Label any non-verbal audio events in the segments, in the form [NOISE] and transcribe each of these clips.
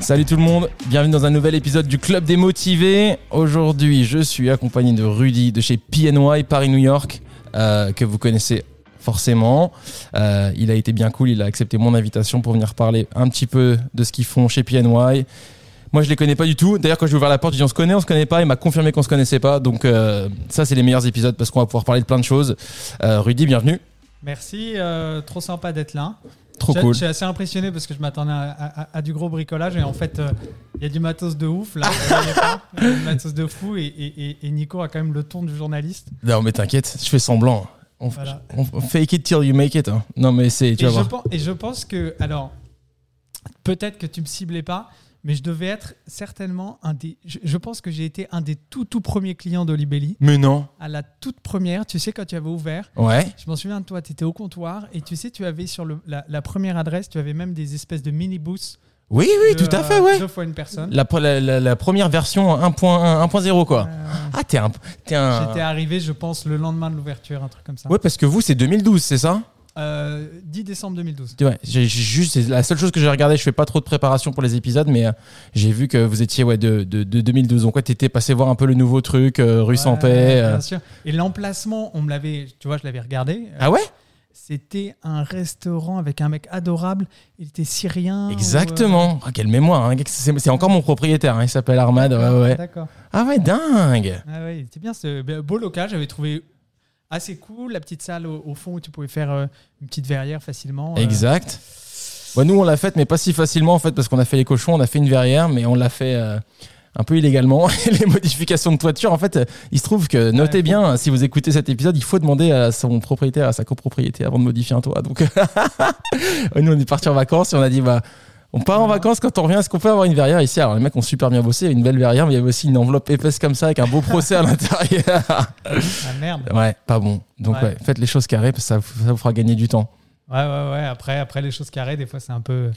Salut tout le monde, bienvenue dans un nouvel épisode du Club des Motivés. Aujourd'hui, je suis accompagné de Rudy de chez PNY Paris-New York, euh, que vous connaissez forcément. Euh, il a été bien cool, il a accepté mon invitation pour venir parler un petit peu de ce qu'ils font chez PNY. Moi, je les connais pas du tout. D'ailleurs, quand j'ai ouvert la porte, j'ai dit on se connaît, on se connaît pas. Il m'a confirmé qu'on se connaissait pas. Donc, euh, ça, c'est les meilleurs épisodes parce qu'on va pouvoir parler de plein de choses. Euh, Rudy, bienvenue. Merci, euh, trop sympa d'être là. Trop J'ai- cool. Je suis assez impressionné parce que je m'attendais à, à- à du gros bricolage et en fait, euh, il y a du matos de [LAUGHS] ouf là. vous voyez pas, il y a du matos de fou et, et- et- et Nico a quand même le ton du journaliste. Non, mais t'inquiète, je fais semblant. On, Voilà. on- on fake it till you make it. hein. Non, mais c'est, tu vas et, je voir. pense, et je pense que, alors, peut-être que tu me ciblais pas, mais je devais être certainement un des. Je, je pense que j'ai été un des tout tout premiers clients d'Olibelli. Mais non. À la toute première, tu sais, quand tu avais ouvert, Ouais. Je m'en souviens de toi, tu étais au comptoir et tu sais, tu avais sur le- la, la première adresse, tu avais même des espèces de mini-booths. Oui, oui, tout à fait, ouais. Deux fois une personne. La, pre- la- la- la première version 1.1, 1.0, quoi. Euh, Ah, t'es un. T'es un... J'étais arrivé, je pense, le lendemain de l'ouverture, un truc comme ça. Ouais, parce que vous, c'est 2012, c'est ça Euh, 10 décembre 2012. Ouais, j'ai j'ai juste, c'est la seule chose que j'ai regardé, je fais pas trop de préparation pour les épisodes, mais euh, j'ai vu que vous étiez ouais, de, de, de 2012. Donc, ouais, t'étais passé voir un peu le nouveau truc, euh, rue sans Ouais, paix. euh. Bien sûr. Et l'emplacement, on me l'avait, tu vois, je l'avais regardé. Euh, Ah ouais C'était un restaurant avec un mec adorable. Il était syrien. ou, euh, Exactement. Ah, quelle mémoire. hein. C'est c'est encore mon propriétaire, hein, il s'appelle Armad. Ouais, ouais. euh, D'accord. Ah ouais, dingue. Ah ouais, c'était bien ce be- beau local. J'avais trouvé assez cool la petite salle au, au fond où tu pouvais faire euh, une petite verrière facilement. euh. Exact. Bah, nous, on l'a faite, mais pas si facilement en fait, parce qu'on a fait les cochons, on a fait une verrière, mais on l'a fait euh, un peu illégalement. [LAUGHS] Et les modifications de toiture, en fait, euh, il se trouve que, notez faut- bien, si vous écoutez cet épisode, il faut demander à son propriétaire, à sa copropriété avant de modifier un toit. Donc, [LAUGHS] nous, on est parti en vacances et on a dit, bah. On part en Voilà. vacances quand on revient. Est-ce qu'on peut avoir une verrière ici Alors les mecs ont super bien bossé, il y avait une belle verrière, mais il y avait aussi une enveloppe épaisse comme ça avec un beau procès à l'intérieur. Ah merde. ouais, pas bon. Donc Ouais. ouais, faites les choses carrées parce que ça, vous- ça vous fera gagner du temps. Ouais, ouais, ouais. Après, après les choses carrées, des fois, c'est un peu.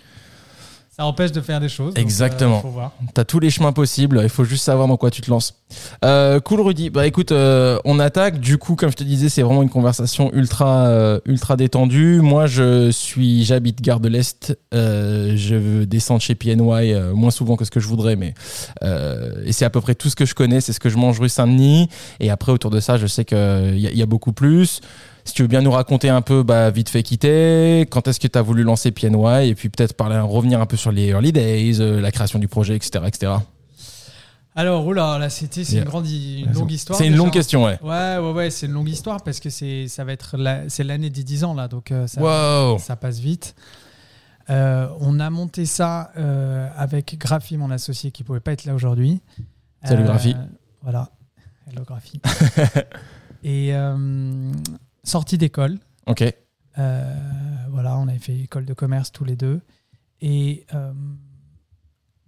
Ça empêche de faire des choses. donc, Exactement. euh, faut voir. T'as tous les chemins possibles, il faut juste savoir dans quoi tu te lances. Euh, cool Rudy, bah écoute, euh, on attaque. Du coup, comme je te disais, c'est vraiment une conversation ultra euh, ultra détendue. Moi, je suis, j'habite Gare de l'Est. Euh, je veux descendre chez PNY euh, moins souvent que ce que je voudrais, mais euh, et c'est à peu près tout ce que je connais. C'est ce que je mange rue Saint-Denis. Et après, autour de ça, je sais qu'il y, a- y a beaucoup plus. Si tu veux bien nous raconter un peu, bah, vite fait quitter, quand est-ce que tu as voulu lancer PNY et puis peut-être parler, revenir un peu sur les early days, euh, la création du projet, etc. etc. Alors, oula, là, c'était c'est Yeah. une grande, une longue histoire. C'est une déjà. longue question, ouais. Ouais, ouais, ouais, c'est une longue histoire parce que c'est, ça va être, la- c'est l'année des 10 ans là, donc euh, ça, Wow. Ça passe vite. Euh, on a monté ça euh, avec Graphi, mon associé, qui pouvait pas être là aujourd'hui. Euh, Salut, Graphi. Voilà. Hello [LAUGHS] Graphi. Et euh, sortie d'école. Ok. Euh, voilà, on avait fait école de commerce tous les deux. Et euh,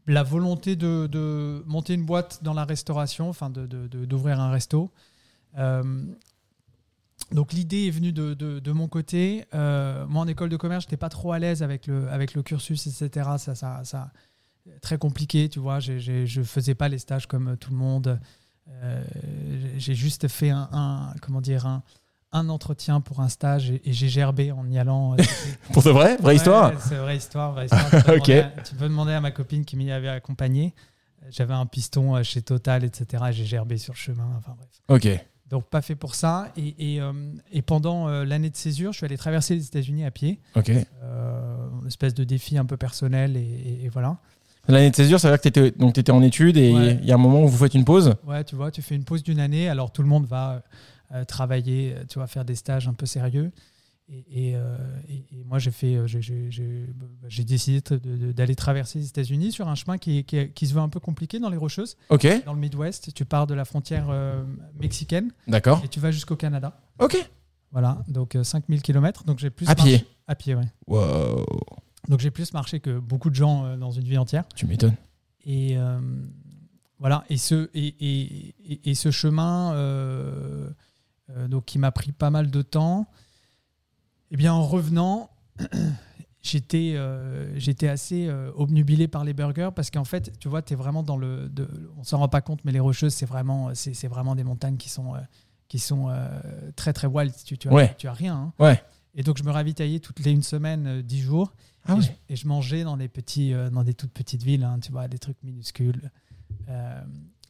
la volonté de, de monter une boîte dans la restauration, enfin de- de- de- d'ouvrir un resto. Euh, donc l'idée est venue de, de- de mon côté. Euh, moi, en école de commerce, je n'étais pas trop à l'aise avec le, avec le cursus, etc. Ça, ça, ça, très compliqué, tu vois. J'ai- j'ai- je ne faisais pas les stages comme tout le monde. Euh, j'ai juste fait un, un- comment dire, un, un entretien pour un stage et, et j'ai gerbé en y allant. euh, Pour de vrai [LAUGHS] Vraie Ouais, histoire ouais, C'est vraie histoire, vraie histoire. Tu [LAUGHS] peux, Ok. demander à, tu peux demander à ma copine qui m'y avait accompagné. J'avais un piston euh, chez Total, etc. et J'ai gerbé sur le chemin. Enfin bref. Ok. Donc pas fait pour ça. Et, et, euh, et pendant euh, l'année de césure, je suis allé traverser les États-Unis à pied. Ok. Euh, une espèce de défi un peu personnel et, et- et voilà. L'année de césure, ça veut dire que t'étais, donc t'étais en études et il Ouais. y a un moment où vous faites une pause. Ouais, tu vois, tu fais une pause d'une année. Alors tout le monde va euh, travailler, euh, tu vas faire des stages un peu sérieux. Et, et, euh, et- et moi, j'ai fait, euh, j'ai- j'ai- j'ai j'ai décidé de- de- d'aller traverser les États-Unis sur un chemin qui, est- qui est- qui se veut un peu compliqué dans les Rocheuses, Ok. dans le Midwest. Tu pars de la frontière euh, mexicaine D'accord. et tu vas jusqu'au Canada. Ok. Voilà, donc euh, 5000 km. Donc j'ai plus À marché- pied. À pied, ouais. Wow. Donc j'ai plus marché que beaucoup de gens euh, dans une vie entière. Tu m'étonnes. Et euh, voilà, et ce, et, et- et- et ce chemin euh, euh, donc qui m'a pris pas mal de temps, eh bien en revenant, [CLEARS THROAT] j'étais euh, j'étais assez euh, obnubilé par les burgers parce qu'en fait, tu vois, tu es vraiment dans le... de- on s'en rend pas compte, mais les Rocheuses, c'est vraiment, c'est c'est vraiment des montagnes qui sont, euh, qui sont euh, très très wild. Tu, tu, as, Ouais. tu as rien. hein. Ouais. Et donc, je me ravitaillais toutes les une semaine, euh, dix jours. Ah et, ouais. je, et je mangeais dans des, petits, euh, dans des toutes petites villes, hein, tu vois, des trucs minuscules. Euh,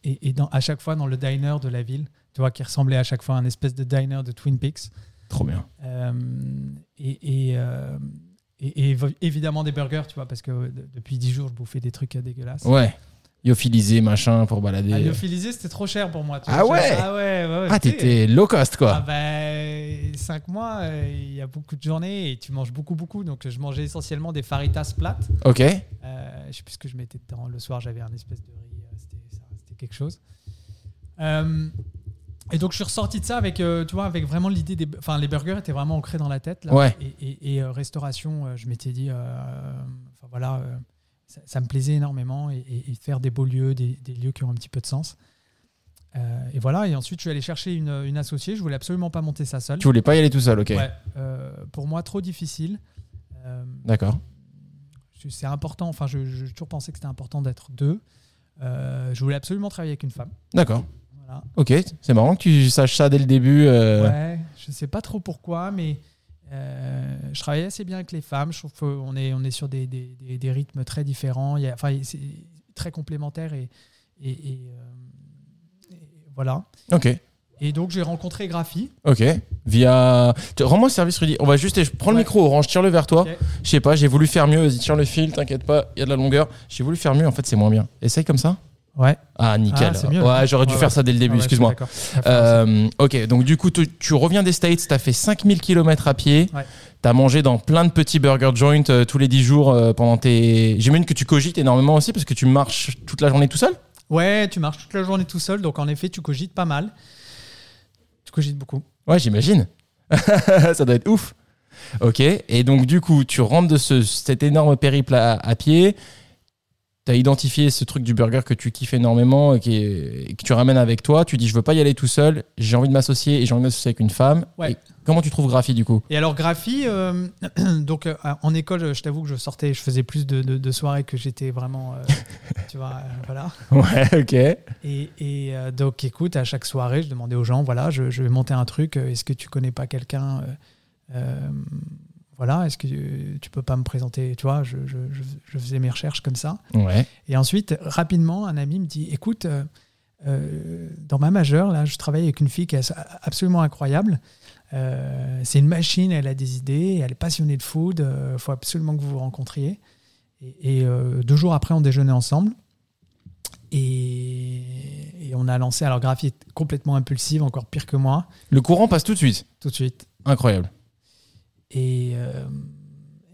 et et dans, à chaque fois, dans le diner de la ville, tu vois, qui ressemblait à chaque fois à un espèce de diner de Twin Peaks. Trop bien. Euh, et, et, euh, et- et évi- évidemment des burgers, tu vois, parce que euh, de- depuis 10 jours, je bouffais des trucs euh, dégueulasses. Ouais. Lyophilisé, machin, pour balader. Ah, lyophilisé, c'était trop cher pour moi. tu Ah vois. ouais Ah ouais, ouais, ouais. Ah, Tu sais, t'étais low cost, Ah quoi. ben, 5 mois, euh, il y a beaucoup de journées et tu manges beaucoup, beaucoup. Donc, je mangeais essentiellement des faritas plates. Ok. Euh, je sais plus ce que je mettais dedans. Le soir, j'avais un espèce de riz. euh, C'était ça, c'était quelque chose. Euh, et donc, je suis ressorti de ça avec, euh, tu vois, avec vraiment l'idée des. Enfin, les burgers étaient vraiment ancrés dans la tête. Là. Ouais. Et, et- et, euh, restauration, euh, je m'étais dit, euh, enfin voilà, euh, ça, ça me plaisait énormément et, et- et faire des beaux lieux, des, des lieux qui ont un petit peu de sens. Euh, et voilà. Et ensuite, je suis allé chercher une, une associée. Je voulais absolument pas monter ça seul. Tu voulais pas y aller tout seul, ok. Ouais, euh, pour moi, trop difficile. Euh, D'accord. je- c'est important. Enfin, je- je- j'ai toujours pensé que c'était important d'être deux. Euh, je voulais absolument travailler avec une femme. D'accord. Voilà. Ok. C'est marrant que tu saches ça dès le début. euh, Ouais, je sais pas trop pourquoi, mais euh, je travaillais assez bien avec les femmes. Je trouve qu'on est, on est sur des, des- des- des rythmes très différents. Il y a- enfin, c'est très complémentaire et, et- et, euh, et voilà. Ok. Et donc, j'ai rencontré Graphie. Ok. Via. Tu- Rends-moi le service, Rudy. On va juste. Je prends le Ouais. micro orange, tire-le vers toi. Ok. Je sais pas, j'ai voulu faire mieux. Vas-y, tire le fil, t'inquiète pas, il y a de la longueur. J'ai voulu faire mieux, en fait, c'est moins bien. Essaye comme ça. Ouais. Ah, nickel. Ah, c'est mieux. Ouais, j'aurais dû Ouais, faire ouais. ça dès le début, excuse-moi. Euh, ok, donc du coup, tu, tu reviens des States, t'as fait 5000 km à pied, Ouais. t'as mangé dans plein de petits burger joints euh, tous les 10 jours euh, pendant tes. J'imagine que tu cogites énormément aussi parce que tu marches toute la journée tout seul ouais, tu marches toute la journée tout seul, donc en effet, tu cogites pas mal. Tu cogites beaucoup. Ouais, j'imagine. [LAUGHS] ça doit être ouf. Ok, et donc du coup, tu rentres de ce, cet énorme périple à, à pied. T'as identifié ce truc du burger que tu kiffes énormément et, qui est- et que tu ramènes avec toi. Tu dis, je veux pas y aller tout seul, j'ai envie de m'associer et j'ai envie de m'associer avec une femme. Ouais. Et comment tu trouves Graphie du coup Et alors, graphie, euh, [CLEARS THROAT] donc euh, en école, euh, je t'avoue que je sortais, je faisais plus de, de- de soirées que j'étais vraiment. euh, tu vois, euh, voilà. [LAUGHS] Ouais, ok. Et, et, euh, donc, écoute, à chaque soirée, je demandais aux gens voilà, je, je vais monter un truc, euh, est-ce que tu connais pas quelqu'un euh, euh, Voilà, est-ce que euh, tu peux pas me présenter Tu vois, je, je- je- je faisais mes recherches comme ça. Ouais. Et ensuite, rapidement, un ami me dit écoute, euh, euh, dans ma majeure, là, je travaille avec une fille qui est as- absolument incroyable. Euh, c'est une machine, elle a des idées, elle est passionnée de food, il faut absolument que vous vous rencontriez. Et, et, euh, deux jours après, on déjeunait ensemble. Et, et on a lancé, alors Graphie est complètement impulsive, encore pire que moi, Le courant passe tout de suite. tout de suite. Incroyable. Et, euh,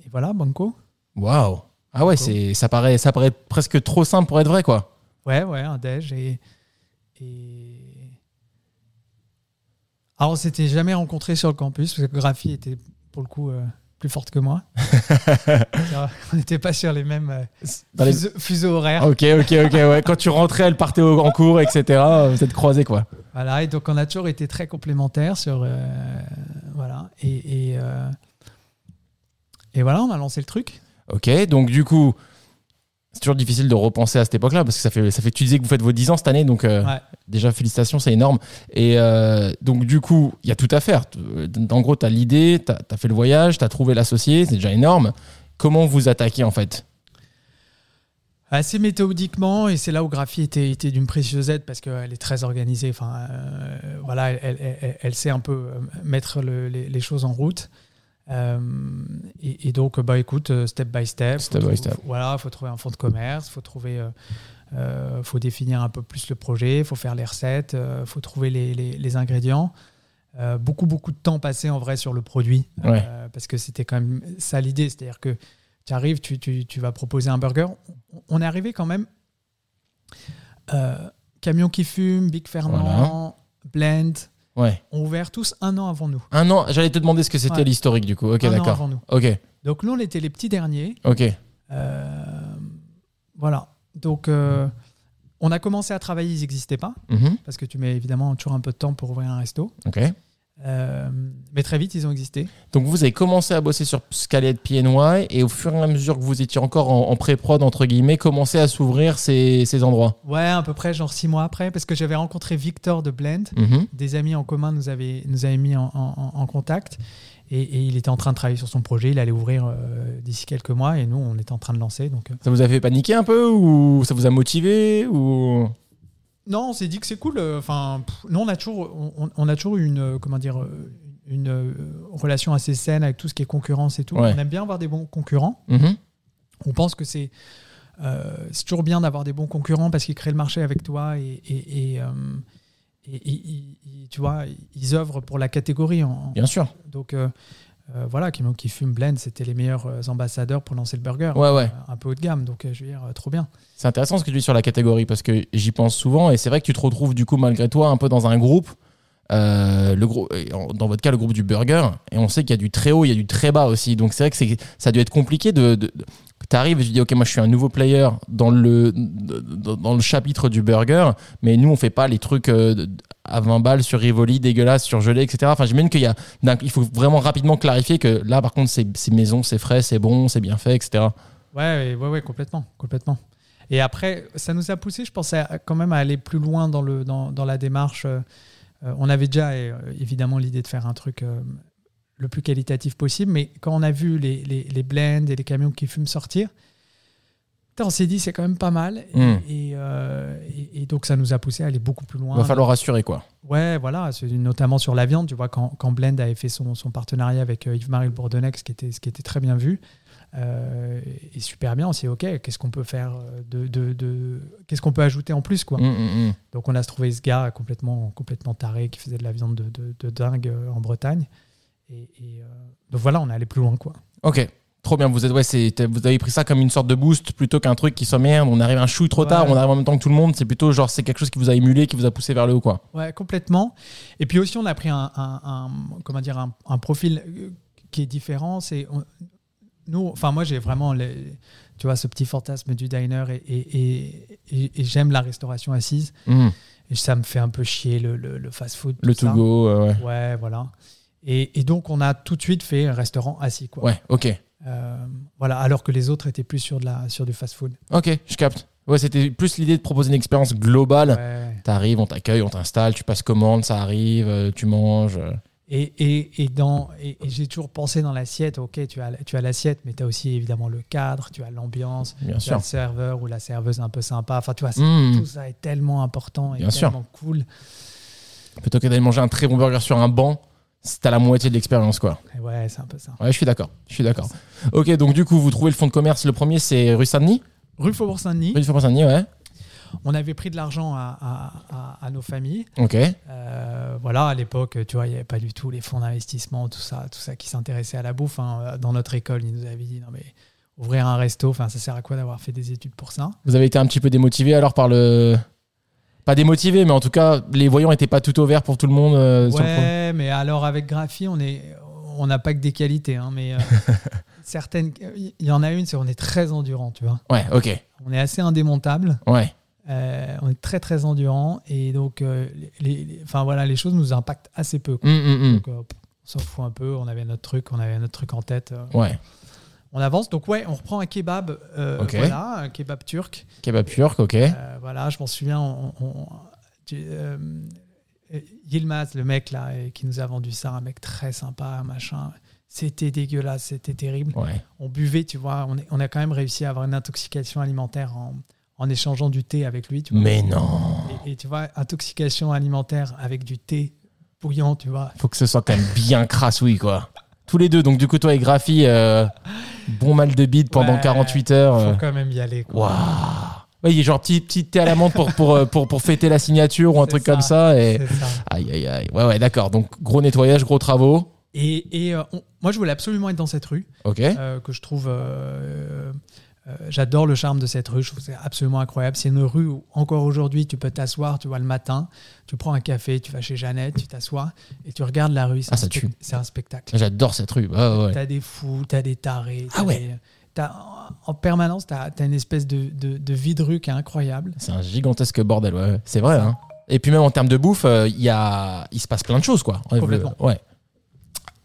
et voilà, Banco. Waouh. Ah ouais, c'est ça paraît ça paraît presque trop simple pour être vrai quoi. Ouais, ouais, un déj. Et, et- Alors, on s'était jamais rencontrés sur le campus, parce que Graphie était, pour le coup, euh, plus forte que [LAUGHS] moi. on n'était pas sur les mêmes euh, Dans les- Oh. fuseaux, fuseaux horaires. Ok, ok, ok. Ouais. Quand tu rentrais, elle partait au, en cours, etc. Vous êtes croisés quoi. Voilà, et donc on a toujours été très complémentaires sur... euh, voilà, et... Et, euh, et voilà, on a lancé le truc. Ok, donc du coup, c'est toujours difficile de repenser à cette époque-là parce que ça fait ça fait tu disais que vous faites vos 10 ans cette année, donc euh, Ouais. déjà félicitations, c'est énorme. Et euh, donc du coup, il y a tout à faire. En gros, t'as l'idée, t'as as fait le voyage, t'as trouvé l'associé, c'est déjà énorme. Comment vous attaquez en fait Assez méthodiquement, et c'est là où Graphie était, était d'une précieuse aide parce qu'elle est très organisée. Enfin, euh, voilà, elle, elle- elle- elle sait un peu euh, mettre le- les, les choses en route. Euh, et, et donc, bah écoute, euh, step by step. Step faut by trou- step. faut- voilà, faut trouver un fonds de commerce, faut trouver, euh, euh, faut définir un peu plus le projet, faut faire les recettes, euh, faut trouver les, les- les ingrédients. Euh, beaucoup, beaucoup de temps passé en vrai sur le produit, Ouais. Euh, parce que c'était quand même ça l'idée, c'est-à-dire que tu arrives, tu, tu- tu vas proposer un burger. On- On est arrivé quand même. euh, camion qui fume, Big Fernand, Blend, Ouais. ont ouvert tous un an avant nous. Un an. J'allais te demander ce que c'était Ouais. l'historique du coup. Ok, un an d'accord. avant nous. Ok, Donc nous, on était les petits derniers. ok. Euh, voilà. Donc euh, on a commencé à travailler, ils n'existaient pas, Mhm. parce que tu mets évidemment toujours un peu de temps pour ouvrir un resto. Ok. Euh, mais très vite, ils ont existé. Donc vous avez commencé à bosser sur Scalette PNY et au fur et à mesure que vous étiez encore en, en pré-prod, entre guillemets, commencez à s'ouvrir ces, ces endroits. Ouais, à peu près, genre six mois après, parce que j'avais rencontré Victor de Blend. Mhm. des amis en commun nous avaient, nous avaient mis en, en- en contact. Et, et il était en train de travailler sur son projet, il allait ouvrir euh, d'ici quelques mois et nous, on était en train de lancer. Donc, euh. Ça vous a fait paniquer un peu ou ça vous a motivé ou... Non, on s'est dit que c'est cool. Euh, Enfin, pff, nous, on a toujours, on, on a toujours eu une, euh, comment dire, euh, une euh, relation assez saine avec tout ce qui est concurrence et tout. Ouais. On aime bien avoir des bons concurrents. Mhm. On pense que c'est euh, c'est toujours bien d'avoir des bons concurrents parce qu'ils créent le marché avec toi et, et- et, euh, et- et- et- et, tu vois, ils œuvrent pour la catégorie. en- Bien sûr. donc euh, euh, voilà, qui, qui fume Blend, c'était les meilleurs euh, ambassadeurs pour lancer le burger. Ouais, ouais. Euh, Un peu haut de gamme, donc euh, je veux dire, euh, trop bien. C'est intéressant ce que tu dis sur la catégorie parce que j'y pense souvent et c'est vrai que tu te retrouves du coup malgré toi un peu dans un groupe. euh, le grou- et en- dans votre cas, le groupe du burger, et on sait qu'il y a du très haut, il y a du très bas aussi. Donc c'est vrai que c'est- ça a dû être compliqué de. de, de- T'arrives et tu dis ok moi je suis un nouveau player dans le dans, dans le chapitre du burger mais nous on fait pas les trucs euh, de- à 20 balles sur Rivoli dégueulasse surgelé etc enfin j'imagine qu'il y a d'un- il faut vraiment rapidement clarifier que là par contre c'est c'est maison c'est frais c'est bon c'est bien fait etc Ouais, ouais, ouais, ouais, complètement, complètement. Et après, ça nous a poussé, je pense, à- quand même à aller plus loin dans, le, dans, dans la démarche. Euh, euh, on avait déjà, euh, évidemment, l'idée de faire un truc euh, le plus qualitatif possible, mais quand on a vu les, les, les blends et les camions qui fument sortir, putain, on s'est dit, c'est quand même pas mal. Et- Hmm. Et, euh, et- et donc, ça nous a poussé à aller beaucoup plus il loin. va falloir rassurer quoi Ouais, voilà, c'est notamment sur la viande. Tu vois, quand, quand Blend avait fait son, son partenariat avec euh, Yves-Marie Le Bourdonnais, ce qui était, ce qui était très bien vu euh, et super bien, on s'est dit, OK, qu'est-ce qu'on peut faire euh, de. de, de- qu'est-ce qu'on peut ajouter en plus, quoi. Hum, hum, hum. Donc, on a trouvé ce gars complètement, complètement taré qui faisait de la viande de, de- de dingue euh, en Bretagne. Et, et, euh, donc, voilà, on est allé plus loin, quoi. Ok, trop bien. Vous, êtes, ouais, c'est- t'as- vous avez pris ça comme une sorte de boost plutôt qu'un truc qui soit merde. On arrive un chouille trop Ouais. tard, on arrive en même temps que tout le monde. C'est plutôt genre c'est quelque chose qui vous a émulé, qui vous a poussé vers le haut quoi. Ouais, complètement. Et puis aussi, on a pris un, un- un- comment dire, un, un profil euh, qui est différent. C'est on- nous, enfin moi, j'ai vraiment, les- tu vois, ce petit fantasme du diner et, et- et- et- et j'aime la restauration assise. Et ça me fait un peu chier le, le- le fast-food. Le to tout Hmm. ça. go, euh, ouais. Ouais, voilà. Et, et donc, on a tout de suite fait un restaurant assis, quoi. Ouais, ok. Euh, voilà, alors que les autres étaient plus sur de la sur du fast-food. Ok, je capte. Ouais, c'était plus l'idée de proposer une expérience globale. Ouais. T'arrives, on t'accueille, on t'installe, tu passes commande, ça arrive, euh, tu manges. euh. Et, et, et, dans- et, et j'ai toujours pensé dans l'assiette, ok, tu as, tu as l'assiette, mais tu as aussi évidemment le cadre, tu as l'ambiance, Bien tu as sûr. le serveur ou la serveuse un peu sympa. Enfin, tu vois, c'est- Hum. tout ça est tellement important et Bien sûr. tellement cool. Plutôt que d'aller manger un très bon burger sur un banc, c'est à la moitié de l'expérience quoi. Et ouais, c'est un peu ça. Ouais, je suis d'accord. Je suis d'accord. Ok, donc du coup, vous trouvez le fonds de commerce. Le premier, c'est rue Saint-Denis. Rue Faubourg-Saint-Denis, Rue Saint-Denis, ouais. on avait pris de l'argent à, à- à- à nos familles. Ok. Euh, voilà, à l'époque, tu vois, il n'y avait pas du tout les fonds d'investissement, tout ça, tout ça qui s'intéressait à la bouffe. hein. Dans notre école, ils nous avaient dit, non mais ouvrir un resto, enfin, ça sert à quoi d'avoir fait des études pour ça Vous avez été un petit peu démotivé alors par le. Pas démotivé, mais en tout cas, les voyants n'étaient pas tout au vert pour tout le monde. euh, sur le front. Ouais, mais alors avec Graphie, on est, on n'a pas que des qualités, hein, mais euh, certaines, il y en a une, c'est on est très endurant, tu vois. ouais, ok. On est assez indémontable, Ouais. euh, on est très très endurant, et donc, euh, les, les- enfin voilà, les choses nous impactent assez peu. quoi. Hum, hum, hum. Donc, euh, pff, on s'en fout un peu, on avait notre truc, on avait notre truc en tête. euh, Ouais. on avance, donc ouais, on reprend un kebab, euh, Ok. voilà, un kebab turc. Kebab turc, ok. Euh, voilà, je m'en souviens, on, on- tu- euh, Yilmaz, le mec là, euh, qui nous a vendu ça, un mec très sympa, un machin. C'était dégueulasse, c'était terrible. Ouais. On buvait, tu vois, on, est- on a quand même réussi à avoir une intoxication alimentaire en, en échangeant du thé avec lui. Tu vois. Mais non. Et, et tu vois, intoxication alimentaire avec du thé bouillant, tu vois. Faut que ce soit quand même bien crassouille, quoi. Tous les deux. Donc, du coup, toi et Graphie, euh, bon mal de bide pendant Ouais. 48 heures. Faut euh. quand même y aller. quoi. Waouh. Ouais, il y a genre petit, petit thé à l'amande pour, pour, euh, pour, pour fêter la signature ou un C'est truc ça. comme ça. Et... C'est ça. Aïe, aïe, aïe. Ouais, ouais, d'accord. Donc, gros nettoyage, gros travaux. Et, et, euh, on- moi, je voulais absolument être dans cette rue. Ok. euh, que je trouve. euh, euh, J'adore le charme de cette rue, je trouve que c'est absolument incroyable. C'est une rue où encore aujourd'hui tu peux t'asseoir, tu vois le matin, tu prends un café, tu vas chez Jeannette, tu t'assois et tu regardes la rue. C'est Ah, un ça spec- tue. C'est un spectacle. J'adore cette rue. Ah, ouais. T'as des fous, t'as des tarés. t'as Ah ouais. des- t'as- en permanence, t'as as une espèce de, de, de vie de rue qui est incroyable. C'est un gigantesque bordel, ouais. C'est vrai, hein. Et puis même en termes de bouffe, euh, il y a... il se passe plein de choses, quoi. Complètement. Ouais.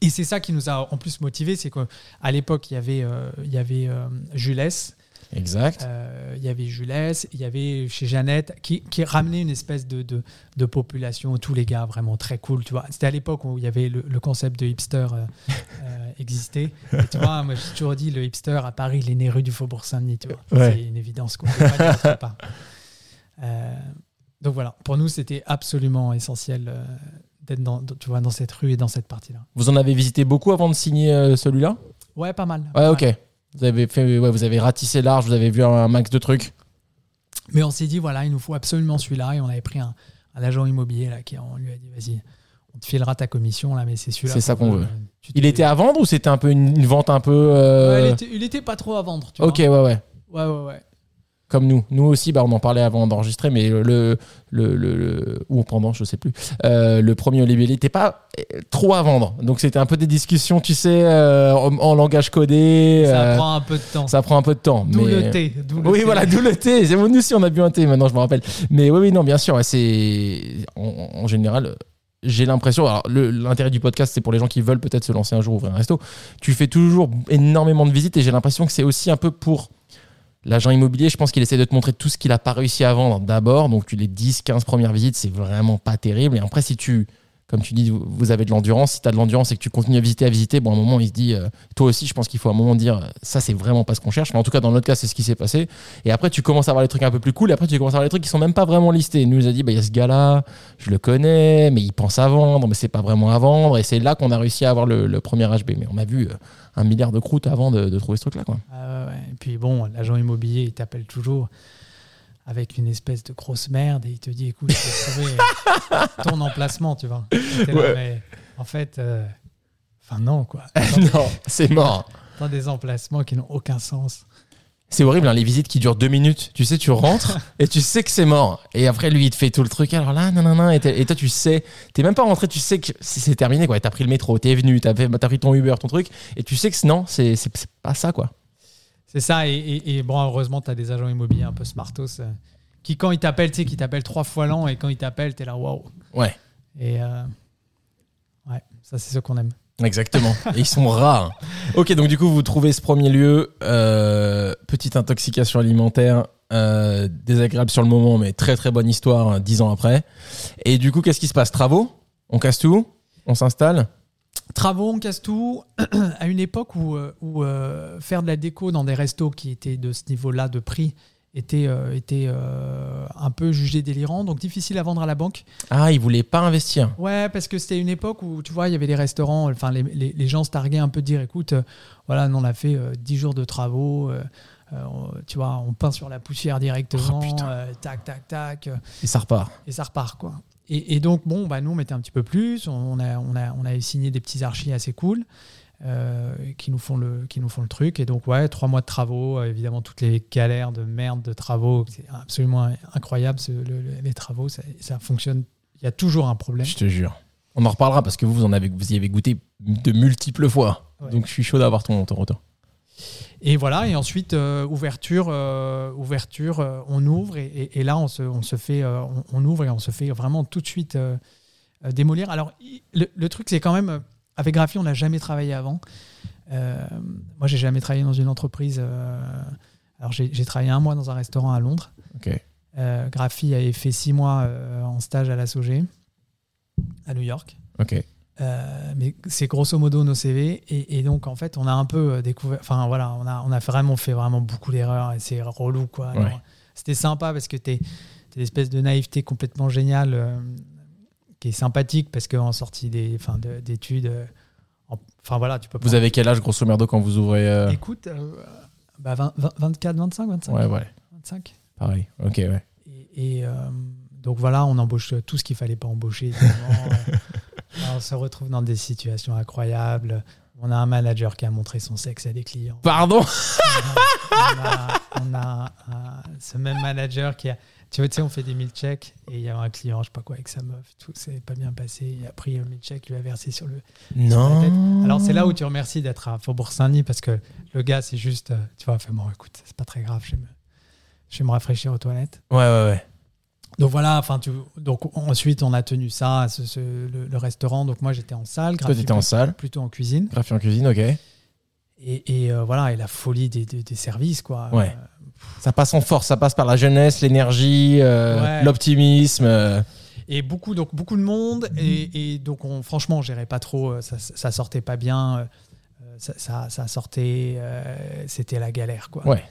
Et c'est ça qui nous a en plus motivés, c'est qu'à l'époque, il y avait, euh, il y avait euh, Jules, Exact. Euh, Il y avait Julès, il y avait chez Jeannette, qui, qui ramenait une espèce de, de, de population, tous les gars vraiment très cool, tu vois. C'était à l'époque où il y avait le, le concept de hipster euh, euh, existait. Et tu vois, moi j'ai toujours dit, le hipster à Paris, il est né rue du Faubourg Saint-Denis, tu vois. Ouais. C'est une évidence qu'on peut pas dire autre part. Euh, donc voilà, pour nous, c'était absolument essentiel euh, d'être dans, dans- tu vois, dans cette rue et dans cette partie-là. Vous en avez visité beaucoup avant de signer euh, celui-là Ouais, pas mal. Ouais, Pas ok. Vous avez, fait, ouais, vous avez ratissé large, vous avez vu un max de trucs. Mais on s'est dit, voilà, il nous faut absolument celui-là. Et on avait pris un, un agent immobilier, là, qui on lui a dit, vas-y, on te filera ta commission, là, mais c'est celui-là. C'est ça qu'on veut. Tu Il t'es- était à vendre ou c'était un peu une, une vente un peu. euh, Ouais, il, était, il était pas trop à vendre, tu ok, ouais, ouais. vois. Ouais, ouais, ouais. Comme nous. Nous aussi, bah, on en parlait avant d'enregistrer, mais le. le, le, le- ou pendant, je sais plus. Euh, le premier Olivier n'était pas euh, trop à vendre. Donc c'était un peu des discussions, tu sais, euh, en, en langage codé. Ça euh, prend un peu de temps. ça prend un peu de temps. D'où mais... euh, le thé. d'où le Oui, thé. voilà, d'où le thé. C'est bon, nous aussi, on a bu un thé maintenant, je me rappelle. Mais oui, oui, non, bien sûr, ouais, c'est. En, en général, euh, j'ai l'impression. Alors, le- l'intérêt du podcast, c'est pour les gens qui veulent peut-être se lancer un jour, ouvrir un resto. Tu fais toujours énormément de visites et j'ai l'impression que c'est aussi un peu pour. L'agent immobilier, je pense qu'il essaie de te montrer tout ce qu'il n'a pas réussi à vendre d'abord. Donc, tu les 10, 15 premières visites, c'est vraiment pas terrible. Et après, si tu, comme tu dis, vous- vous avez de l'endurance, si tu as de l'endurance et que tu continues à visiter, à visiter, bon, à un moment, il se dit, euh, toi aussi, je pense qu'il faut à un moment dire, euh, ça, c'est vraiment pas ce qu'on cherche. Mais en tout cas, dans notre cas, c'est ce qui s'est passé. Et après, tu commences à voir les trucs un peu plus cool. Et après, tu commences à voir les trucs qui sont même pas vraiment listés. Il nous a dit, bah, il y a ce gars-là, je le connais, mais il pense à vendre, mais c'est pas vraiment à vendre. Et c'est là qu'on a réussi à avoir le, le premier HB. Mais on a vu euh, un milliard de croûtes avant de, de trouver ce truc-là, quoi. Ah ouais, ouais. Et puis bon, l'agent immobilier, il t'appelle toujours avec une espèce de grosse merde et il te dit écoute, j'ai trouvé euh, [LAUGHS] ton emplacement, tu vois. Et t'es là, Ouais. mais en fait, euh, enfin non, quoi. non, c'est mort. Dans des emplacements qui n'ont aucun sens. C'est horrible, hein, les visites qui durent deux minutes. Tu sais, tu rentres et tu sais que c'est mort. Et après, lui, il te fait tout le truc. Alors là, non, non, non. Et, t'es- et toi, tu sais, t'es même pas rentré, tu sais que c'est c'est terminé, quoi. Et T'as pris le métro, t'es venu, t'as fait- bah, t'as pris ton Uber, ton truc. Et tu sais que c'est- non, c'est c'est- c'est pas ça, quoi. C'est ça, et, et- et bon, heureusement, tu as des agents immobiliers un peu smartos euh, qui, quand ils t'appellent, tu sais, qui t'appellent trois fois l'an et quand ils t'appellent, t'es là, waouh. Ouais. Et euh, ouais, ça, c'est ce qu'on aime. Exactement. Et ils sont rares. Ok, donc du coup, vous trouvez ce premier lieu, euh, petite intoxication alimentaire, euh, désagréable sur le moment, mais très très bonne histoire hein, dix ans après. Et du coup, qu'est-ce qui se passe Travaux On casse tout On s'installe Travaux, on casse tout. [CLEARS THROAT] à une époque où, euh, où, euh, faire de la déco dans des restos qui étaient de ce niveau-là de prix était, euh, était euh, un peu jugé délirant, donc difficile à vendre à la banque. Ah, ils voulaient pas investir. Ouais, parce que c'était une époque où, tu vois, il y avait des restaurants, enfin, les, les- les gens se targuaient un peu de dire écoute, euh, voilà, nous, on a fait euh, 10 jours de travaux, euh, euh, on- tu vois, on peint sur la poussière directement, putain. euh, tac, tac, tac, euh, Et ça repart. et ça repart, quoi. Et, et donc, bon, bah, nous, on mettait un petit peu plus, on a, on a, on a signé des petits archis assez cool. euh, qui, nous font le, qui nous font le truc. Et donc, ouais, trois mois de travaux, euh, évidemment, toutes les galères de merde de travaux, c'est absolument incroyable, ce- le- le- les travaux, ça, ça fonctionne. Il y a toujours un problème. Je te jure. On en reparlera parce que vous, vous, en avez, vous y avez goûté de multiples fois. Ouais. Donc je suis chaud d'avoir ton, ton retour. Et voilà, et ensuite, euh, ouverture, euh, ouverture euh, on ouvre, et, et- et là, on se, on se fait, euh, on, on ouvre et on se fait vraiment tout de suite euh, euh, démolir. Alors, il- le, le truc, c'est quand même, euh, avec Graphi, on n'a jamais travaillé avant. Euh, moi, j'ai jamais travaillé dans une entreprise. euh, alors, j'ai j'ai travaillé un mois dans un restaurant à Londres. Ok. Euh, Graphi avait fait six mois euh, en stage à la SOG, à New York. Ok. Euh, mais c'est grosso modo nos CV. Et, et donc, en fait, on a un peu euh, découvert. Enfin, voilà, on a, on a vraiment fait vraiment beaucoup d'erreurs et c'est relou, quoi. Ouais. Alors, C'était sympa parce que t'es t'es l'espèce de naïveté complètement géniale euh, qui est sympathique parce qu'en sortie des- enfin, de- d'études, euh, en- enfin voilà, tu peux Vous pas- avez quel âge, grosso merdo, quand vous ouvrez euh, Écoute, euh, bah, 20, 20, 24, 25, 25. Ouais, ouais. 25. Pareil. Ok, ouais. Et, et, euh, donc voilà, on embauche tout ce qu'il fallait pas embaucher. évidemment. Euh, on se retrouve dans des situations incroyables. On a un manager qui a montré son sexe à des clients. Pardon On a, on a un- ce même manager qui a. Tu vois, tu sais, on fait des mille checks et il y a un client, je sais pas quoi, avec sa meuf, tout s'est pas bien passé. Il a pris un mille checks, lui a versé sur le. Non. Alors c'est là où tu remercies d'être à Faubourg Saint-Denis parce que le gars, c'est juste, euh, tu vois, fait bon, écoute, c'est pas très grave, je vais me- je vais me rafraîchir aux toilettes. Ouais, ouais, ouais. Donc voilà, enfin tu, donc ensuite on a tenu ça, ce- ce- le, le restaurant. Donc moi j'étais en salle, Toi, Graphi t'étais en salle. plutôt en cuisine. Graphie en cuisine, ok. Et, et, euh, voilà, et la folie des, des- des services quoi. Ouais. Euh, Ça passe en force, ça passe par la jeunesse, l'énergie, euh, Ouais. l'optimisme. euh. Et beaucoup, donc, beaucoup de monde. Mm-hmm. Et, et donc, on, franchement, on gérait pas trop. euh, Ça, ça sortait pas bien. euh, Ça, ça, ça sortait. euh, C'était la galère, quoi. Ouais.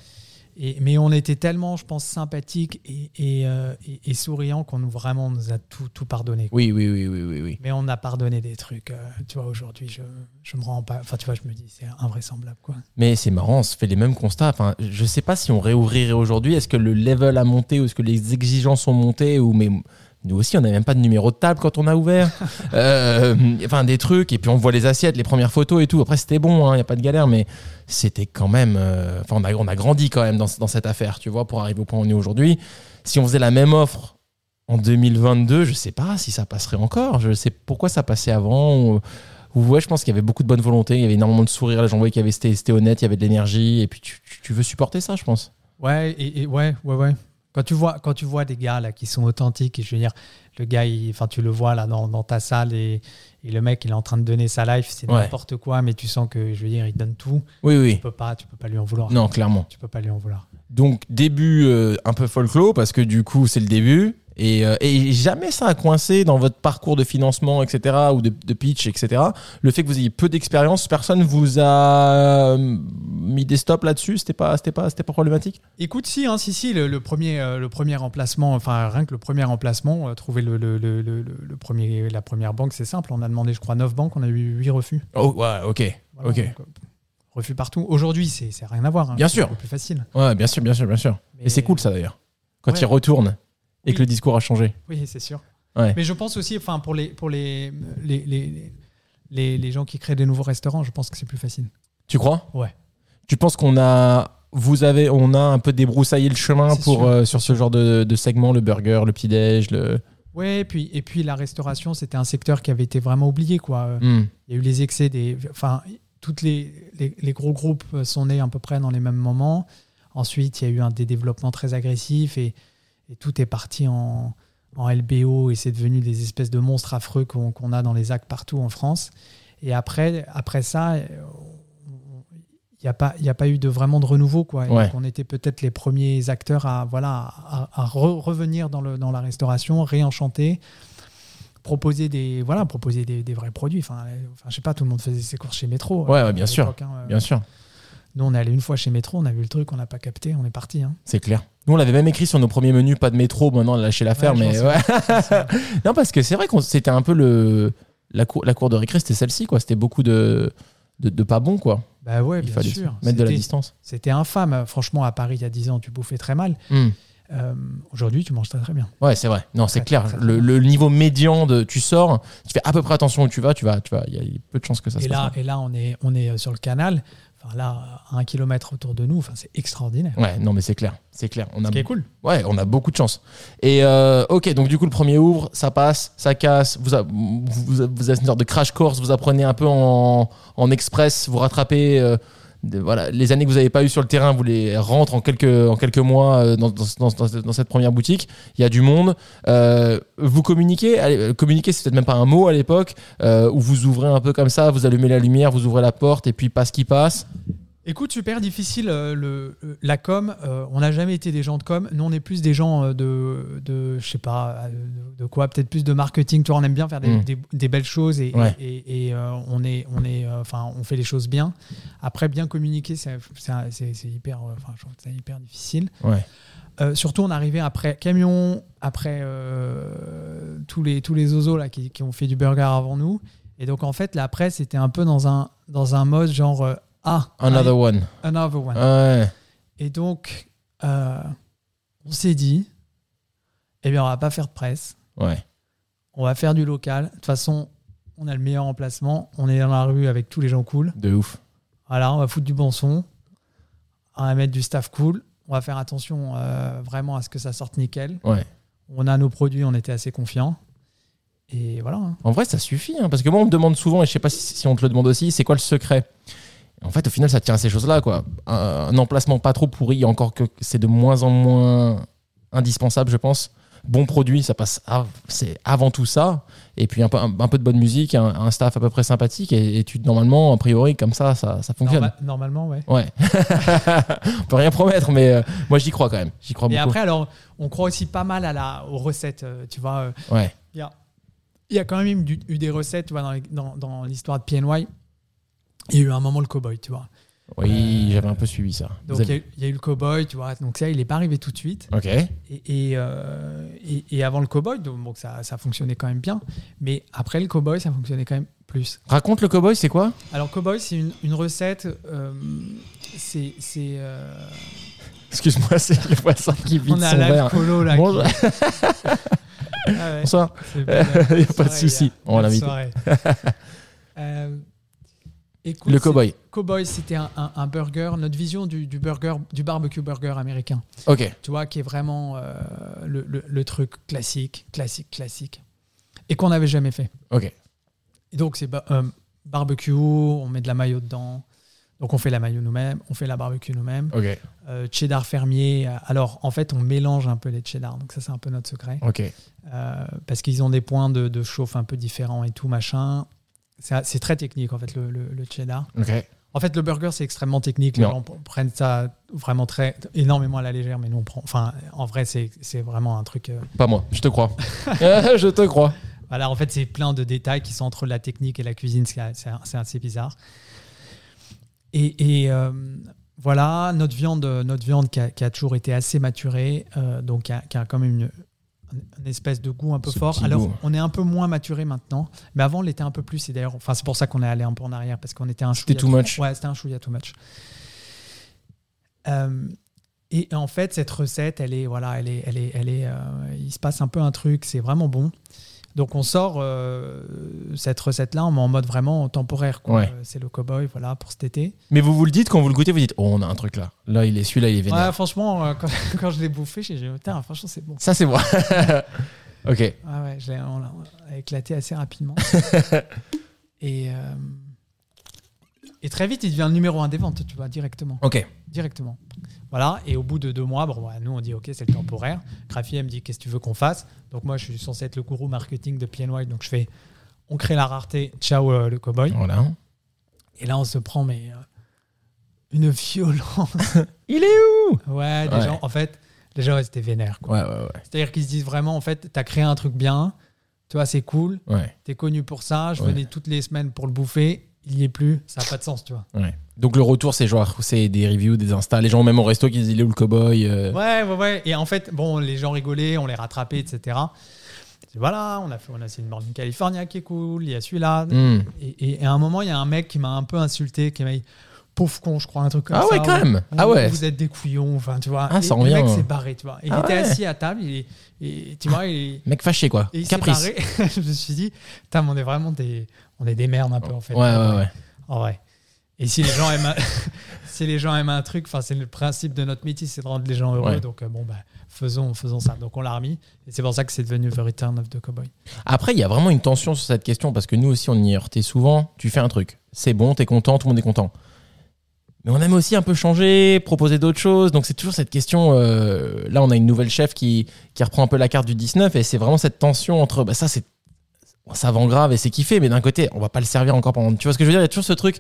Et- mais on était tellement, je pense, sympathiques et, et, euh, et- et souriants qu'on nous, vraiment nous a tout, tout pardonné. quoi. Oui, oui, oui, oui, oui, oui. Mais on a pardonné des trucs. euh, tu vois, aujourd'hui, je, je me rends pas. Enfin, tu vois, je me dis, c'est invraisemblable, quoi. Mais c'est marrant, on se fait les mêmes constats. Enfin, je sais pas si on réouvrirait aujourd'hui. Est-ce que le level a monté ou est-ce que les exigences ont monté ou mais nous aussi, on n'avait même pas de numéro de table quand on a ouvert. Euh, enfin, des trucs. Et puis, on voit les assiettes, les premières photos et tout. Après, c'était bon, il n'y a pas de galère. Mais c'était quand même. euh, Enfin, on, a, on a grandi quand même dans, ce- dans cette affaire, tu vois, pour arriver au point où on est aujourd'hui. Si on faisait la même offre en 2022, je sais pas si ça passerait encore. Je sais pourquoi ça passait avant. ou- Ouais, je pense qu'il y avait beaucoup de bonne volonté, il y avait énormément de sourires, les gens voyaient qu'il y avait c'était c'était honnête, il y avait de l'énergie, et puis tu, tu- tu veux supporter ça, je pense. Ouais, et, et- ouais, ouais, ouais. Quand tu vois, quand tu vois des gars là qui sont authentiques, et je veux dire, le gars, il- enfin, tu le vois là dans, dans ta salle et, et le mec, il est en train de donner sa life, c'est Ouais. n'importe quoi, mais tu sens que, je veux dire, il donne tout. Oui, oui. Tu peux pas, tu peux pas lui en vouloir. Non, clairement. Tu peux pas lui en vouloir. Donc début euh, un peu folklore, parce que du coup c'est le début, et, euh, et jamais ça a coincé dans votre parcours de financement, etc., ou de, de pitch, etc. Le fait que vous ayez peu d'expérience, personne vous a euh, mis des stops là-dessus, c'était pas, c'était pas, c'était pas problématique Écoute, si, hein, si, si, le, le premier, euh, le premier emplacement, enfin, rien que le premier emplacement, euh, trouver le, le, le, le- le premier, la première banque, c'est simple. On a demandé, je crois, 9 banques, on a eu 8 refus. Oh, ouais, ok. Voilà, Ok. donc, euh, refus partout. Aujourd'hui, c'est c'est rien à voir. hein. Bien C'est sûr. beaucoup plus facile. Ouais, bien sûr, bien sûr, bien sûr. Et c'est Mais- cool ça d'ailleurs, quand Ouais. ils retournent et que Oui. le discours a changé. euh, Oui, c'est sûr. Ouais. Mais je pense aussi, enfin, pour les pour les les, les, les les gens qui créent des nouveaux restaurants, je pense que c'est plus facile. Tu crois Ouais. Tu penses qu'on a, vous avez, on a un peu débroussaillé le chemin C'est pour sûr. euh, sur ce genre de, de segment, le burger, le petit déj, le. Ouais, et puis et puis la restauration, c'était un secteur qui avait été vraiment oublié, quoi. Euh, Hmm. Il y a eu les excès des, enfin, toutes les, les les gros groupes sont nés à peu près dans les mêmes moments. Ensuite, il y a eu un développement très agressif et, et tout est parti en en LBO et c'est devenu des espèces de monstres affreux qu'on qu'on a dans les actes partout en France. Et après, après ça, euh, il n'y a, pas- il y a pas eu de, vraiment de renouveau. Quoi. Et Ouais. donc, on était peut-être les premiers acteurs à, voilà, à, à re- revenir dans, le, dans la restauration, réenchanter, proposer des, voilà, proposer des, des vrais produits. Enfin, euh, enfin, je sais pas, tout le monde faisait ses courses chez Métro. Ouais, euh, ouais, bien à sûr, l'époque, hein. Euh, Bien sûr, Nous, on est allé une fois chez Métro, on a vu le truc, on n'a pas capté, on est parti. hein. c'est clair. Nous, on l'avait même écrit sur nos premiers menus, pas de métro. Maintenant, on a lâché l'affaire, Ouais, je mais pense, ouais. [LAUGHS] non, parce que c'est vrai qu'on c'était un peu le la cour, la cour de récré, c'était celle-ci, quoi. C'était beaucoup de, de de pas bon, quoi. Bah ouais, Il bien fallait sûr. mettre de la C'était- distance. C'était infâme. Franchement, à Paris, il y a 10 ans, tu bouffais très mal. Hmm. Euh, Aujourd'hui, tu manges très très bien. Ouais, c'est vrai. Non, c'est Ouais, clair. très, très Le, bien. le niveau médian de tu sors, tu fais à peu près attention où tu vas, tu vas, tu vas. Il y a peu de chances que ça et se passe là, mal. et là, on est, on est euh, sur le canal. Enfin, là, à un kilomètre autour de nous, enfin, c'est extraordinaire. Ouais, non, mais c'est clair, c'est clair. On a Ce qui est cool. Ouais, on a beaucoup de chance. Et euh, ok, donc du coup, le premier ouvre, ça passe, ça casse, vous, a- vous, vous, vous avez une sorte de crash course, vous apprenez un peu en, en express, vous rattrapez. euh, de- voilà, les années que vous n'avez pas eues sur le terrain, vous les rentrez en quelques, en quelques mois euh, dans, dans- dans- dans- dans cette première boutique. Il y a du monde. Euh, vous communiquez, allez, euh, communiquer, c'est peut-être même pas un mot à l'époque, euh, où vous ouvrez un peu comme ça, vous allumez la lumière, vous ouvrez la porte, et puis passe qui passe. Écoute, super difficile euh, le, euh, la com. euh, on n'a jamais été des gens de com. Nous, on est plus des gens euh, de, de je sais pas, euh, de- de quoi, peut-être plus de marketing. Toi, on aime bien faire des, Mm. des- des belles choses et, Ouais. et- et, euh, on est, on est, euh, enfin, on fait les choses bien. Après, bien communiquer, c'est c'est- c'est- c'est hyper, euh, enfin, je trouve que c'est hyper difficile. Ouais. Euh, surtout, on arrivait après camion, après euh, tous les tous les oiseaux là qui, qui ont fait du burger avant nous. Et donc, en fait, là après, c'était un peu dans un dans un mode genre euh, ah allez, Another one. another one. Ouais. Et donc, euh, on s'est dit, eh bien, on va pas faire de presse, Ouais. on va faire du local. De toute façon, on a le meilleur emplacement, on est dans la rue avec tous les gens cool. De ouf. Voilà, on va foutre du bon son, on va mettre du staff cool, on va faire attention euh, vraiment à ce que ça sorte nickel. Ouais. On a nos produits, on était assez confiants. Et voilà. hein. En vrai, ça suffit, hein, parce que moi, on me demande souvent, et je sais pas si, si on te le demande aussi, c'est quoi le secret En fait, au final, ça tient à ces choses-là, quoi. Un, un emplacement pas trop pourri, encore que c'est de moins en moins indispensable, je pense. bon produit, ça passe, av- c'est avant tout ça. Et puis un peu, un, un peu de bonne musique, un, un staff à peu près sympathique. Et, et tu, normalement, a priori, comme ça, ça, ça fonctionne. Norma- normalement, ouais. Ouais. [LAUGHS] On peut rien promettre, mais euh, moi j'y crois quand même. J'y crois Et beaucoup. après, alors, on croit aussi pas mal à la, aux recettes, euh, tu vois. euh, Ouais. Il y a, il y a quand même eu, du- eu des recettes, tu vois, dans, les- dans- dans l'histoire de PNY. Il y a eu un moment le cowboy, tu vois. Oui, Euh, j'avais un peu suivi ça. Donc Vous il y a eu- il y, a eu le cowboy, tu vois. Donc ça, il n'est pas arrivé tout de suite. avez- Ok. Et, et, euh, et- et avant le cowboy, donc bon, ça, ça fonctionnait quand même bien. Mais après le cowboy, ça fonctionnait quand même plus. Raconte le cowboy, c'est quoi Alors cowboy, c'est une, une recette. euh, c'est c'est, euh, Excuse-moi, [LAUGHS] c'est le voisin qui vide on son a verre. l'alcoolo là. Bonjour. qui- [LAUGHS] Ah ouais. Bonsoir. [LAUGHS] C'est Il n'y a bien. pas de Soirée, souci. gars. On va Bonne l'inviter. [LAUGHS] soirée. Euh, écoute, Le c'est- cowboy. Cowboy, c'était un, un- un burger, notre vision du, du burger, du barbecue burger américain. Ok. Tu vois, qui est vraiment euh, le, le- le truc classique, classique, classique, et qu'on n'avait jamais fait. Ok. Et donc c'est ba- euh, barbecue, on met de la mayo dedans. Donc on fait la mayo nous-mêmes, on fait la barbecue nous-mêmes. Ok. Euh, cheddar fermier. euh, Alors en fait, on mélange un peu les cheddar. Donc ça, c'est un peu notre secret. Ok. Euh, parce qu'ils ont des points de, de chauffe un peu différents et tout machin. C'est c'est très technique en fait le, le- le cheddar. Ok. En fait, le burger c'est extrêmement technique. Les Non. gens pr- prennent ça vraiment très énormément à la légère, mais nous on prend. Enfin, en vrai, c'est c'est vraiment un truc. euh, Pas moi. Je te [LAUGHS] crois. [LAUGHS] Euh, je te crois. voilà, en fait, c'est plein de détails qui sont entre la technique et la cuisine. C'est c'est- c'est assez bizarre. Et, et, euh, voilà, notre viande, notre viande qui, a, qui a toujours été assez maturée, euh, donc qui a, qui a quand même une, une espèce de goût un peu Ce fort. petit Alors, goût. on est un peu moins maturé maintenant, mais avant, on l'était un peu plus. Et d'ailleurs, enfin, c'est pour ça qu'on est allé un peu en arrière parce qu'on était un C'était chouïa too much. Ouais, c'était un chouïa too much. Euh, et en fait, cette recette, elle est, voilà, elle est, elle est, elle est, euh, il se passe un peu un truc, c'est vraiment bon. Donc on sort euh, cette recette-là en en mode vraiment temporaire. quoi. Ouais. Euh, C'est le cowboy, voilà, pour cet été. Mais vous vous le dites quand vous le goûtez, vous dites Oh, on a un truc là. Là, il est celui-là, il est Ouais, vénère. franchement, euh, quand, [LAUGHS] quand je l'ai bouffé, j'ai dit, putain, franchement, c'est bon. Ça, c'est moi. [LAUGHS] ok. Ouais, ouais, je l'ai- on l'a on l'a éclaté assez rapidement. et, euh, et très vite, il devient le numéro un des ventes, tu vois, directement. Ok. Directement. Voilà, et au bout de deux mois, bon, bah, nous, on dit, OK, c'est le temporaire. Graphi, elle me dit, qu'est-ce que tu veux qu'on fasse Donc moi, je suis censé être le gourou marketing de PNY, donc je fais, on crée la rareté, ciao euh, le cowboy. Voilà. Et là, on se prend, mais euh, une violence. Il est où Ouais, les Ouais. gens, en fait, les gens, ils étaient vénères. quoi. Ouais, ouais, ouais. C'est-à-dire qu'ils se disent vraiment, en fait, t'as créé un truc bien, tu vois, c'est cool, ouais, t'es connu pour ça, je Ouais. venais toutes les semaines pour le bouffer, il y est plus, ça n'a pas de sens, tu vois. ouais. Donc le retour, c'est genre, c'est des reviews, des instas. Les gens, même au resto, qui disent Il est où le cowboy euh, Ouais, ouais, ouais. Et en fait, bon, les gens rigolaient, on les rattrapait, etc. Et voilà, on a fait, on a essayé une Morning California qui est cool, il y a celui-là. hmm. Et, et à un moment, il y a un mec qui m'a un peu insulté, qui m'a dit pauvre con, je crois, un truc comme Ah ça. ouais, quand même. Ou- Ah ouais. Vous êtes des couillons, enfin, tu vois. Ah, Et ça Le mec revient. s'est barré, tu vois. Il Ah était ouais. assis à table, il est- et, tu vois, il, Mec fâché, quoi. et il s'est Caprice. barré. [LAUGHS] je me suis dit, putain, mais on est vraiment des, on est des merdes un peu, en fait. Ouais, ouais, ouais. En vrai. Ah Et si les gens aiment, un- [LAUGHS] si les gens aiment un truc, enfin c'est le principe de notre métier, c'est de rendre les gens heureux. Ouais. Donc euh, bon, bah, faisons, faisons ça. Donc on l'a remis. Et c'est pour ça que c'est devenu The Return of the Cowboy. Après, il y a vraiment une tension sur cette question parce que nous aussi, on y est heurté souvent. Tu fais un truc, c'est bon, t'es content, tout le monde est content. Mais on aime aussi un peu changer, proposer d'autres choses. Donc, c'est toujours cette question. euh, là, on a une nouvelle chef qui, qui reprend un peu la carte du 19 et c'est vraiment cette tension entre bah, ça, c'est ça vend grave et c'est kiffé, mais d'un côté, on va pas le servir encore pendant. Tu vois ce que je veux dire Il y a toujours ce truc.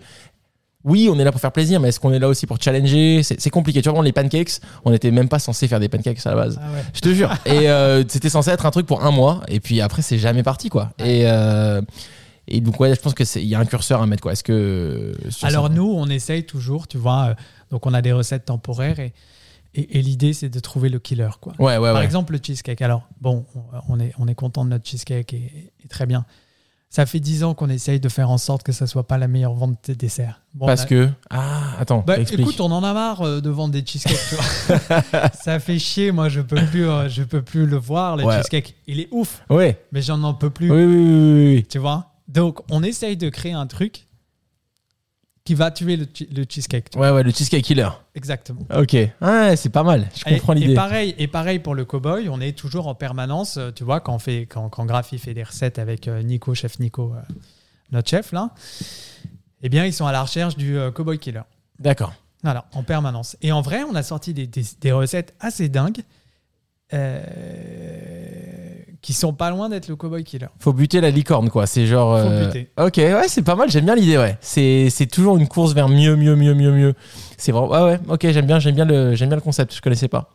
Oui, on est là pour faire plaisir, mais est-ce qu'on est là aussi pour challenger C'est c'est compliqué. Tu vois, les pancakes, on n'était même pas censé faire des pancakes à la base. Ah ouais. Je te jure. Et euh, c'était censé être un truc pour un mois, et puis après c'est jamais parti quoi. Et, euh, et donc ouais, je pense que c'est- il y a un curseur à mettre quoi. Est-ce que sur Alors ça- nous, on essaye toujours, tu vois. euh, donc on a des recettes temporaires et, et, et l'idée c'est de trouver le killer, quoi. ouais ouais Par ouais. exemple, le cheesecake. Alors bon, on- on est, on est content de notre cheesecake et, et très bien. Ça fait dix ans qu'on essaye de faire en sorte que ça soit pas la meilleure vente des desserts. Bon, on Parce a- que ah attends, Bah, explique. écoute, on en a marre euh, de vendre des cheesecakes. tu vois. [LAUGHS] ça fait chier, moi je peux plus, euh, je peux plus le voir le Ouais. cheesecake. Il est ouf, Ouais. mais j'en en peux plus. Oui oui oui, oui, oui. Tu vois. Donc on essaye de créer un truc qui va tuer le, che- le cheesecake. tu vois. Ouais ouais le cheesecake killer. Exactement. Ok. Ouais c'est pas mal. Je comprends et, et l'idée. pareil, et pareil pour le cowboy, on est toujours en permanence. euh, Tu vois, quand on fait, quand, quand Graphi fait des recettes avec euh, Nico, chef Nico, euh, notre chef là, eh bien ils sont à la recherche du euh, cowboy killer. D'accord. Voilà, en permanence. Et en vrai, on a sorti des, des- des recettes assez dingues. Euh, qui sont pas loin d'être le cowboy killer. Faut buter la licorne, quoi. C'est genre. Faut euh, buter. Ok, ouais, c'est pas mal. J'aime bien l'idée, ouais. C'est c'est toujours une course vers mieux, mieux, mieux, mieux, mieux. C'est vraiment. Ah ouais, ok, j'aime bien, j'aime bien le, j'aime bien le concept. Je connaissais pas.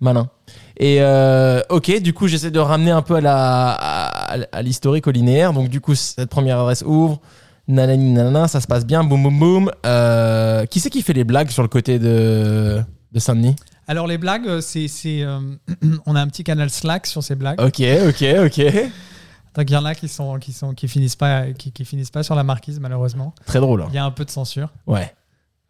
Malin. Et euh, ok, du coup, j'essaie de ramener un peu à la à, à l'historique au linéaire. Donc du coup, cette première adresse ouvre. Nanani nanana, ça se passe bien. Boum boum boum. Euh, qui c'est qui fait les blagues sur le côté de de Saint-Denis Alors les blagues, euh, c'est, c'est, euh, [CLEARS THROAT] on a un petit canal Slack sur ces blagues. Ok, ok, ok. Donc il y en a qui sont qui sont qui finissent pas qui, qui finissent pas sur la marquise malheureusement. Très drôle. hein. Il y a un peu de censure Ouais.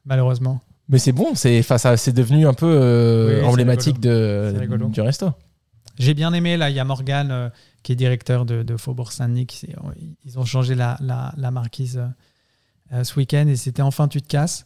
malheureusement. Mais c'est bon, c'est enfin, ça- c'est devenu un peu euh, Oui, c'est emblématique C'est de, rigolo. du resto. J'ai bien aimé là, il y a Morgan qui est directeur de, de Faubourg Saint-Denis. qui s'est- euh, Ils ont changé la, la, la marquise euh, euh, ce week-end et c'était enfin tu te casses.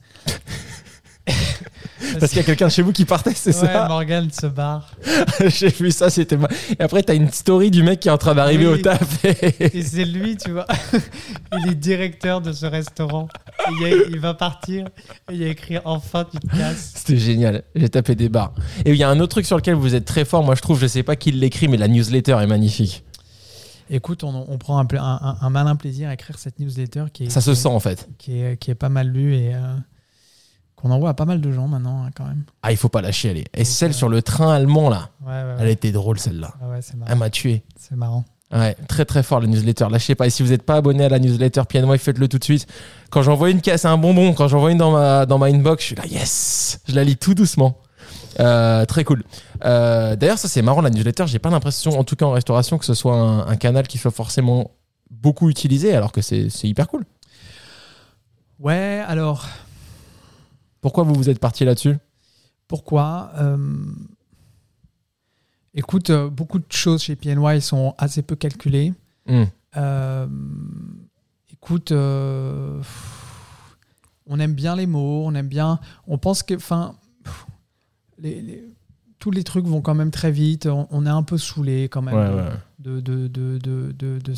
Parce qu'il y a quelqu'un de chez vous qui partait, c'est Ouais, ça Morgan se barre. [LAUGHS] J'ai vu ça, c'était mal. Et après, t'as une story du mec qui est en train d'arriver Oui. au taf. et- [LAUGHS] Et c'est lui, tu vois. [LAUGHS] il est directeur de ce restaurant. Il, y a- il va partir. Et il y a écrit Enfin, tu te casses. C'était génial, j'ai tapé des barres. Et il y a un autre truc sur lequel vous êtes très fort, moi je trouve, je sais pas qui l'écrit, mais la newsletter est magnifique. Écoute, on, on prend un, pla- un- un- un malin plaisir à écrire cette newsletter qui est, Ça se qui est- sent en fait. Qui, est, qui est pas mal lue et euh, qu'on envoie à pas mal de gens maintenant, hein, quand même. Ah, il faut pas la chialer. Et celle euh, sur le train allemand là, Ouais, ouais, elle ouais. était drôle celle-là. Ah ouais, c'est marrant. Elle m'a tué. C'est marrant. Ouais, très très fort la newsletter. Lâchez pas. Et si vous n'êtes pas abonné à la newsletter Pianway, faites-le tout de suite. Quand j'envoie une caisse, c'est un bonbon. Quand j'envoie une dans ma, dans ma inbox, je suis là, yes Je la lis tout doucement. Euh, très cool. Euh, D'ailleurs, ça c'est marrant la newsletter. J'ai pas l'impression, en tout cas en restauration, que ce soit un, un canal qui soit forcément beaucoup utilisé, alors que c'est c'est hyper cool. Ouais, alors, Pourquoi vous vous êtes parti là-dessus pourquoi Euh, Écoute, euh, beaucoup de choses chez PNY sont assez peu calculées. Hmm. Euh, écoute, euh, pff, on aime bien les mots, on aime bien. On pense que. Enfin. pff, les- les- tous les trucs vont quand même très vite. On, on est un peu saoulé quand même Ouais, de- ouais. de, de, de, de, de, de,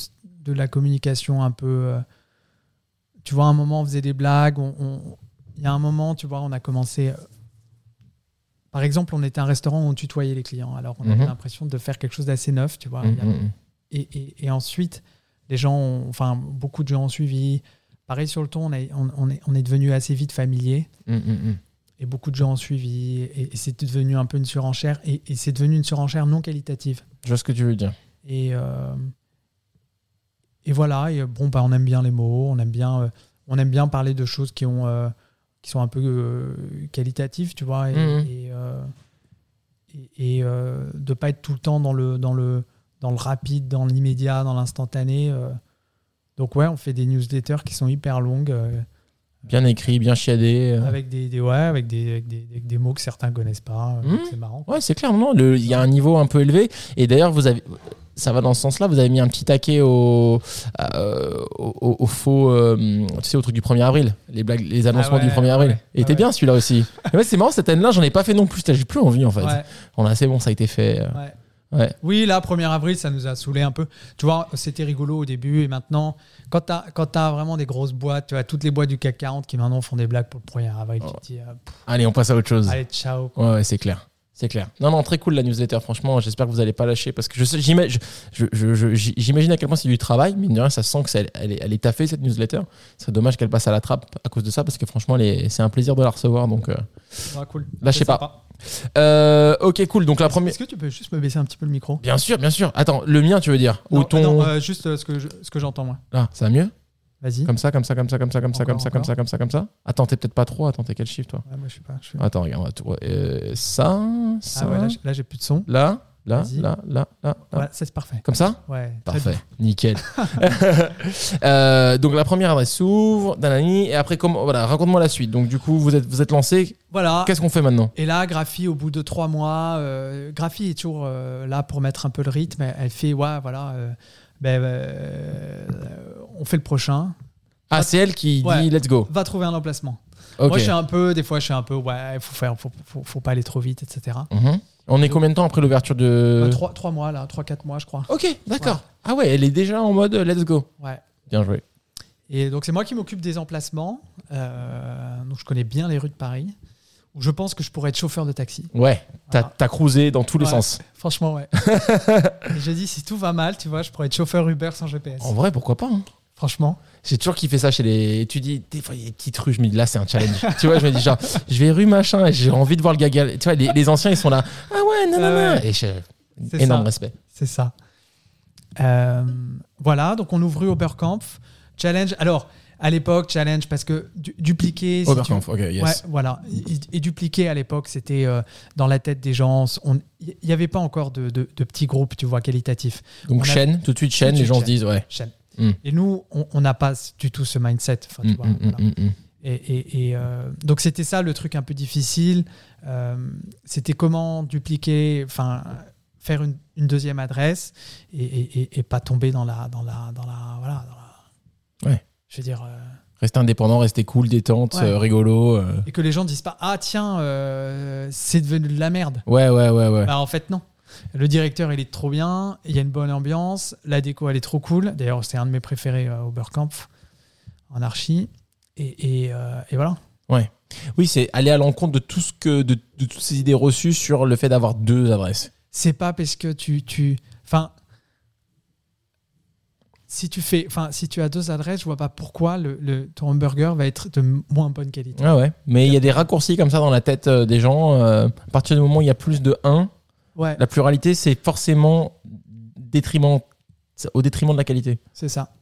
de la communication un peu. euh, tu vois, à un moment, on faisait des blagues. on- on- Il y a un moment, tu vois, on a commencé. euh, par exemple, on était un restaurant où on tutoyait les clients. Alors, on Mhm. avait l'impression de faire quelque chose d'assez neuf, tu vois. Il y a- Mm, mm, et, et- et ensuite, les gens, ont- enfin, beaucoup de gens ont suivi. Pareil sur le ton, on, a- on- on est, on est devenu assez vite familier. mm, mm, mm. Et beaucoup de gens ont suivi. Et, et c'est devenu un peu une surenchère. Et- et c'est devenu une surenchère non qualitative. Je vois ce que tu veux dire. Et, euh, et voilà, et, euh, bon, bah, on aime bien les mots, on aime bien, euh, on aime bien parler de choses qui, ont, euh, qui sont un peu euh, qualitatives, tu vois, et, Mhm. et, euh, et- et, euh, de pas être tout le temps dans le, dans le, dans le rapide, dans l'immédiat, dans l'instantané. euh. Donc ouais, on fait des newsletters qui sont hyper longues, euh, Bien écrit, bien chiadé. euh. avec, des, des- ouais, avec, des, avec des, avec des mots que certains connaissent pas. euh, Mhm. C'est marrant. Ouais, c'est clair, non le- Il y a un niveau un peu élevé. Et d'ailleurs, vous avez. Ça va dans ce sens-là. Vous avez mis un petit taquet au, à, euh, au, au- au faux, euh, tu sais, au truc du 1er avril, les blagues, les annoncements Ah ouais, du 1er avril. ouais, Il était ouais. bien celui-là [LAUGHS] aussi. Et ouais, c'est marrant cette année-là, j'en ai pas fait non plus. Putain, J'ai plus envie en fait. Ouais. On a, c'est bon, ça a été fait. euh. Ouais. Ouais. Oui, là, 1er avril, ça nous a saoulé un peu. Tu vois, c'était rigolo au début et maintenant, quand tu as, vraiment des grosses boîtes, tu as toutes les boîtes du CAC 40 qui maintenant font des blagues pour le 1er avril, tu Ouais. te dis, euh, pff, Allez, on passe à autre chose. allez, ciao. Ouais, ouais, c'est clair. C'est clair. Non, non, très cool la newsletter, franchement. J'espère que vous n'allez pas lâcher parce que je sais- j'ima- je- je- je- je- j'imagine à quel point c'est du travail, mais de rien, ça se sent que ça- elle, est, elle est taffée cette newsletter. C'est dommage qu'elle passe à la trappe à cause de ça parce que franchement, elle est- c'est un plaisir de la recevoir. Donc, euh. Ouais, cool. Lâchez C'est pas. sympa. Euh, ok, cool. Donc la première. Est-ce que tu peux juste me baisser un petit peu le micro Bien sûr, bien sûr. Attends, le mien, tu veux dire Ou Non, ton. non, euh, juste euh, ce que je- ce que j'entends, moi. Ah, ça va mieux Vas-y. Comme ça, comme ça, comme ça, comme ça, comme ça, comme Encore, ça, comme ça, comme ça, comme ça. Attends, t'es peut-être pas trop. Attends, t'es quel chiffre toi Ouais, moi, je sais pas. je suis- Attends, regarde, on va tout- euh, ça, ça. Ah ouais, là, j'ai- là, j'ai plus de son. là, là, Vas-y. là, là, là, là. Ouais, ça, c'est parfait. Comme ça Ouais, très Parfait, nickel. [LAUGHS] Euh, donc la première adresse s'ouvre, nanani, et après comment Voilà, raconte-moi la suite. Donc du coup, vous êtes vous êtes lancé. bien. Voilà. Qu'est-ce qu'on fait maintenant Et là, Graphie, au bout de trois mois, euh, Graphie est toujours euh, là pour mettre un peu le rythme. Elle, elle fait, ouais, voilà, euh, ben, euh, on fait le prochain. Ah, c'est elle qui dit Ouais. let's go. Va trouver un emplacement. Ok. Moi, je suis un peu, des fois, je suis un peu, ouais, faut faire, faut, faut, faut pas aller trop vite, etc. Mhm. On est combien de temps après l'ouverture de Euh, trois, trois mois, là, trois, quatre mois, je crois. Ok, d'accord. Ah ouais, elle est déjà en mode euh, let's go. Ouais. Bien joué. Et donc, c'est moi qui m'occupe des emplacements. Euh, donc, je connais bien les rues de Paris. je pense que je pourrais être chauffeur de taxi. Ouais, t'as Voilà. t'as cruisé dans tous les Ouais. sens. [LAUGHS] Franchement, ouais. Et J'ai dit, si tout va mal, tu vois, je pourrais être chauffeur Uber sans GPS. En vrai, pourquoi pas hein. Franchement. J'ai toujours kiffé ça chez les. Tu dis, des fois, il y a des petites rues, je me dis, là, c'est un challenge. [LAUGHS] tu vois, je me dis, genre, je vais rue machin et j'ai envie de voir le gaga. Tu vois, les, les anciens, ils sont là. Ah ouais, non, Ah non, non. ouais. Et je- C'est énorme ça. respect. C'est ça. Euh, voilà, donc on ouvre Oberkampf. Challenge. Alors, à l'époque, challenge parce que du- dupliquer. si tu- Oberkampf, ok, yes. Ouais, voilà. Et, et dupliquer à l'époque, c'était euh, dans la tête des gens. On- Il n'y avait pas encore de, de- de petits groupes, tu vois, qualitatifs. Donc, On a- chaîne, tout de suite, Tout chaîne, les de suite, gens se chaîne. disent, ouais. Chaîne. Mm. Et nous, on on n'a pas du tout ce mindset. Enfin, tu Mm, vois, mm, hein, voilà. mm, mm, mm. Et, et- et, euh, donc c'était ça le truc un peu difficile. Euh, c'était comment dupliquer, enfin faire une, une deuxième adresse et, et- et- et pas tomber dans la dans la dans la voilà. dans la- Ouais. Je veux dire euh, Rester indépendant, rester cool, détente, Ouais. euh, rigolo. euh. et que les gens disent pas ah tiens euh, c'est devenu de la merde. Ouais, ouais, ouais, ouais. Bah en fait non. Le directeur il est trop bien, il y a une bonne ambiance, la déco elle est trop cool. D'ailleurs c'est un de mes préférés euh, au Oberkampf en archi et, et, euh, et voilà. Oui, c'est aller à l'encontre de tout ce que, de, de toutes ces idées reçues sur le fait d'avoir deux adresses. c'est pas parce que tu tu enfin si tu fais enfin si tu as deux adresses je vois pas pourquoi le, le- ton hamburger va être de moins bonne qualité Ah Ouais, ouais. Mais il y a des raccourcis comme ça dans la tête euh, des gens. euh, à partir du moment où il y a plus de un, ouais la pluralité, c'est forcément détriment, au détriment de la qualité. c'est ça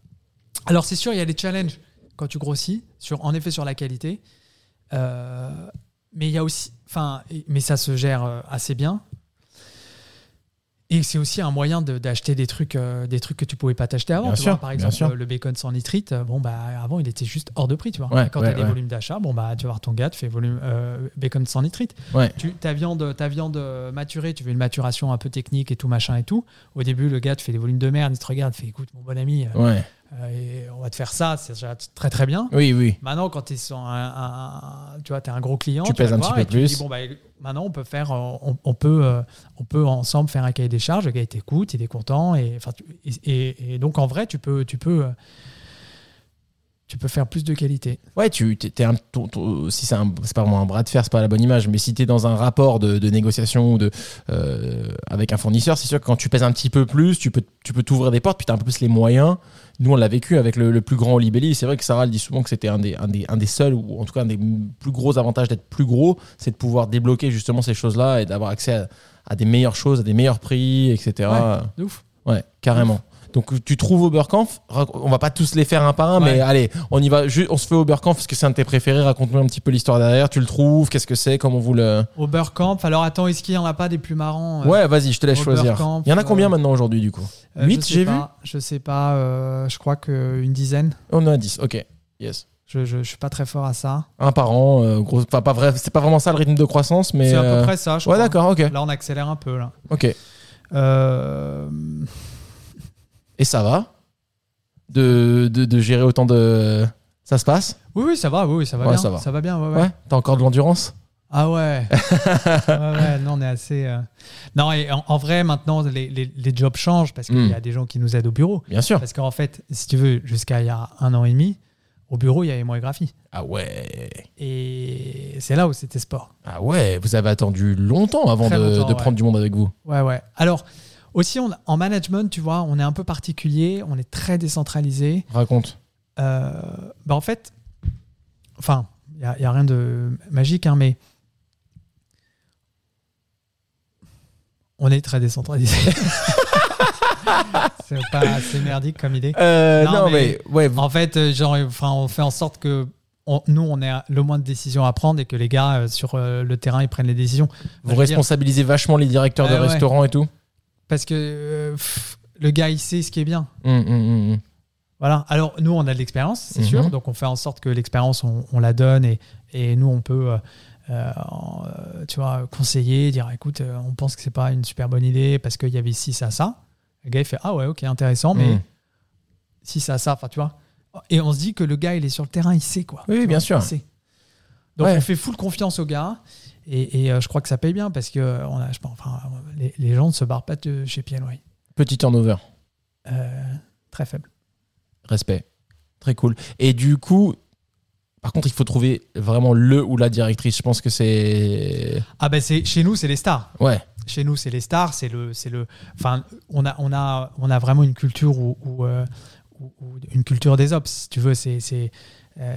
alors c'est sûr il y a les challenges quand tu grossis sur en effet sur la qualité Euh, mais il y a aussi enfin et- mais ça se gère euh, assez bien et c'est aussi un moyen de- d'acheter des trucs euh, des trucs que tu pouvais pas t'acheter avant Bien tu sûr, vois. par bien exemple sûr. euh, le bacon sans nitrite euh, bon bah avant il était juste hors de prix tu vois Ouais, quand ouais, tu as des ouais. volumes d'achat bon bah tu vas voir ton gars tu fais volume euh, bacon sans nitrite Ouais. tu ta viande ta viande euh, maturée tu veux une maturation un peu technique et tout machin et tout au début le gars te fait des volumes de merde il te regarde il fait écoute mon bon ami euh, Ouais. euh, et on va te faire ça c'est déjà très très bien Oui, oui. Maintenant, quand tu es un, un- un- tu vois, t'es un gros client, Tu vas pèses le un voir petit peu et tu lui dis, plus. bon, bah, maintenant, on peut faire, euh, on, on peut, euh, on peut ensemble faire un cahier des charges. Le gars, il t'écoute, il est content. Et, enfin, tu- et, et- et donc, en vrai, tu peux, tu peux, euh, tu peux faire plus de qualité. Ouais, tu t'es t'es un, ton- ton- si c'est un- c'est pas vraiment un bras de fer, c'est pas la bonne image, mais si t'es dans un rapport de, de négociation ou de euh, avec un fournisseur, c'est sûr que quand tu pèses un petit peu plus, tu peux tu peux t'ouvrir des portes, puis t'as un peu plus les moyens. Nous, on l'a vécu avec le, le plus grand Olibelli. C'est vrai que Sarah le dit souvent que c'était un des, un, des, un des seuls, ou en tout cas un des plus gros avantages d'être plus gros, c'est de pouvoir débloquer justement ces choses-là et d'avoir accès à, à des meilleures choses, à des meilleurs prix, etc. De ouf. Ouais, carrément. Donc tu trouves Oberkampf, rac- on va pas tous les faire un par un, Ouais. mais allez, on y va, ju- on se fait Oberkampf parce que c'est un de tes préférés, raconte-nous un petit peu l'histoire derrière, tu le trouves, qu'est-ce que c'est, comment vous le... Oberkampf. Alors, attends, est-ce qu'il n'y en a pas des plus marrants euh, Ouais, vas-y, je te laisse choisir. Oberkampf, Il y en a combien euh, maintenant aujourd'hui du coup euh, je 8, sais j'ai pas, vu Je sais pas, euh, je crois qu'une dizaine. On en a 10, ok. Yes. Je, je, je suis pas très fort à ça. Un par an, euh, gros, enfin pas vrai, c'est pas vraiment ça le rythme de croissance, mais... C'est à euh, peu près ça, je Ouais, crois. d'accord, ok. Là, on accélère un peu, là. Ok. Euh, Et ça va de, de, de gérer autant de... Ça se passe Oui, oui, ça va, oui, oui, ça va Ouais, bien. ça va. bien, ouais, ouais. Ouais. T'as encore de l'endurance Ah ouais. ouais, ouais, non, on est assez. euh, Non, et en, en vrai, maintenant, les, les- les jobs changent parce qu'il Mm. y a des gens qui nous aident au bureau. Bien sûr. Parce qu'en fait, si tu veux, jusqu'à il y a un an et demi, au bureau, il y avait moi et Graphie. Ah ouais. Et c'est là où c'était sport. Ah ouais, vous avez attendu longtemps avant de, Très longtemps, de ouais. prendre du monde avec vous. Ouais, ouais. Alors, aussi, on- en management, tu vois, on est un peu particulier, on est très décentralisé. Raconte. Euh, bah en fait, enfin, il n'y a, y a rien de magique, hein, mais on est très décentralisé. [LAUGHS] c'est pas assez merdique comme idée. Euh, non, Non, mais, mais- ouais, vous- En fait, euh, genre, enfin, on fait en sorte que on- nous, on ait le moins de décisions à prendre et que les gars euh, sur euh, le terrain, ils prennent les décisions. vous Je veux dire, responsabilisez vachement les directeurs de Ah ouais. restaurants et tout. Parce que euh, pff, le gars, il sait ce qui est bien. Hum, hum, hum, hum. Voilà. Alors, nous, on a de l'expérience, c'est Mhm. sûr. Donc, on fait en sorte que l'expérience, on, on la donne et, et nous, on peut, euh, euh, en, euh, tu vois, conseiller, dire écoute, euh, on pense que c'est pas une super bonne idée parce qu'il y avait ci, ça, ça. Le gars, il fait ah ouais, ok, intéressant, mais Hum. si, ça, ça. Enfin, tu vois. Et on se dit que le gars, il est sur le terrain, il sait quoi. Oui, Tu bien vois, sûr. il sait. Donc, Ouais. on fait full confiance au gars et, et, euh, je crois que ça paye bien parce que euh, on a, je pense, enfin, les, les gens ne se barrent pas de chez PLY. Petit turnover. Euh, très faible. Respect. Très cool. Et du coup, Par contre, il faut trouver vraiment le ou la directrice. Je pense que c'est. Ah ben c'est chez nous c'est les stars. Ouais. Chez nous c'est les stars, c'est le c'est le. Enfin on a on a on a vraiment une culture où, où, euh, où- où- une culture des ops. Si tu veux c'est c'est euh,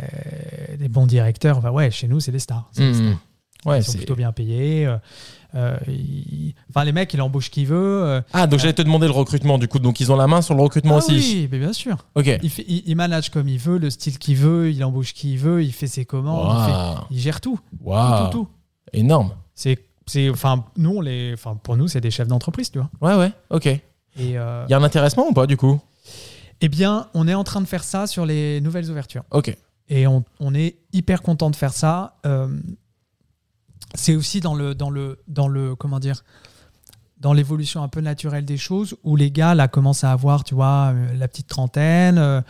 des bons directeurs. Enfin ouais chez nous c'est les stars. C'est les stars. Mhm. Ouais, Ils sont c'est- plutôt bien payés. euh, euh, ils- Enfin les mecs il embauche qui veut. euh. Ah, donc j'allais te demander le recrutement, du coup. Donc ils ont la main sur le recrutement Ah aussi. oui mais bien sûr. Ok. Il, fait- il, il manage comme il veut, le style qu'il veut, il embauche qui il veut, il fait ses commandes, il, fait- Waouh. Ah. il gère tout, tout, Waouh. tout, tout. Énorme. C'est c'est enfin nous on les enfin pour nous c'est des chefs d'entreprise tu vois. Ouais, ouais. Ok. Il Et euh, y a un intéressement ou pas, du coup eh bien, on est en train de faire ça sur les nouvelles ouvertures. Ok. Et on, on est hyper content de faire ça. Euh, c'est aussi dans le, dans le, dans le, comment dire, dans l'évolution un peu naturelle des choses où les gars là commencent à avoir, tu vois, euh, la petite trentaine, euh,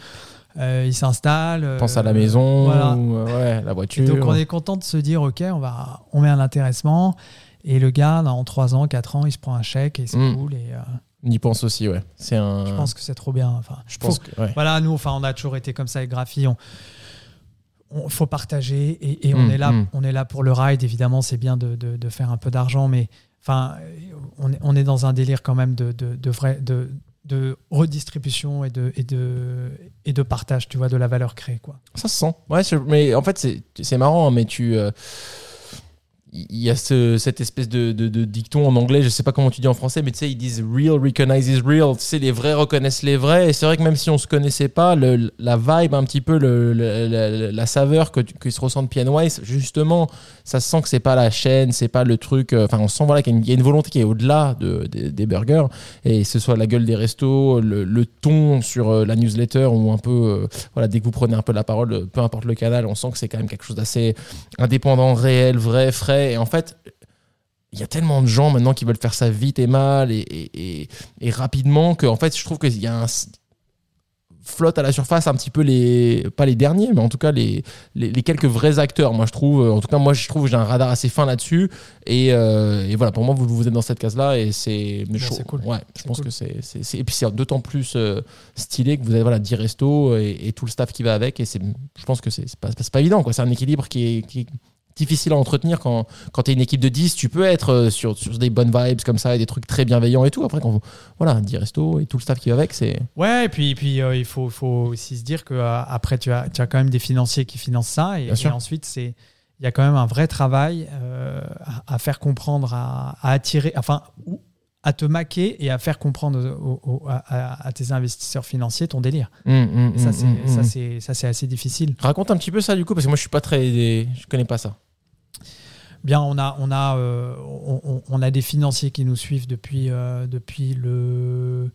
euh, ils s'installent. euh, Pense à la maison, voilà. ou, euh, ouais, la Et voiture. donc on est content de se dire, ok, on va, on met un intéressement. Et le gars, là, en 3 ans, 4 ans, il se prend un chèque et c'est Mm. cool. Et euh, On y pense aussi, ouais. C'est un. je pense que c'est trop bien. Enfin, Je pense que. ouais. Voilà, nous, enfin, on a toujours été comme ça avec Graphi. On, on- faut partager et, et on Mm, est là, mm. on est là pour le ride. Évidemment, c'est bien de, de- de faire un peu d'argent, mais enfin, on est, on est dans un délire quand même de, de, de vrai, de, de redistribution et de, et de et de partage, tu vois, de la valeur créée, quoi. Ça se sent. Ouais, je- mais en fait, c'est- c'est marrant, hein, mais tu. euh, Il y a ce- cette espèce de, de- de dicton en anglais, je sais pas comment tu dis en français, mais tu sais, ils disent real recognizes real. Tu sais, les vrais reconnaissent les vrais. Et c'est vrai que même si on se connaissait pas, le- la vibe, un petit peu, le- le- la, la saveur que, tu- que se ressent de Pianwise, justement, ça se sent que c'est pas la chaîne, c'est pas le truc. euh, Enfin, on sent voilà, qu'il y, a une- il y a une volonté qui est au-delà de- des- des burgers. Et que ce soit la gueule des restos, le, le ton sur euh, la newsletter ou un peu. euh, voilà, dès que vous prenez un peu la parole, euh, peu importe le canal, on sent que c'est quand même quelque chose d'assez indépendant, réel, vrai, frais. Et en fait, il y a tellement de gens maintenant qui veulent faire ça vite et mal et, et- et- et rapidement que en fait, je trouve qu'il y a un s- flotte à la surface un petit peu les pas les derniers mais en tout cas les, les, les quelques vrais acteurs moi je trouve euh, en tout cas moi je trouve que j'ai un radar assez fin là-dessus et, euh, et voilà pour moi vous, vous êtes dans cette case là et c'est mais Bah, je- c'est cool. ouais je C'est pense cool. que c'est c'est- c'est- et puis c'est d'autant plus euh, stylé que vous avez voilà 10 restos et, et tout le staff qui va avec et c'est je pense que c'est c'est pas, c'est pas évident quoi c'est un équilibre qui est, qui est difficile à entretenir quand quand tu es une équipe de 10 tu peux être euh, sur, sur des bonnes vibes comme ça et des trucs très bienveillants et tout après quand vous- voilà 10 restos et tout le staff qui va avec c'est Ouais, et puis, et puis euh, il faut, faut aussi se dire que euh, après tu as, tu as quand même des financiers qui financent ça, et, Bien sûr. et ensuite c'est il y a quand même un vrai travail euh, à, à faire comprendre, à, à attirer, enfin ou à te maquer et à faire comprendre aux- aux- aux- à- à, à tes investisseurs financiers ton délire. Hum, hum, Et ça hum, c'est hum, ça hum. c'est ça c'est assez difficile. raconte un petit peu ça du coup parce que moi je suis pas très je connais pas ça Bien, on a on a euh, on, on- on a des financiers qui nous suivent depuis euh, depuis le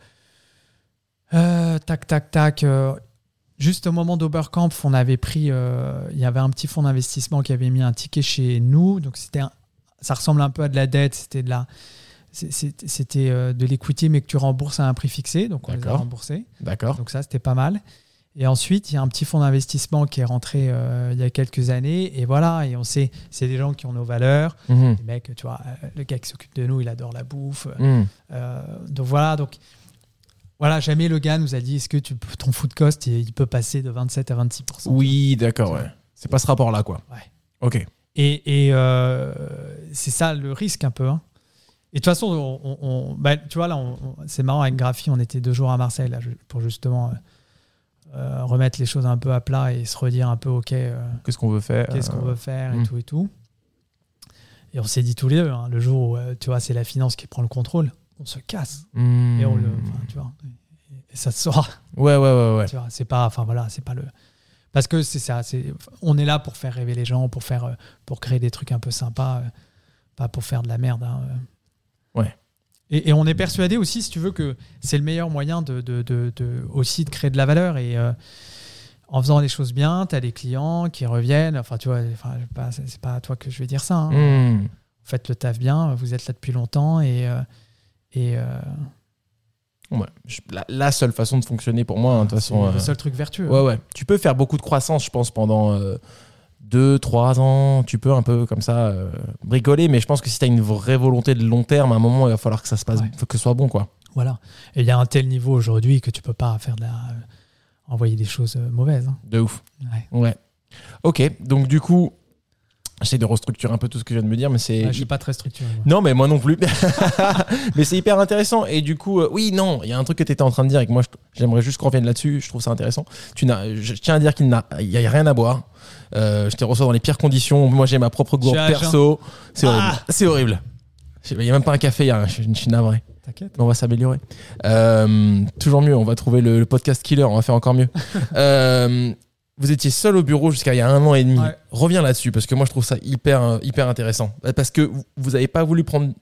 Euh, tac tac tac. euh, juste au moment d'Oberkampf, on avait pris, euh, il y avait un petit fonds d'investissement qui avait mis un ticket chez nous, donc c'était un- ça ressemble un peu à de la dette, c'était de la c'est- c'est- c'était euh, de l'equity mais que tu rembourses à un prix fixé, donc on les a D'accord. remboursés. d'accord Donc ça, c'était pas mal. Et ensuite, il y a un petit fonds d'investissement qui est rentré euh, il y a quelques années. Et voilà, et on sait, c'est des gens qui ont nos valeurs. Hum, Les mecs, tu vois, euh, le gars qui s'occupe de nous, il adore la bouffe. hum. Euh, donc voilà, donc voilà, jamais le gars nous a dit est-ce que tu, peux- ton food cost il, il peut passer de 27 à 26 oui d'accord ouais c'est pas ce rapport là quoi Ouais. ok Et, et, euh, c'est ça le risque un peu. hein. Et de toute façon, on, on- on- bah, tu vois là, on- on- c'est marrant avec Graphi, on était deux jours à Marseille là ju- pour justement euh, euh, remettre les choses un peu à plat et se redire un peu ok, euh, qu'est-ce qu'on veut faire qu'est-ce qu'on veut faire et hmm. tout et tout. Et on s'est dit tous les deux, hein, le jour où euh, tu vois c'est la finance qui prend le contrôle, on se casse Hum. et on le, enfin, tu vois, et- et ça se saura. ouais ouais ouais ouais Tu vois, c'est pas, enfin voilà, c'est pas le. Parce que c'est ça, c'est, on est là pour faire rêver les gens, pour faire, euh, pour créer des trucs un peu sympas, euh, pas pour faire de la merde. hein, euh. Ouais. Et, et on est persuadé aussi, si tu veux, que c'est le meilleur moyen de, de- de- de- aussi de créer de la valeur et euh, en faisant les choses bien, tu as des clients qui reviennent. Enfin, tu vois, enfin, je sais pas, c'est, c'est pas à toi que je vais dire ça. hein. Hum. Faites le taf bien, vous êtes là depuis longtemps et euh, et euh, Hmm. Ouais. Je- la, la seule façon de fonctionner pour moi, hein, de toute c'est façon. le euh, seul truc vertueux. hein. Ouais, ouais. Tu peux faire beaucoup de croissance, je pense, pendant 2-3 ans. Tu peux un peu comme ça euh, bricoler, mais je pense que si tu as une vraie volonté de long terme, à un moment, il va falloir que ça se passe, Ouais. faut que ce soit bon, quoi. Voilà. Et il y a un tel niveau aujourd'hui que tu peux pas faire de la, euh, envoyer des choses euh, mauvaises. hein. De ouf. Ouais. Ouais. Ok, donc du coup, j'essaie de restructurer un peu tout ce que je viens de me dire, mais c'est. Ah, je suis pas très structuré. moi. Non, mais moi non plus. [LAUGHS] mais c'est hyper intéressant. Et du coup, euh, oui, non, il y a un truc que tu étais en train de dire et que moi, je- j'aimerais juste qu'on revienne là-dessus. Je trouve ça intéressant. Tu n'as, je tiens à dire qu'il n'a, il y a rien à boire. Euh, je t'ai reçu dans les pires conditions. Moi, j'ai ma propre gourde Je suis à perso. C'est Ah. horrible. C'est horrible. Je- Il n'y a même pas un café, il y a un- je, je suis navré. T'inquiète. Mais on va s'améliorer. Euh, toujours mieux, on va trouver le, le podcast killer, on va faire [LAUGHS] encore mieux. Euh, vous étiez seul au bureau jusqu'à il y a un an et demi. Ouais. Reviens là-dessus, parce que moi je trouve ça hyper, hyper intéressant. Euh, Parce que vous- vous n'avez pas voulu prendre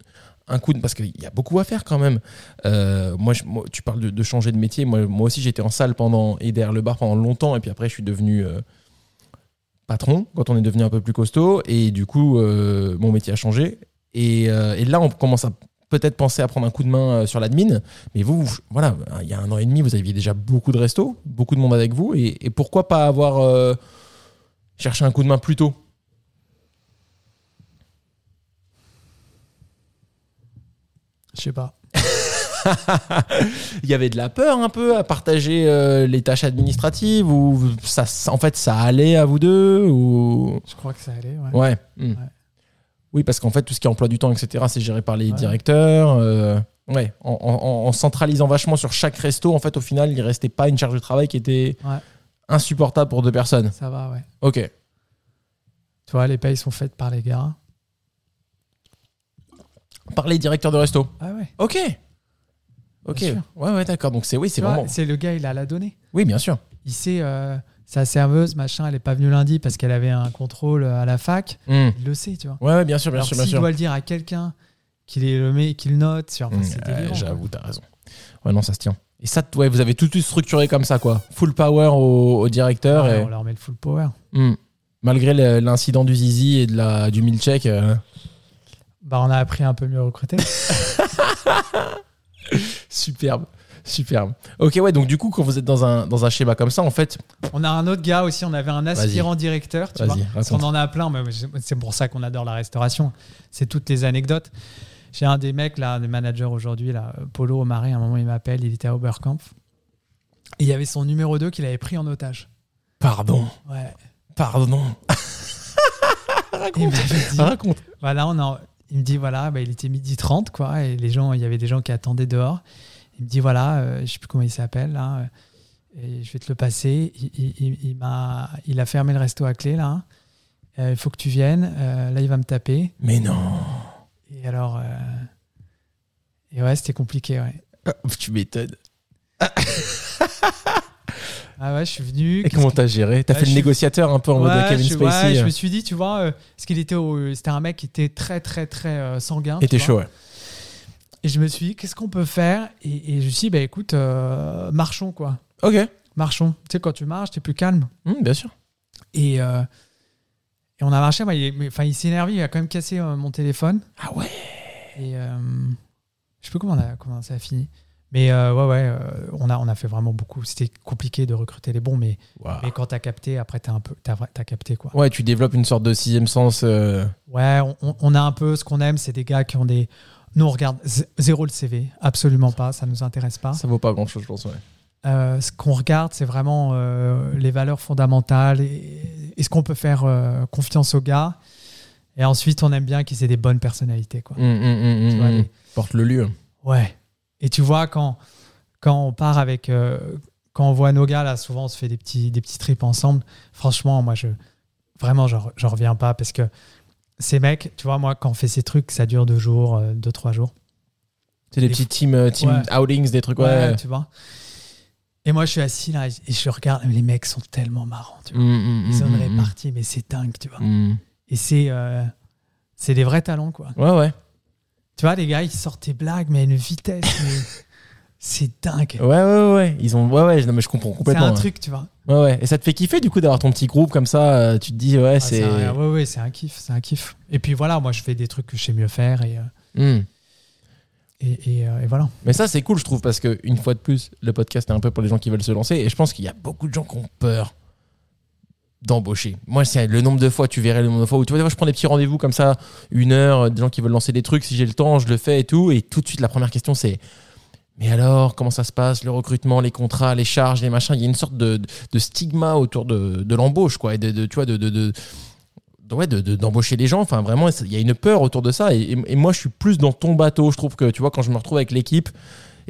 un coup de... Parce qu'il y a beaucoup à faire quand même. Euh, moi, je- moi, tu parles de, de changer de métier. Moi, moi aussi, j'étais en salle pendant, et derrière le bar pendant longtemps, et puis après, je suis devenu... euh, patron quand on est devenu un peu plus costaud et du coup euh, mon métier a changé et, euh, et là on commence à peut-être penser à prendre un coup de main euh, sur l'admin mais vous, vous- voilà il y a un an et demi vous aviez déjà beaucoup de restos beaucoup de monde avec vous et, et pourquoi pas avoir euh, cherché un coup de main plus tôt Je sais pas. il y avait de la peur un peu à partager euh, les tâches administratives ou ça ça- en fait ça allait à vous deux ou Je crois que ça allait. ouais. ouais, hmm. oui parce qu'en fait tout ce qui est emploi du temps etc c'est géré par les Ouais. directeurs euh, ouais en, en- en- en centralisant vachement sur chaque resto en fait au final il restait pas une charge de travail qui était Ouais. insupportable pour deux personnes Ça va, ouais. ok Tu vois, les payes sont faites par les gars. par les directeurs de resto. Ah ouais. Ok. Ok. Bien sûr. Ouais, ouais, d'accord. Donc c'est oui, c'est Tu vois, vraiment. C'est le gars, il a la donnée. Oui, bien sûr. Il sait, euh, sa serveuse, machin, elle est pas venue lundi parce qu'elle avait un contrôle euh, à la fac. Hmm. Il le sait, tu vois. Ouais, ouais, bien sûr, bien Alors, sûr, bien s'il sûr. doit le dire à quelqu'un qu'il est le mec, qu'il note, sur Hmm, c'est ouais, délirant, quoi. J'avoue, t'as raison. Ouais, non, ça se tient. Et ça, t- ouais, vous avez tout de suite structuré comme ça, quoi. Full power au, au directeur. Ouais, et- On leur met le full power. Hmm. Malgré le- l'incident du zizi et de la, du milkshake. euh, Bah, on a appris à un peu [LAUGHS] mieux recruter. Superbe. Superbe. Ok, ouais, donc du coup, quand vous êtes dans un, dans un schéma comme ça, en fait. on a un autre gars aussi, on avait un aspirant directeur, tu vois. Vas-y, Parce qu'on raconte. en a plein, mais c'est pour ça qu'on adore la restauration. C'est toutes les anecdotes. J'ai un des mecs, là, un des managers aujourd'hui, là, Polo Omaré, à un moment, il m'appelle, il était à Oberkampf. Et il y avait son numéro 2 qu'il avait pris en otage. Pardon. Ouais. Pardon. Et il m'avait dit, Raconte. Hein voilà, on a, il me dit, voilà, bah, il était midi 30, quoi, et les gens, il y avait des gens qui attendaient dehors. Il me dit, voilà, euh, je sais plus comment il s'appelle, là, euh, et je vais te le passer. Il, il- il- il m'a, il a fermé le resto à clé, là. Euh, Il faut que tu viennes. Euh, là, il va me taper. Mais non. Et alors. euh, Et ouais, c'était compliqué, ouais. Ah, Tu m'étonnes. Ah ouais, je suis venu. Et qu'est-ce comment que- t'as géré T'as Ouais, fait je le suis- négociateur un peu en Ouais, mode Kevin je, ouais, Spacey. je euh, me suis dit, tu vois, euh, parce qu'il était, au- c'était un mec qui était très, très, très euh, sanguin. Et tu t'es vois. chaud, ouais. Et je me suis dit, qu'est-ce qu'on peut faire et, et je me suis dit, bah écoute, euh, marchons, quoi. Ok. Marchons. Tu sais, quand tu marches, t'es plus calme. Hum, bien sûr. Et, euh, et on a marché, bah, il, est- mais- enfin, il s'est énervé, il a quand même cassé euh, mon téléphone. Ah ouais Et euh, je sais plus comment, on a, comment ça a fini. Mais euh, ouais, ouais, euh, on, a, on a fait vraiment beaucoup. C'était compliqué de recruter les bons, mais Ah. Mais quand t'as capté, après t'as un peu, t'as, t'as capté quoi. Ouais, tu développes une sorte de sixième sens. euh, Ouais, on- on, on a un peu ce qu'on aime, c'est des gars qui ont des. Nous on regarde z- zéro le CV, absolument pas, ça nous intéresse pas. Ça vaut pas grand chose, je pense. Ouais. Euh, ce qu'on regarde, c'est vraiment euh, les valeurs fondamentales. et- Est-ce qu'on peut faire euh, confiance aux gars Et ensuite, on aime bien qu'ils aient des bonnes personnalités quoi. Hum, hum, hum, hum, Tu vois, hum. les- Porte le lieu. Ouais. Et tu vois, quand, quand on part avec. euh, quand on voit nos gars, là, souvent, on se fait des petits, des petits trips ensemble. Franchement, moi, je. Vraiment, j'en re- j'en reviens pas parce que ces mecs, tu vois, moi, quand on fait ces trucs, ça dure deux jours, euh, deux, trois jours. C'est des Des petits team, euh, team Ouais. outings, des trucs. Ouais. Hmm, tu vois. Et moi, je suis assis là et je- et je regarde. Les mecs sont tellement marrants, tu vois. Hum, hum, Ils hum, hum, en hum. répartis, mais c'est dingue, tu vois. Hum. Et c'est. euh, c'est des vrais talents, quoi. Ouais, ouais. Tu vois, les gars, ils sortent des blagues, mais à une vitesse. [LAUGHS] mais c'est dingue. Ouais, ouais, ouais. Ils ont... Ouais, ouais. Non, mais je comprends C'est complètement. un ouais. truc, tu vois. Ouais, ouais. Et ça te fait kiffer, du coup, d'avoir ton petit groupe comme ça. euh, tu te dis, ouais, Ah, c'est. c'est un- ouais, ouais, c'est un kiff, c'est un kiff. Et puis voilà, moi je fais des trucs que je sais mieux faire et, euh, Hum. et, et, euh, et voilà. Mais ça, c'est cool, je trouve, parce que une fois de plus, le podcast est un peu pour les gens qui veulent se lancer. Et je pense qu'il y a beaucoup de gens qui ont peur d'embaucher. Moi, c'est le nombre de fois, tu verrais le nombre de fois où tu vois, des fois, je prends des petits rendez-vous comme ça, une heure, euh, des gens qui veulent lancer des trucs. Si j'ai le temps, je le fais et tout. Et tout de suite, la première question, c'est Mais alors, comment ça se passe Le recrutement, les contrats, les charges, les machins. Il y a une sorte de, de stigma autour de, de l'embauche, quoi. Et de, de- tu vois, de, de- de- de- ouais, de- de- d'embaucher les gens. Enfin, vraiment, il y a une peur autour de ça. Et, et- et moi, je suis plus dans ton bateau. Je trouve que, tu vois, quand je me retrouve avec l'équipe,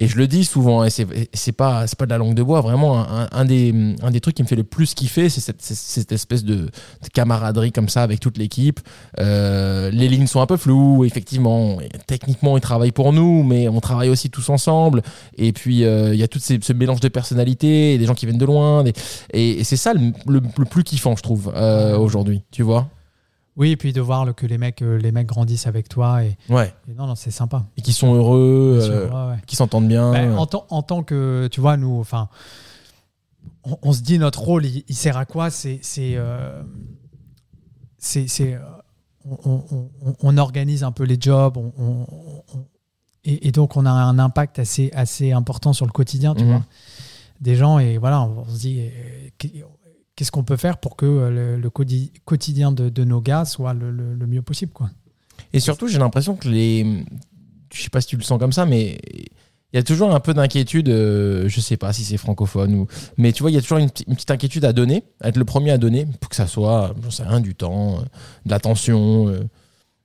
et je le dis souvent, et c'est et c'est pas, c'est pas de la langue de bois, vraiment, un, un- un des, un des trucs qui me fait le plus kiffer, c'est cette, c'est cette espèce de, de camaraderie comme ça avec toute l'équipe. Euh, les lignes sont un peu floues, effectivement. Et Techniquement, ils travaillent pour nous, mais on travaille aussi tous ensemble. Et puis, euh, il y a tout ce mélange de personnalités, et des gens qui viennent de loin. des- Et, et c'est ça le, le- le plus kiffant, je trouve, euh, aujourd'hui. Tu vois Oui, et puis de voir le- que les mecs, euh, les mecs grandissent avec toi. Et, Ouais. et non, non, c'est sympa. Et qui sont heureux, Bien sûr, euh, ouais, ouais. qui s'entendent bien. Ben, en, tant- en tant que, tu vois, nous, enfin, on, on se dit notre rôle, il, il sert à quoi C'est. c'est, euh, c'est- c'est, euh, on, on- on- on organise un peu les jobs, on, on- on- et, et donc on a un impact assez, assez important sur le quotidien, tu Mhm. vois, des gens. Et voilà, on, on se dit. euh, qu'est- Qu'est-ce qu'on peut faire pour que euh, le, le quotidi- quotidien de, de nos gars soit le, le- le mieux possible quoi. Et surtout, j'ai l'impression que les. Je sais pas si tu le sens comme ça, mais il y a toujours un peu d'inquiétude. euh, je sais pas si c'est francophone ou. Mais tu vois, il y a toujours une, petite- une petite inquiétude à donner, à être le premier à donner, pour que ça soit, j'en sais rien, du temps, euh, de l'attention, euh,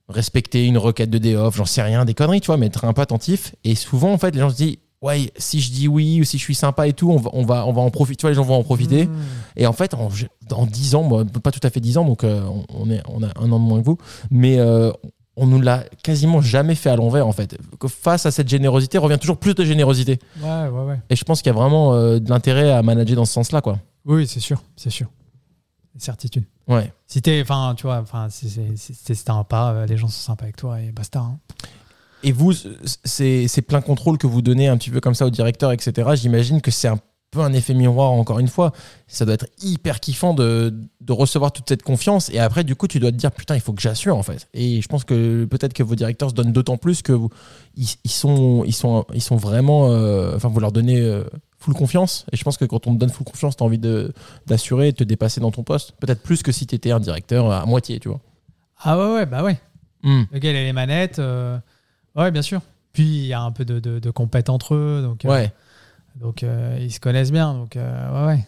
respecter une requête de day-off, j'en sais rien, des conneries, tu vois, mais être un peu attentif. Et souvent, en fait, les gens se disent. Ouais, si je dis oui ou si je suis sympa et tout, on va, on va, on va en profiter. Tu vois, les gens vont en profiter. Et en fait, en, dans 10 ans, moi, pas tout à fait 10 ans, donc euh, on- on, est, on a un an de moins que vous, mais euh, on nous l'a quasiment jamais fait à l'envers, en fait. Que Face à cette générosité, revient toujours plus de générosité. Ouais, ouais, ouais. Et je pense qu'il y a vraiment euh, de l'intérêt à manager dans ce sens-là, quoi. Oui, c'est sûr, c'est sûr. Certitude. Ouais. Si t'es, enfin, tu vois, enfin, si c'est si c'est sympa, euh, les gens sont sympas avec toi et basta. hein. Et vous, c'est c'est plein contrôle que vous donnez un petit peu comme ça au directeur, etc. J'imagine que c'est un peu un effet miroir, encore une fois. Ça doit être hyper kiffant de, de recevoir toute cette confiance. Et après, du coup, tu dois te dire, putain, il faut que j'assure, en fait. Et je pense que peut-être que vos directeurs se donnent d'autant plus que vous- ils, ils sont, ils, sont, ils sont vraiment. euh, Enfin, vous leur donnez euh, full confiance. Et je pense que quand on te donne full confiance, tu as envie de- d'assurer et de te dépasser dans ton poste. Peut-être plus que si tu étais un directeur à moitié, tu vois. Ah ouais, ouais, bah ouais. Hmm. Le gars, il a les manettes. euh, ouais, bien sûr. Puis il y a un peu de, de, de compète entre eux, donc, euh, Ouais. donc euh, ils se connaissent bien. Donc euh, ouais, ouais.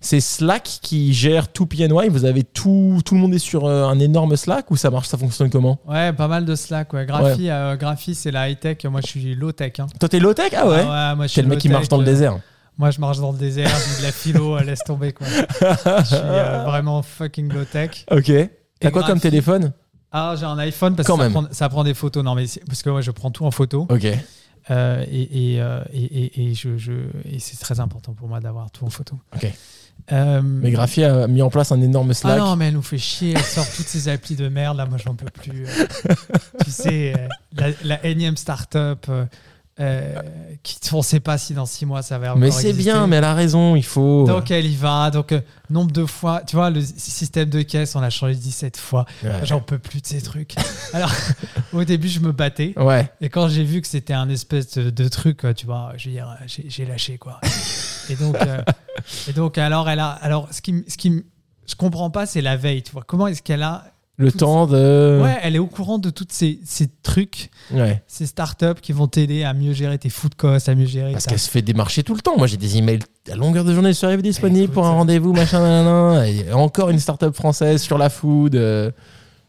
C'est Slack qui gère tout PNY. Vous avez tout, tout le monde est sur euh, un énorme Slack ou ça marche, ça fonctionne comment Ouais, pas mal de Slack. Ouais. Graphie, euh, graphie, c'est la high tech. Moi, je suis low tech. Hein. Toi, t'es low tech Ah ouais, moi, je suis T'es le mec qui low-tech, marche dans le euh, désert. Moi, je marche dans le désert. J'ai de la philo, euh, laisse tomber quoi. Je [LAUGHS] suis euh, vraiment fucking low tech. Ok. T'as Et quoi comme graphique. téléphone Ah, j'ai un iPhone parce Quand que ça même. prend, ça prend des photos. Non, mais c'est- parce que moi, je prends tout en photo. Ok. Euh, et et, euh, et, et- et je, je- et c'est très important pour moi d'avoir tout en photo. Ok. Euh, Mais Graphie a mis en place un énorme ah Slack. non, mais elle nous fait chier. Elle sort toutes ces applis de merde. Là, moi, j'en peux plus. [LAUGHS] Euh, tu sais, euh, la, la énième start-up euh, euh, qui, on ne sait pas si dans six mois ça va mais encore c'est exister. bien, mais elle a raison, il faut. Donc, elle y va. Donc, euh, nombre de fois, tu vois, le sy- système de caisse, on l'a changé 17 fois. Ouais. J'en peux plus de ces trucs. Alors, [LAUGHS] au début, je me battais. Ouais. Et quand j'ai vu que c'était un espèce de, de truc, quoi, tu vois, je veux dire, j'ai j'ai lâché quoi. et donc, euh, et donc alors elle a, alors ce qui, m- ce qui, m- je comprends pas, c'est la veille, tu vois. Comment est-ce qu'elle a, Le [LAUGHS] Tout- temps de. ouais, elle est au courant de toutes ces, ces trucs, Ouais. ces startups qui vont t'aider à mieux gérer tes food costs, à mieux gérer. Parce ta- qu'elle se fait démarcher tout le temps. Moi, j'ai des emails à longueur de journée sur Eve disponible Écoute, pour un euh, rendez-vous, machin, nanana. Et encore une startup française sur la food. euh,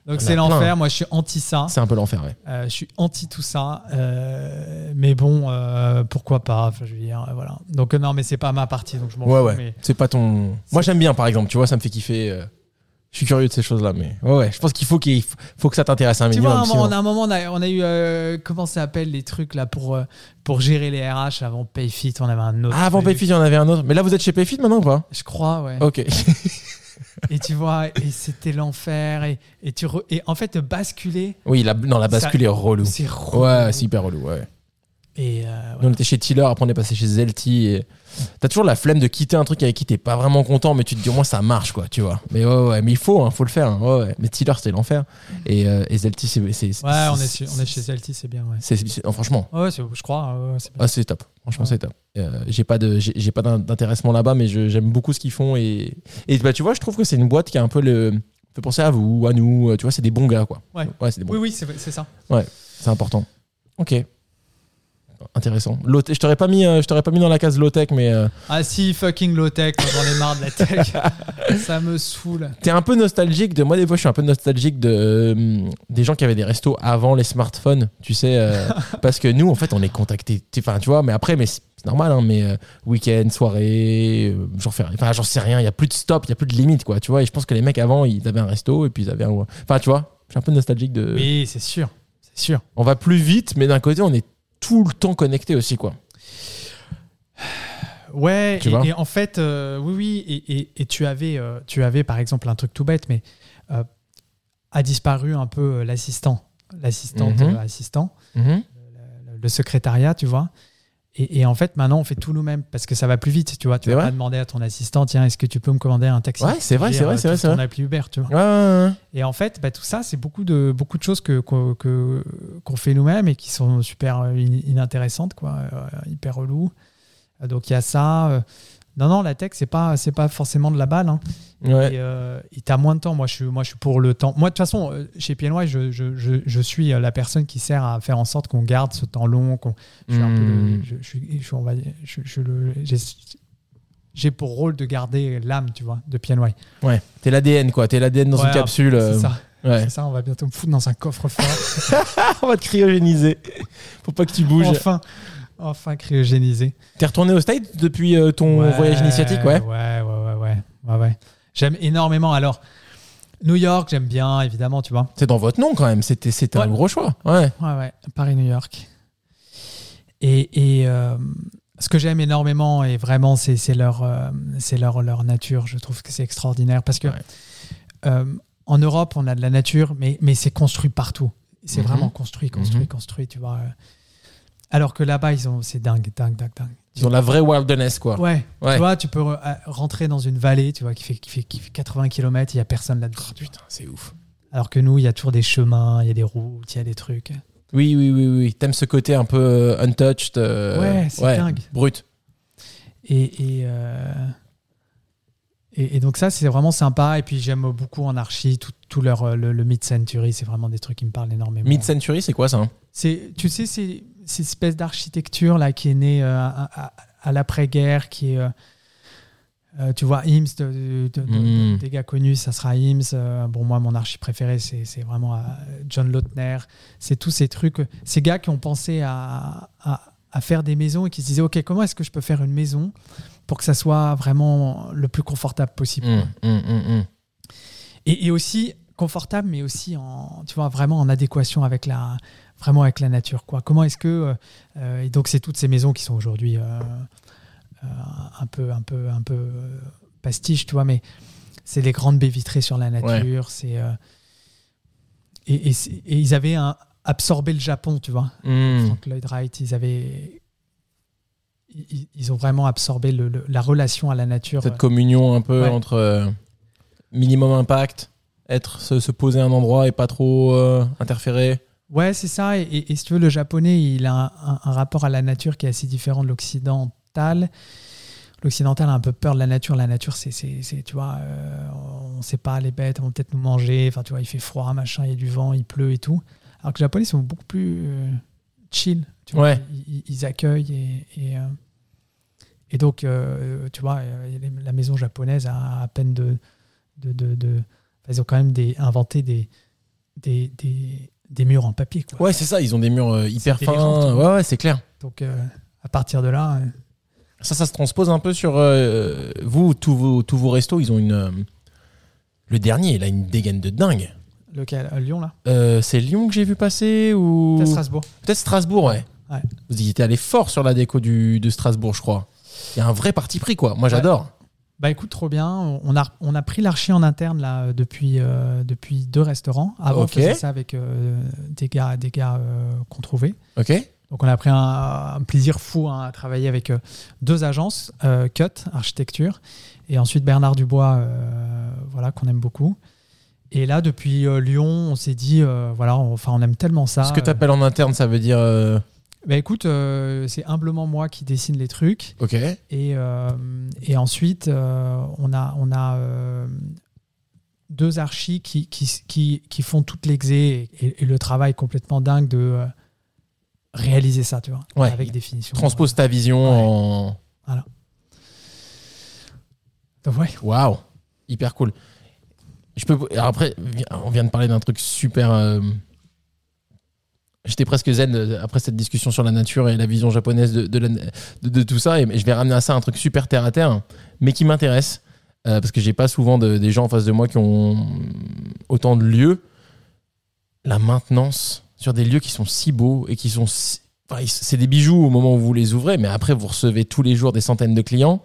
donc en a c'est plein. l'enfer. Moi, je suis anti ça. C'est un peu l'enfer, ouais. Euh, je suis anti tout ça, euh, mais bon, euh, pourquoi pas Enfin, je veux dire, euh, voilà. Donc euh, non, mais c'est pas ma partie, donc je m'en Ouais, fous. ouais. mais- C'est pas ton. Moi, j'aime bien, par exemple. Tu vois, ça me fait kiffer. euh, Je suis curieux de ces choses-là, mais ouais, ouais. Je pense qu'il faut qu'il faut que ça t'intéresse un Tu minimum. vois, à un moment- sinon- on a un moment, on a, on a eu, euh, comment ça s'appelle, les trucs là pour, euh, pour gérer les RH avant PayFit, on avait un autre. Ah, avant truc. Payfit, il y en avait un autre. Mais là, vous êtes chez Payfit maintenant ou pas Je crois, ouais. Ok. [LAUGHS] Et tu vois, et c'était l'enfer. Et, et, tu re- et en fait, basculer, oui, la, non, la bascule est relou. c'est relou. Ouais, c'est hyper relou. Ouais. Et euh, Nous, on était chez Tiller, après on est passé chez Zelty. et- T'as toujours la flemme de quitter un truc avec qui t'es pas vraiment content, mais tu te dis au moins ça marche, quoi, tu vois. Mais ouais, ouais, mais il faut, hein, faut le faire. hein, ouais, ouais. Mais Tiller, c'était l'enfer. Et, euh, et Zelty, c'est. c'est- c'est- ouais, on est, c'est- chez- on est chez Celti, c'est bien, ouais. c'est- c'est- non, franchement, Ouais, c'est- je crois. ouais, ouais, c'est bien. Ah, c'est top. Franchement, Ouais. c'est top. Euh, j'ai pas de, j'ai j'ai pas d'in- d'intéressement là-bas, mais je- j'aime beaucoup ce qu'ils font et, et bah, tu vois, je trouve que c'est une boîte qui a un peu le, fait penser à vous, à nous. euh, Tu vois, c'est des bons gars, quoi. Ouais. c'est des bons. Oui, oui, c'est c'est ça. C'est important. Ok. intéressant. Low je t'aurais pas mis, euh, je t'aurais pas mis dans la case low tech, mais euh, Ah si, fucking low tech, moi, j'en ai marre de la [LAUGHS] tech. ça me saoule. t'es un peu nostalgique de moi. Des fois, je suis un peu nostalgique de euh, des gens qui avaient des restos avant les smartphones, tu sais, [LAUGHS] euh, parce que nous, en fait, on est contactés. Tu- Enfin, tu vois, mais après, mais c'est c'est normal, hein, mais euh, week-end, soirée, euh, j'en fais, rien. enfin, j'en sais rien. Il y a plus de stop, il y a plus de limite, quoi. Tu vois, et je pense que les mecs avant, ils avaient un resto et puis ils avaient, un... enfin, tu vois, je suis un peu nostalgique de. Oui, c'est sûr, c'est sûr. On va plus vite, mais d'un côté, on est tout le temps connecté aussi, quoi. Ouais, Tu et, vois et en fait, euh, oui, oui, et, et- et tu, avais, euh, tu avais par exemple un truc tout bête, mais euh, a disparu un peu euh, l'assistant, l'assistante, Mhm. euh, assistant, euh, le, le secrétariat, tu vois. Et, et en fait, maintenant, on fait tout nous-mêmes parce que ça va plus vite, tu vois. Tu C'est vas vrai. pas demander à ton assistant, tiens, est-ce que tu peux me commander un taxi Ouais, c'est vrai, Dire, c'est vrai, euh, c'est vrai, t'ouvres c'est ton vrai. appli Uber, tu vois. Ouais, ouais, ouais. Et en fait, bah, tout ça, c'est beaucoup de, beaucoup de choses que, qu'on- que, qu'on fait nous-mêmes et qui sont super euh, in- inintéressantes, quoi, euh, hyper relou. Euh, Donc il y a ça. euh. Non, non, la tech, c'est pas, c'est pas forcément de la balle. Hein. Ouais. Et, euh, et t'as moins de temps. Moi, je suis, moi, je suis pour le temps. Moi, de toute façon, euh, chez PNY, je, je, je, je suis euh, la personne qui sert à faire en sorte qu'on garde ce temps long. Qu'on, je suis un peu le- Hmm. je- je suis- je suis- on va dire- je- je suis le- j'ai- j'ai pour rôle de garder l'âme, tu vois, de PNY. Ouais. T'es l'ADN, quoi. T'es l'ADN dans Ouais, une capsule. euh, C'est ça. ouais. C'est ça, on va bientôt me foutre dans un coffre-fort. On va te cryogéniser. Faut pas que tu bouges. enfin, enfin cryogénisé. T'es retourné au States depuis euh, ton Ouais, voyage initiatique, ouais. Ouais, ouais, ouais, ouais. ouais, ouais. J'aime énormément. Alors, New York, j'aime bien, évidemment, tu vois. C'est dans votre nom, quand même. C'était c'était un Ouais. gros choix. Ouais. Ouais, ouais, Paris-New York. Et, et, euh, ce que j'aime énormément, et vraiment, c'est c'est leur, euh, c'est leur, leur nature. Je trouve que c'est extraordinaire parce que Ouais. euh, en Europe, on a de la nature, mais, mais c'est construit partout. C'est Mhm. vraiment construit, construit, Mhm. construit, tu vois. euh. Alors que là-bas, ils ont, c'est dingue, dingue, dingue, dingue. Ils ont la vraie wilderness, quoi. Ouais, Ouais. tu vois, tu peux euh, rentrer dans une vallée, tu vois, qui fait, qui fait, qui fait 80 km, il n'y a personne là-dedans. Oh, putain, c'est ouf. Alors que nous, il y a toujours des chemins, il y a des routes, il y a des trucs. Oui, oui, oui, oui. T'aimes ce côté un peu euh, untouched. euh, ouais, c'est dingue. Brut. Et, et, euh, et, et donc ça, c'est vraiment sympa. Et puis j'aime beaucoup en archi, tout, tout leur, euh, le, le mid-century, c'est vraiment des trucs qui me parlent énormément. Mid-century, c'est quoi ça hein C'est, tu sais, c'est cette espèce d'architecture là qui est née euh, à, à- à l'après-guerre, qui est, euh, euh, tu vois, IMS, de, de- de- Mm. des gars connus, ça sera IMS. euh, bon, moi, mon archi préféré, c'est, c'est vraiment euh, John Lautner. C'est tous ces trucs, euh, ces gars qui ont pensé à, à- à faire des maisons et qui se disaient, OK, comment est-ce que je peux faire une maison pour que ça soit vraiment le plus confortable possible Mm, mm, mm, mm. et, et aussi confortable, mais aussi en, tu vois, vraiment en adéquation avec la, vraiment avec la nature. Quoi. Comment est-ce que euh, euh, et donc c'est toutes ces maisons qui sont aujourd'hui euh, euh, un peu, un peu, un peu euh, pastiche, tu vois, mais c'est les grandes baies vitrées sur la nature, c'est euh, et, et c'est- et ils avaient un- absorbé le Japon, tu vois. Mm. Frank Lloyd Wright, ils avaient ils- ils, ils ont vraiment absorbé le- le- la relation à la nature. Cette communion un peu Ouais. entre euh, minimum impact, être se, se poser à un endroit et pas trop euh, interférer. Ouais, c'est ça. Et, et- et si tu veux, le japonais, il a un, un- un rapport à la nature qui est assez différent de l'occidental. L'occidental a un peu peur de la nature. La nature, c'est, c'est, c'est, tu vois, euh, on ne sait pas, les bêtes vont peut-être nous manger. Enfin, tu vois, il fait froid, machin, il y a du vent, il pleut et tout. Alors que les japonais sont beaucoup plus euh, chill. Tu vois, Ouais. ils, ils- ils accueillent et. et, euh, et donc, euh, tu vois, euh, les- la maison japonaise a à peine de. de, de, de- enfin, ils ont quand même des, inventé des, des, des, des murs en papier. Quoi. Ouais, c'est ça, ils ont des murs euh, hyper C'est délirant, fins. tout. Ouais, ouais, c'est clair. Donc, euh, à partir de là, euh, Ça, ça se transpose un peu sur euh, vous, tous vos, tous vos restos, ils ont une. euh, le dernier, il a une dégaine de dingue. lequel à Lyon, là Euh, c'est Lyon que j'ai vu passer ou. à Strasbourg. Peut-être Strasbourg, ouais. Ouais. Vous y étiez allé fort sur la déco du, de Strasbourg, je crois. Il y a un vrai parti pris, quoi. Moi, j'adore. Bah écoute, trop bien. On a, on a pris l'archi en interne là euh, depuis, euh, depuis deux restaurants. Avant, Ok. on faisait ça avec euh, des gars, des gars euh, qu'on trouvait. Ok Donc on a pris un, un plaisir fou hein, à travailler avec euh, deux agences, euh, Cut, architecture, et ensuite Bernard Dubois, euh, voilà, qu'on aime beaucoup. Et là, depuis euh, Lyon, on s'est dit, euh, voilà, on, enfin, on aime tellement ça. Ce que tu Euh, appelles en interne, ça veut dire. euh, bah écoute, euh, c'est humblement moi qui dessine les trucs. Ok. Et, euh, et ensuite, euh, on a, on a euh, deux archis qui, qui, qui, qui font toute l'exé et, et le travail complètement dingue de euh, réaliser ça, tu vois, Ouais. avec des finitions. Transpose ta vision Ouais. en. Donc, ouais. Waouh, hyper cool. Je peux alors après vi- on vient de parler d'un truc super euh, J'étais presque zen euh, après cette discussion sur la nature et la vision japonaise de, de la- de- de tout ça. Et je vais ramener à ça un truc super terre à terre, mais qui m'intéresse. euh, parce que j'ai pas souvent de- des gens en face de moi qui ont autant de lieux. La maintenance sur des lieux qui sont si beaux et qui sont. si- enfin, ils- c'est des bijoux au moment où vous les ouvrez, mais après vous recevez tous les jours des centaines de clients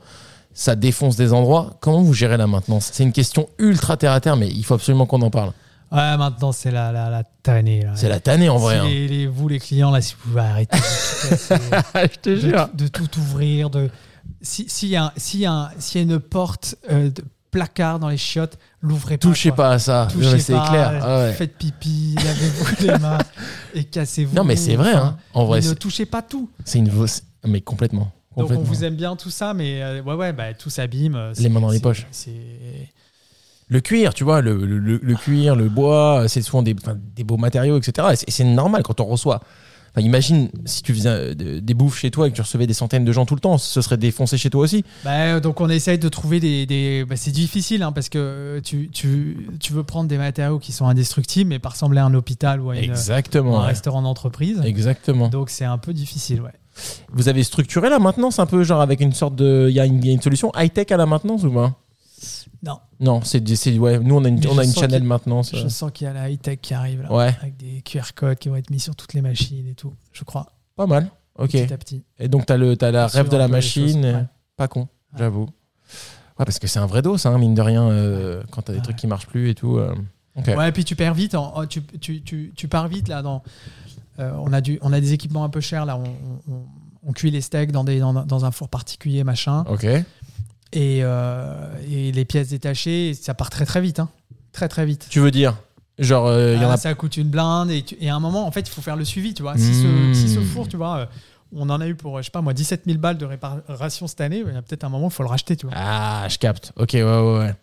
ça défonce des endroits. Comment vous gérez la maintenance C'est une question ultra terre à terre, mais il faut absolument qu'on en parle. Ouais, maintenant, c'est la, la, la tannée. là. C'est la tannée en Si vrai. hein. les- les- vous, les clients, là, si vous pouvez arrêter de [LAUGHS] tout casser, [LAUGHS] je te de, tout- de tout ouvrir, de si- s'il y, a un- s'il y a un- s'il y a une porte euh, de placard dans les chiottes, l'ouvrez pas. Touchez quoi. pas à ça. Non, mais Touchez c'est pas, clair. Ah ouais. Faites pipi, lavez-vous [LAUGHS] les mains et cassez-vous. Non, mais c'est vrai. hein. En vrai, ne c'est touchez pas tout. c'est une. vo- c'est- Mais complètement. Donc on Complètement. vous aime bien tout ça, mais euh, ouais, ouais, bah, tout s'abîme. euh, Les c'est- mains dans les c'est- poches. c'est- Le cuir, tu vois, le, le- le- le cuir, le bois, c'est souvent des, enfin, des beaux matériaux, etc. Et c'est- c'est normal quand on reçoit. Enfin, imagine si tu faisais euh, de- des bouffes chez toi et que tu recevais des centaines de gens tout le temps, ce serait défoncé chez toi aussi. Bah, donc on essaye de trouver des... des- bah, c'est difficile hein, parce que euh, tu, tu, tu veux prendre des matériaux qui sont indestructibles mais pas ressembler à un hôpital ou à, une- euh, ou à Exactement. un ouais. restaurant d'entreprise. Exactement. Donc c'est un peu difficile, ouais. Vous avez structuré la maintenance un peu, genre avec une sorte de. Il y, a une il y a une solution high-tech à la maintenance ou pas Non. Non, c'est. du- c'est- Ouais, nous, on a une, Mais on a je une sens channel qu'il- maintenance. Je euh. sens qu'il y a la high-tech qui arrive là. Ouais, Avec des QR codes qui vont être mis sur toutes les machines et tout, je crois, pas mal. Ok. petit à petit. Et donc, t'as le- t'as la Suivant rêve de un la peu les choses, machine. euh, ouais. Pas con, j'avoue. Ouais, parce que c'est un vrai dos, ça, hein, mine de rien, euh, quand t'as des Ouais. trucs qui marchent plus et tout. euh. Ok. Ouais, puis tu perds vite. en- en- tu, tu, tu, tu pars vite là. Dans, euh, on, a du, on a des équipements un peu chers là. On, on- on- on cuit les steaks dans, des, dans, dans un four particulier, machin. Ok. Et, euh, et les pièces détachées, ça part très très vite. hein. Très très vite. Tu veux dire Genre, euh, il y en Ah, a. Ça coûte une blinde. Et, tu- et à un moment, en fait, il faut faire le suivi. Tu vois, si, ce, Mmh. si ce four, tu vois, euh, on en a eu pour, euh, je sais pas moi, 17 000 balles de réparation cette année. Il y a peut-être un moment, il faut le racheter. Tu vois. Ah, je capte. Ok, ouais, ouais, ouais.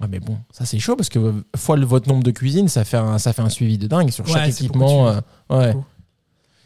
Ouais, mais bon, ça c'est chaud parce que euh, fois le- votre nombre de cuisines, ça fait un, ça fait un suivi de dingue sur Ouais, chaque c'est beaucoup de équipement. suivi. euh, ouais. Beaucoup.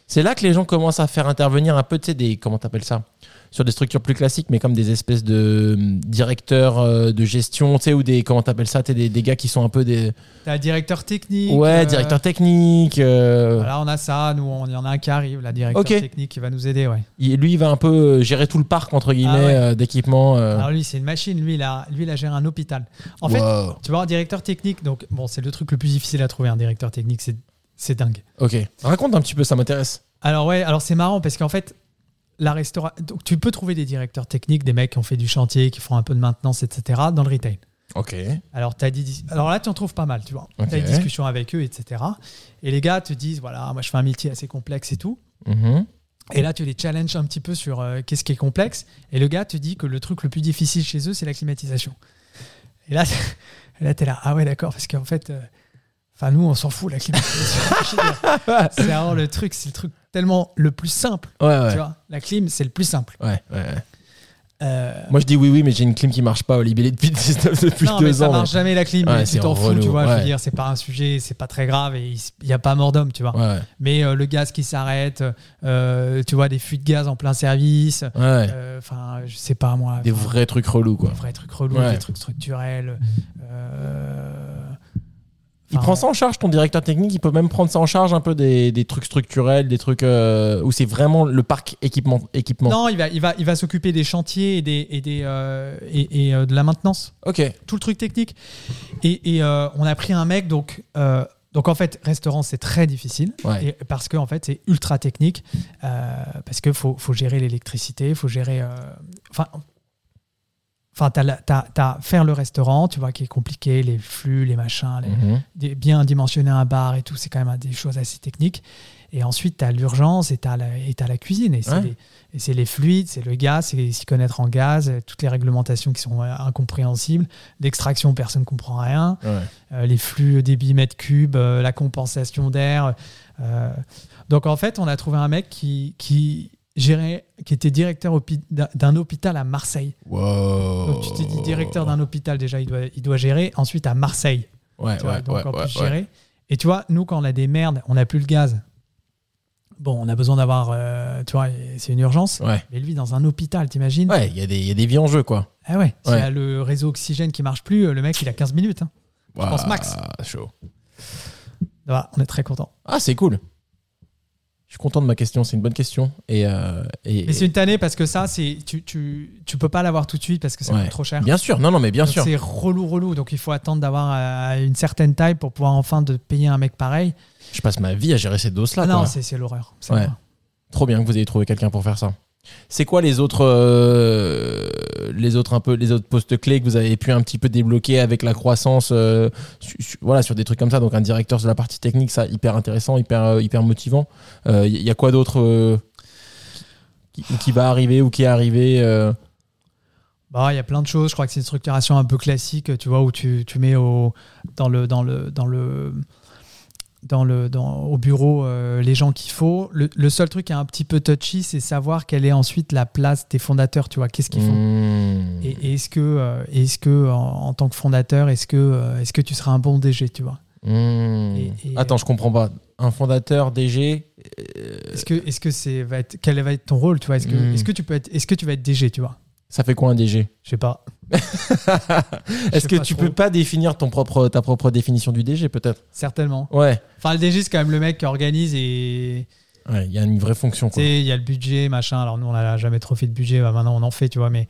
C'est là que les gens commencent à faire intervenir un peu, tu sais, des. Comment t'appelles ça Sur des structures plus classiques, mais comme des espèces de euh, directeurs euh, de gestion, tu sais, ou des. Comment t'appelles ça Tu sais, des, des gars qui sont un peu des. T'as directeur technique. Ouais, euh, directeurs techniques. euh, Voilà, on a ça. Nous, on il y en a un qui arrive, la directeur Ok. technique qui va nous aider. Ouais. il- Lui, il va un peu euh, gérer tout le parc, entre guillemets, Ah ouais. euh, d'équipements. euh. Alors lui, c'est une machine. Lui, il a, lui, il a géré un hôpital. En fait, Wow. tu vois, un directeur technique, donc bon, c'est le truc le plus difficile à trouver. Un directeur technique, c'est, c'est dingue. Ok. Raconte un petit peu, ça m'intéresse. Alors ouais, alors c'est marrant parce qu'en fait, la restaura... donc, tu peux trouver des directeurs techniques, des mecs qui ont fait du chantier, qui font un peu de maintenance, etc. Dans le retail. Ok. Alors, t'as dit, alors là, tu en trouves pas mal, tu vois. Ok. Tu as des discussions avec eux, etc. Et les gars te disent, voilà, moi je fais un métier assez complexe et tout. Mhm. Et là, tu les challenges un petit peu sur euh, qu'est-ce qui est complexe. Et le gars te dit que le truc le plus difficile chez eux, c'est la climatisation. Et là, [LAUGHS] et là tu es là, ah ouais, d'accord, parce qu'en fait, euh, enfin nous, on s'en fout, la climatisation. Je veux dire, c'est vraiment le truc, c'est le truc tellement le plus simple. Ouais, Tu ouais. vois, la clim, c'est le plus simple. Ouais, ouais, ouais. Euh, Moi je dis oui, oui, mais j'ai une clim qui marche pas au Libellé depuis, [LAUGHS] 19 depuis non, mais deux ça ans. mais- marche jamais, la clim. Ouais, mais c'est tu t'en fous, relou, tu vois. Je ouais. veux dire, c'est pas un sujet, c'est pas très grave et il n'y a pas mort d'homme, tu vois. Ouais, ouais. Mais euh, le gaz qui s'arrête, euh, tu vois, des fuites de gaz en plein service. Ouais, ouais. Euh, Enfin, je sais pas moi. Des enfin, vrais trucs relous, quoi. Des vrais trucs relous, Ouais. des trucs structurels. euh, Il enfin, prend ça en charge, ton directeur technique, il peut même prendre ça en charge un peu des, des trucs structurels, des trucs euh, où c'est vraiment le parc équipement. équipement. Non, il va, il va, il va s'occuper des chantiers et, des, et, des, euh, et, et, euh, de la maintenance. Ok, Tout le truc technique. Et, et, euh, on a pris un mec, donc, euh, donc en fait, restaurant, c'est très difficile. ouais. Et parce que en fait, c'est ultra technique. euh, parce qu'il faut, faut gérer l'électricité, faut gérer. euh, Enfin. Enfin, t'as, la- t'as- t'as faire le restaurant, tu vois, qui est compliqué, les flux, les machins, les- Mhm. des- bien dimensionner un bar et tout, c'est quand même un des choses assez techniques. Et ensuite, tu as l'urgence et tu as, la cuisine. Et c'est Ouais. les- et c'est les, fluides, c'est le gaz, c'est s'y connaître en gaz, euh, toutes les réglementations qui sont euh, incompréhensibles, l'extraction, personne ne comprend rien, Ouais. euh, les flux débit mètre cube, euh, la compensation d'air. euh. donc en fait, on a trouvé un mec qui, qui gérait, qui était directeur hôpi- d'un- d'un hôpital à Marseille. Wow. Donc tu t'es dit directeur d'un hôpital, déjà, il doit, il doit gérer. Ensuite, à Marseille. Ouais, Tu vois, ouais, donc ouais, en ouais, plus ouais. gérer. Et tu vois, nous, quand on a des merdes, on n'a plus le gaz. bon, on a besoin d'avoir, euh, tu vois, et c'est une urgence. Ouais. Mais lui, dans un hôpital, t'imagines Ouais, il y, a des- il y a des vies en jeu, quoi. Ah ouais, s'il Ouais. y a le réseau oxygène qui marche plus, euh, le mec, il a 15 minutes. hein. Ouah, pense max. chaud. Voilà, on est très content. Ah, c'est cool. Je suis content de ma question, c'est une bonne question. Et, euh, et- Mais c'est une tannée parce que ça, c'est tu, tu, tu peux pas l'avoir tout de suite parce que ça Ouais. coûte trop cher. bien sûr, non, non, mais bien Donc sûr. C'est relou, relou. Donc il faut attendre d'avoir euh, une certaine taille pour pouvoir enfin de payer un mec pareil. Je passe ma vie à gérer ces doses-là. Ah non, quoi. c'est c'est l'horreur. C'est Ouais. l'horreur. Trop bien que vous ayez trouvé quelqu'un pour faire ça. C'est quoi les autres, euh, les autres un peu, les autres postes clés que vous avez pu un petit peu débloquer avec la croissance, euh, su- su- voilà, sur des trucs comme ça. Donc un directeur de la partie technique, ça hyper intéressant, hyper, euh, hyper motivant. Il y y a quoi d'autre euh, qui, qui va arriver ou qui est arrivé euh, Bah, il y a plein de choses. Je crois que c'est une structuration un peu classique, tu vois, où tu, tu mets au, dans le, dans le, dans le, dans le, dans, au bureau euh, les gens qu'il faut. Le, le seul truc qui est un petit peu touchy, c'est savoir quelle est ensuite la place des fondateurs, tu vois, qu'est-ce qu'ils font. Hmm. Et, et est-ce que, euh, est-ce que en, en tant que fondateur, est-ce que, euh, est-ce que tu seras un bon DG, tu vois Hmm. Et- et- Attends, je comprends pas. Un fondateur, DG. euh, Est-ce que, est-ce que c'est, va être, quel va être ton rôle, tu vois Est-ce que, Mm. est-ce que tu peux être, est-ce que tu vas être DG, tu vois ça fait quoi un DG Je sais pas. [LAUGHS] Je Est-ce sais que pas tu trop. peux pas définir ton propre, ta propre définition du DG peut-être Certainement. Ouais. Enfin, le DG c'est quand même le mec qui organise et Ouais, il y a une vraie fonction. Tu Quoi. sais, il y a le budget, machin. Alors nous, on n'a jamais trop fait de budget. Bah, maintenant, on en fait, tu vois. Mais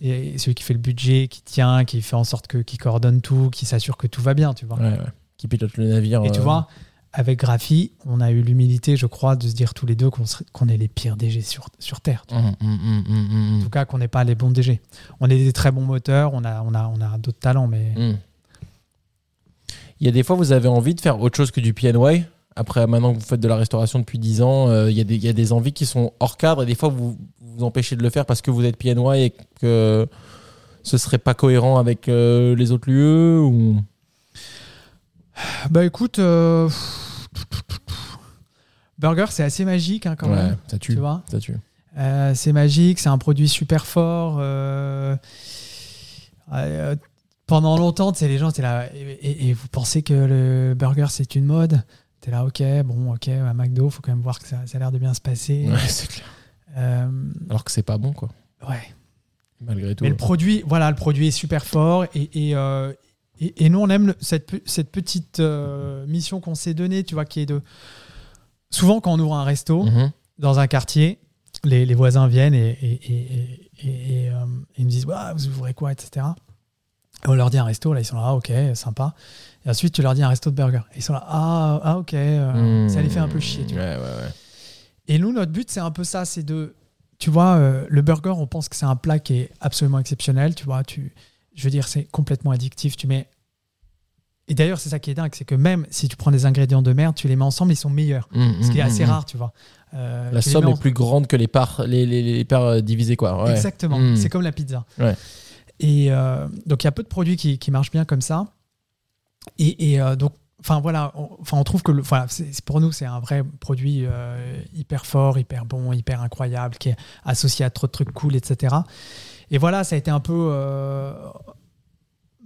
et celui qui fait le budget, qui tient, qui fait en sorte que, qui coordonne tout, qui s'assure que tout va bien, tu vois. Ouais, ouais. Qui pilote le navire. Et tu euh, vois, avec Graphi, on a eu l'humilité, je crois, de se dire tous les deux qu'on serait- qu'on est les pires DG sur, sur Terre. tu vois. hum, hum, hum, hum, En tout cas, qu'on n'est pas les bons DG. On est des très bons moteurs, on a, on a, on a d'autres talents, mais hum, hum. Il y a des fois, vous avez envie de faire autre chose que du PNY. Après, maintenant que vous faites de la restauration depuis 10 ans, euh, il y, a des- il y a des envies qui sont hors cadre et des fois, vous vous empêchez de le faire parce que vous êtes PNY et que ce serait pas cohérent avec euh, les autres lieux ou... Bah écoute, euh, Burger, c'est assez magique hein, quand Ouais, même. ça Tu tue. vois Ça tue. Euh, c'est magique, c'est un produit super fort. euh, euh, pendant longtemps, tu sais, les gens étaient là. Et, et- et vous pensez que le burger, c'est une mode T'es là, ok, bon, ok, à McDo, faut quand même voir que ça, ça a l'air de bien se passer. Ouais, [LAUGHS] c'est clair. Euh, Alors que c'est pas bon, quoi. ouais. Malgré tout. Mais le ouais. produit, voilà, le produit est super fort et, et, euh, et- et nous on aime le- cette, pe- cette petite euh, mission qu'on s'est donnée, tu vois, qui est de souvent quand on ouvre un resto Mhm. dans un quartier, les, les voisins viennent et, et- et- et- et- et, euh, ils me disent Ouah, vous ouvrez quoi, etc. Et on leur dit un resto, là ils sont là, ah, ok, sympa. Et ensuite tu leur dis un resto de burger, et ils sont là, ah, ah, ok, euh, ça les fait un peu chier. tu vois. Hmm. Mmh. Ouais, ouais, ouais. Et nous, notre but, c'est un peu ça, c'est de, tu vois, euh, le burger, on pense que c'est un plat qui est absolument exceptionnel, tu vois, tu, je veux dire, c'est complètement addictif, tu mets... Et d'ailleurs, c'est ça qui est dingue, c'est que même si tu prends des ingrédients de merde, tu les mets ensemble, ils sont meilleurs, Mhm, ce qui est mhm, assez mhm. rare, tu vois. Euh, La tu les somme mets est plus grande que les parts, les, les, les parts euh, divisées, quoi. Ouais. Exactement. Mm. C'est comme la pizza. Ouais. Et euh, donc, il y a peu de produits qui, qui marchent bien comme ça. Et, et, euh, donc, enfin voilà, on, enfin, on trouve que le, voilà, c'est- c'est- pour nous, c'est un vrai produit euh, hyper fort, hyper bon, hyper incroyable, qui est associé à trop de trucs cool, etc. Et voilà, ça a été un peu euh,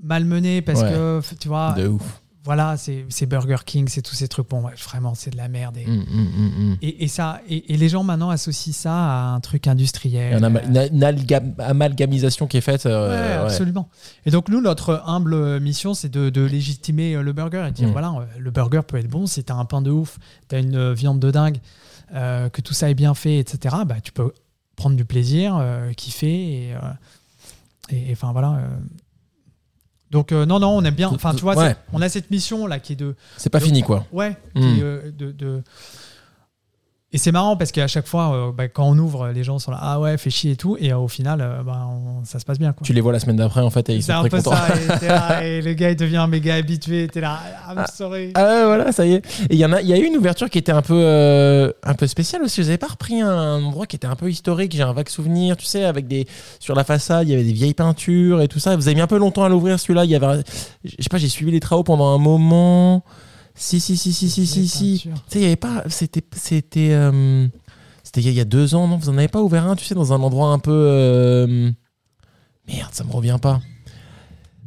malmené parce Ouais. que, tu vois, De ouf. voilà, c'est c'est Burger King, c'est tous ces trucs. Bon, ouais, vraiment, c'est de la merde. Et, Mm, mm, mm, mm. et, et ça, et, et les gens maintenant associent ça à un Il truc y a industriel. une, ama- euh, une a- une alga- amalgamisation qui est faite. euh, Ouais, ouais. absolument. Et donc, nous, notre humble mission, c'est de, de légitimer euh, le burger et de dire Mm. voilà, euh, le burger peut être bon si t'as un pain de ouf, t'as une euh, viande de dingue, euh, que tout ça est bien fait, etc. Bah, tu peux prendre du plaisir, euh, kiffer et. euh, et- et, enfin, voilà. euh. Donc, euh, non, non, on aime bien. Enfin, tu vois, Ouais. c'est- on a cette mission-là qui est de. C'est pas Donc- fini, quoi. Ouais. Mm. qui, euh, de, de- Et c'est marrant parce qu'à chaque fois, euh, bah, quand on ouvre, les gens sont là, ah ouais, fais chier et tout. Et euh, au final, euh, bah, on- ça se passe bien. Quoi. Tu les vois la semaine d'après, en fait, et ils C'est sont un très peu contents. ça, et, t'es là, et le gars il devient un méga habitué, t'es là, I'm sorry. Ah ouais, voilà, ça y est. Et il y en a, il y a eu une ouverture qui était un peu, euh, un peu spéciale aussi. Vous avez pas repris un endroit qui était un peu historique. J'ai un vague souvenir, tu sais, avec des sur la façade, il y avait des vieilles peintures et tout ça. Vous avez mis un peu longtemps à l'ouvrir celui-là. Il y avait, un- je sais pas, j'ai suivi les travaux pendant un moment. Si, si, si, si, si, si, si. Tu sais, il y avait pas, c'était, c'était, euh, c'était il y a- il y a deux ans, non Vous en avez pas ouvert un, tu sais, dans un endroit un peu, euh, merde, ça me revient pas.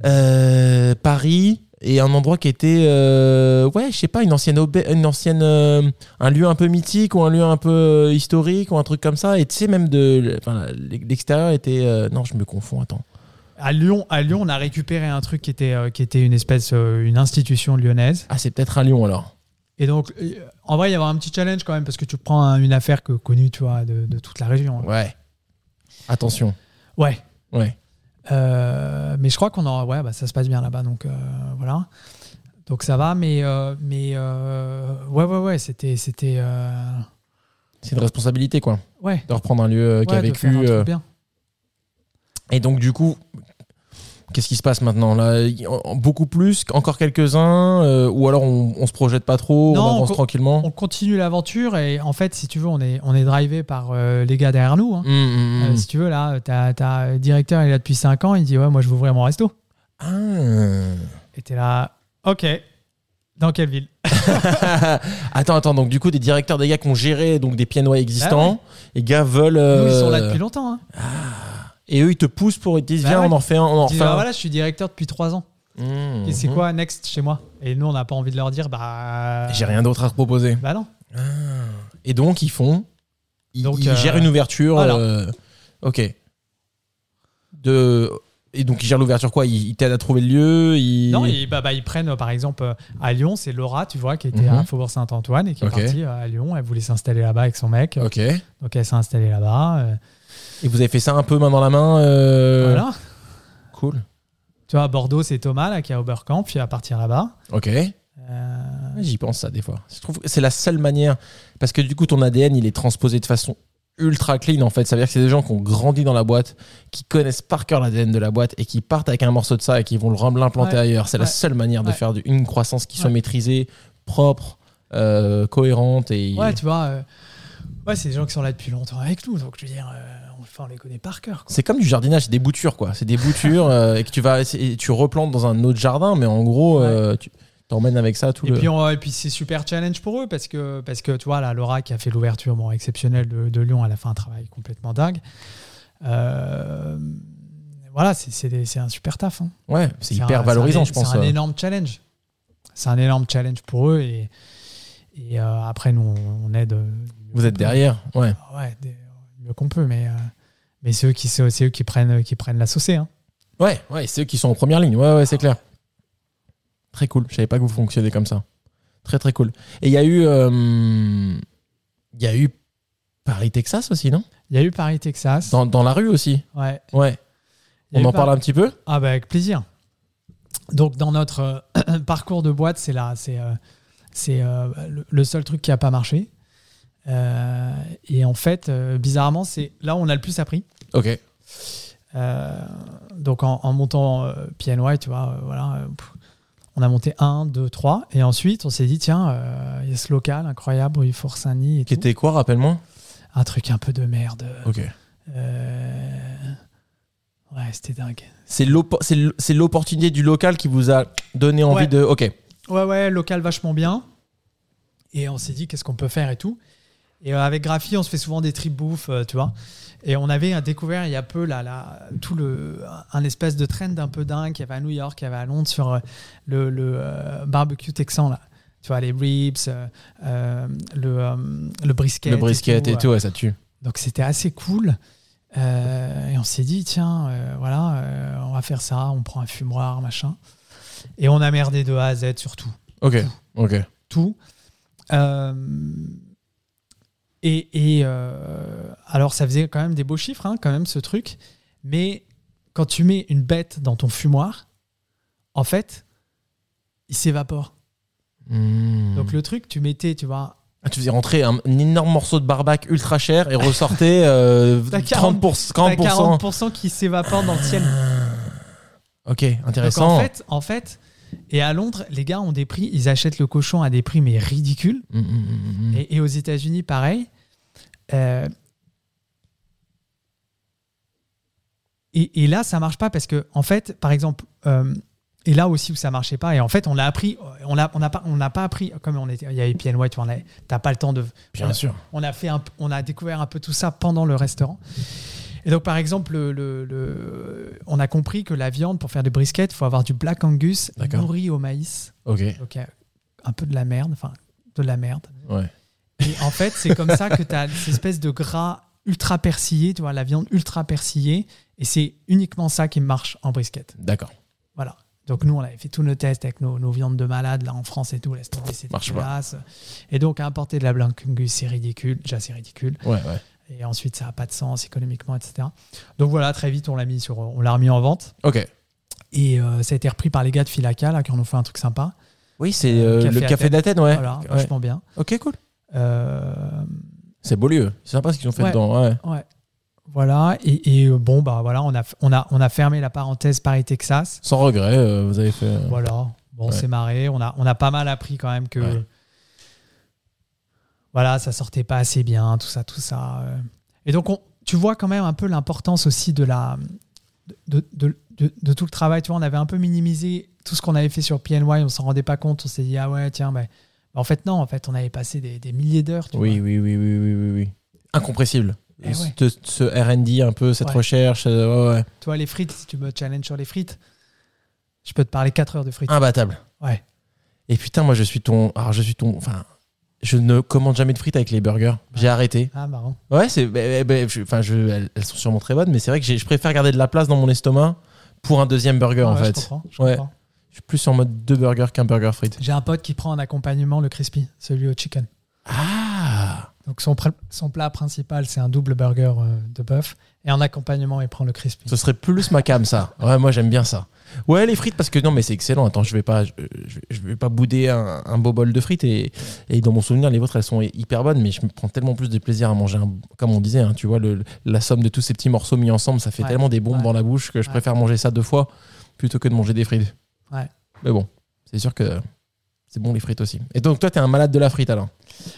Euh, Paris. et un endroit qui était euh, ouais je sais pas une ancienne obé- une ancienne euh, un lieu un peu mythique ou un lieu un peu euh, historique ou un truc comme ça et tu sais même de enfin, l'extérieur était euh, non je me confonds attends À Lyon, à Lyon, on a récupéré un truc qui était, euh, qui était une espèce, euh, une institution lyonnaise. ah c'est peut-être à Lyon alors Et donc, euh, en vrai, il y avoir un petit challenge quand même parce que tu prends un- une affaire que connue, tu vois, de, de toute la région. hein. ouais attention Ouais. ouais Euh, mais je crois qu'on en, ouais, bah, ça se passe bien là-bas, donc euh, voilà. Donc ça va, mais euh, mais euh, ouais, ouais, ouais, c'était, c'était, euh, c'est une responsabilité quoi ouais. de reprendre un lieu euh, qui ouais, a de faire un vécu truc euh, bien. et donc du coup Qu'est-ce qui se passe maintenant là Il- en- Beaucoup plus, encore quelques-uns, euh, ou alors on, on se projette pas trop, Non, on avance on co- tranquillement. On continue l'aventure et en fait, si tu veux, on est, on est drivé par euh, les gars derrière nous. hein. Hum, hum, hum. Euh, si tu veux, là, t'as, t'as le directeur, il est là depuis 5 ans, il dit Ouais, moi je vais ouvrir mon resto. Et t'es là, Ok, dans quelle ville Ah. [LAUGHS] attends, attends. Donc du coup, des directeurs, des gars qui ont géré donc des pianois existants, les gars veulent. Ah Nous, euh, ils sont là depuis longtemps. hein. Et eux, ils te poussent pour ils te disent Bah viens, ouais. on en refait un, on en Ils disent, refait Ah, un. voilà, je suis directeur depuis 3 ans. Mmh, Et c'est mmh. quoi next chez moi Et nous, on n'a pas envie de leur dire Bah. J'ai rien d'autre à te proposer. Bah non. Et donc ils font, ils, Donc, ils euh, gèrent une ouverture. voilà. euh, ok. De et donc ils gèrent l'ouverture quoi Ils, ils t'aident à trouver le lieu. Ils... Non, ils, bah, bah, ils prennent euh, par exemple euh, à Lyon, c'est Laura, tu vois, qui était Mhm. à Faubourg Saint-Antoine et qui Ok. est partie euh, à Lyon. Elle voulait s'installer là-bas avec son mec. Ok. Et Donc elle s'est installée là-bas. euh, vous avez fait ça un peu main dans la main. euh, Voilà. Cool. Tu vois, à Bordeaux, c'est Thomas là, qui est à Oberkampf, puis à partir là-bas. Ok. Euh, Ouais, J'y pense ça des fois. Je trouve que c'est la seule manière parce que du coup ton ADN il est transposé de façon ultra clean en fait. Ça veut dire que c'est des gens qui ont grandi dans la boîte, qui connaissent par cœur l'ADN de la boîte et qui partent avec un morceau de ça et qui vont le rem- l'implanter Ouais. ailleurs. C'est la Ouais. seule manière de Ouais. faire du- une croissance qui soit Ouais. maîtrisée, propre, euh, cohérente et Ouais, tu vois, euh, ouais, c'est des gens qui sont là depuis longtemps avec nous, donc je veux dire, euh, on, enfin, on les connaît par cœur. Quoi. c'est comme du jardinage, c'est des boutures quoi. C'est des [LAUGHS] boutures euh, et que tu vas essayer- tu replantes dans un autre jardin, mais en gros Ouais. euh, tu t'emmènes avec ça tout Et le. puis, on- et puis c'est super challenge pour eux parce que, parce que tu vois, là, Laura qui a fait l'ouverture bon, exceptionnelle de, de Lyon, elle a fait un travail complètement dingue. Euh, voilà, c'est- c'est des- c'est un super taf. hein. Ouais, c'est hyper un- valorisant un- je pense. C'est un euh. énorme challenge. C'est un énorme challenge pour eux et, et euh, après, nous, on, on aide. euh, Vous êtes derrière, ouais. Ah Ouais, des- mieux qu'on peut, mais, euh, mais c'est eux, qui, c'est c'est eux qui prennent, qui prennent la saucée. hein. Ouais, ouais, c'est eux qui sont en première ligne. Ouais, ouais, c'est clair. Très cool. Je savais pas que vous fonctionnez comme ça. Très, très cool. Et il y a eu. euh, Il y a eu Paris, Texas aussi, non Il y a eu Paris-Texas. dans, dans la rue aussi. Ouais. Ouais. Il y a On eu en Paris- parle un petit peu Ah bah avec plaisir. Donc dans notre euh, [CLEARS THROAT] parcours de boîte, c'est là, c'est euh, c'est euh, le, le seul truc qui a pas marché. Euh, et en fait, euh, bizarrement, c'est là où on a le plus appris. Ok. Euh, donc en, en montant euh, PNY, tu vois, euh, voilà, euh, pff, on a monté 1, 2, 3. Et ensuite, on s'est dit, tiens, euh, il y a ce local incroyable, rue Fort Saint-Denis. et Qui tout. était quoi, rappelle-moi Un truc un peu de merde. Ok. Euh, Ouais, c'était dingue. C'est l'oppo- c'est l- c'est l'opportunité du local qui vous a donné envie Ouais. de. Ok. Ouais, ouais, local vachement bien. Et on s'est dit, qu'est-ce qu'on peut faire et tout. Et euh, avec Graphi, on se fait souvent des tripes bouffe, euh, tu vois. Et on avait euh, découvert il y a peu là, là, tout le, un espèce de trend un peu dingue qu'il y avait à New York, qu'il y avait à Londres sur euh, le, le, euh, barbecue texan, là. Tu vois, les ribs, euh, euh, le, euh, le brisket. euh, Le brisket et tout, ouais, ça tue. Donc c'était assez cool. Euh, et on s'est dit, tiens, euh, voilà, euh, on va faire ça, on prend un fumoir, machin. Et on a merdé de A à Z sur tout. Ok. Ok. Tout. Euh, et et, euh, alors ça faisait quand même des beaux chiffres, hein, quand même, ce truc. Mais quand tu mets une bête dans ton fumoir, en fait, il s'évapore. Hmm. Donc le truc, tu mettais, tu vois, Ah, tu faisais rentrer un, un énorme morceau de barbac ultra cher et ressortait euh, [LAUGHS] T'as 30%. 40%, 40%. 40% qui s'évapore dans le ciel. Ok, Donc intéressant. en fait, en fait, et à Londres, les gars ont des prix, ils achètent le cochon à des prix mais ridicules. Mm, mm, mm, mm. Et, et aux États-Unis, pareil. Euh, et, et là, ça marche pas parce que, en fait, par exemple, euh, et là aussi où ça marchait pas, et en fait, on l'a appris, on l'a- on n'a pas, on n'a pas appris, comme on était, il y avait PNY, tu vois, on a- t'as pas le temps de. Bien on a- sûr. On a, fait un p- on a découvert un peu tout ça pendant le restaurant. Et donc, par exemple, le, le- le- on a compris que la viande, pour faire des briskets, il faut avoir du black angus D'accord. nourri au maïs. Ok. Donc, il y a un peu de la merde, enfin, de la merde. Ouais. Et en fait, c'est comme ça que tu as cette espèce de gras ultra persillé, tu vois, la viande ultra persillée. Et c'est uniquement ça qui marche en brisket. D'accord. Voilà. Donc nous, on avait fait tous nos tests avec nos, nos viandes de malades, là, en France et tout. Laisse tomber, c'est Marche pas. dégueulasse. Et donc, à importer de la Black Angus, c'est ridicule. Déjà, c'est ridicule. Ouais, ouais. Et ensuite, ça n'a pas de sens économiquement, etc. Donc voilà, très vite, on l'a mis sur, on l'a remis en vente. Ok. Et euh, ça a été repris par les gars de Filaka, là, qui en ont fait un truc sympa. Oui, c'est euh, Café le à café thème. d'Athènes, ouais. voilà, Ouais. vachement bien. Ok, cool. Euh, C'est beau lieu. C'est sympa ce qu'ils ont fait Ouais. dedans. Ouais. Voilà, et, et, euh, bon, bah voilà, on a, on, a, on a fermé la parenthèse Paris-Texas. Sans regret, euh, vous avez fait. euh, Voilà, bon, Ouais. c'est marré. On a, on a pas mal appris quand même que. Ouais. Voilà, ça sortait pas assez bien, tout ça, tout ça. euh. Et donc, on, tu vois quand même un peu l'importance aussi de la. De, de, de- de tout le travail, tu vois, on avait un peu minimisé tout ce qu'on avait fait sur PNY, on s'en rendait pas compte, on s'est dit, ah ouais, tiens, ben. En fait, non, en fait, on avait passé des, des milliers d'heures. tu Oui, oui, oui, oui, oui, oui, oui. Incompressible. Eh ouais. Ce, ce R&D un peu, cette Ouais. recherche, euh, ouais, ouais. Toi, les frites, si tu me challenges sur les frites, je peux te parler 4 heures de frites. imbattable. Ouais. Et putain, moi je suis ton, alors je suis ton, enfin, je ne commande jamais de frites avec les burgers. J'ai arrêté. Ah, marrant. Ouais, c'est, ben, ben, je- enfin, je, elles, elles sont sûrement très bonnes, mais c'est vrai que j'ai- je préfère garder de la place dans mon estomac pour un deuxième burger Ah en ouais, Je fait. comprends. je Ouais. comprends. Je suis plus en mode deux burgers qu'un burger frites. J'ai un pote qui prend en accompagnement le crispy, celui au chicken. Ah, Donc son, pr- son plat principal, c'est un double burger euh, de bœuf. Et en accompagnement, il prend le crispy. ce serait plus ma cam ça. Ouais, moi j'aime bien ça. Ouais, les frites parce que non, mais c'est excellent. Attends, je vais pas, je, je- je vais pas bouder un, un beau bol de frites et, et dans mon souvenir, les vôtres elles sont hyper bonnes, mais je me prends tellement plus de plaisir à manger, un- comme on disait, hein, tu vois, le- la somme de tous ces petits morceaux mis ensemble, ça fait Ouais. tellement des bombes Ouais. dans la bouche que je Ouais. préfère manger ça deux fois plutôt que de manger des frites. Ouais. Mais bon, c'est sûr que c'est bon les frites aussi. Et donc toi, t'es un malade de la frite alors.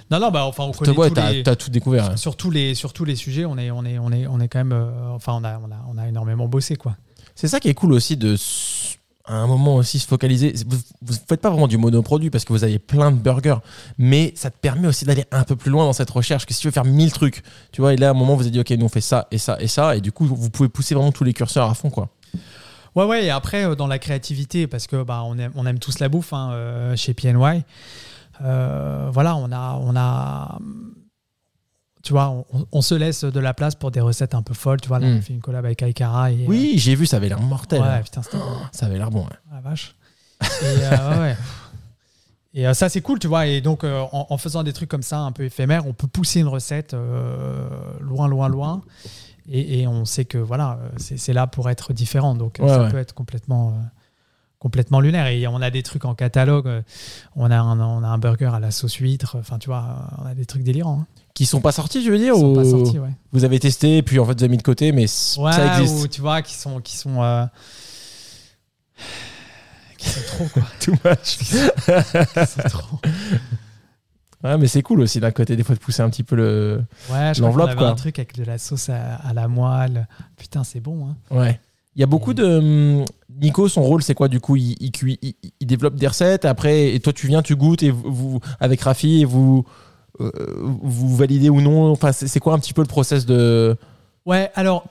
Non, non, bah enfin, on Te connaît vois, tous t'as les- t'as tout découvert. hein. Sur tous, les, sur tous les sujets, on est, on est, on est, on est quand même. euh, enfin, on a, on, a, on a énormément bossé, quoi. C'est ça qui est cool aussi de s- à un moment aussi se focaliser. Vous ne faites pas vraiment du monoproduit parce que vous avez plein de burgers, mais ça te permet aussi d'aller un peu plus loin dans cette recherche. Que si tu veux faire 1000 trucs, tu vois, et là à un moment vous avez dit ok, nous on fait ça et ça et ça, et du coup vous pouvez pousser vraiment tous les curseurs à fond quoi. Ouais, ouais, et après, euh, dans la créativité, parce que bah, on, aime, on aime tous la bouffe hein, euh, chez PNY. Euh, voilà, on a, on a. Tu vois, on, on se laisse de la place pour des recettes un peu folles. Tu vois, là, on Mm. a fait une collab avec Aikara. Et, Oui, j'ai vu, ça avait l'air euh, mortel. hein. ouais, putain, c'était bon. Ça avait l'air bon. ouais. Ah, la vache. Et, euh, ouais, ouais. Et, euh, ça, c'est cool, tu vois. Et donc, euh, en, en faisant des trucs comme ça, un peu éphémères, on peut pousser une recette euh, loin, loin, loin. Et, et on sait que voilà, euh, c'est c'est là pour être différent. Donc, Ouais, ça ouais. peut être complètement, euh, complètement lunaire. Et on a des trucs en catalogue. euh, On a un, on a un burger à la sauce huître. Enfin, tu vois, on a des trucs délirants. hein. Qui sont pas sortis, je veux dire, Ils ou sont pas sortis, ouais. vous avez testé, puis en fait vous avez mis de côté, mais c- Ouais, ça existe. ou tu vois, qui sont, qui sont, euh, [LAUGHS] qui sont trop, quoi. [LAUGHS] Too much. Qui sont trop. Ouais, mais c'est cool aussi d'un côté des fois de pousser un petit peu le. Ouais, je crois qu'on L'enveloppe, avait quoi. un truc avec de la sauce à, à la moelle. Putain, c'est bon. Hein. Ouais. Il y a beaucoup Et- de. hum, Nico, son rôle, c'est quoi du coup il, il cuit- il- il développe des recettes, après, et toi tu viens, tu goûtes, et vous, vous- avec Rafi, et vous, euh, vous validez ou non. Enfin, c'est c'est quoi un petit peu le process de. Ouais, alors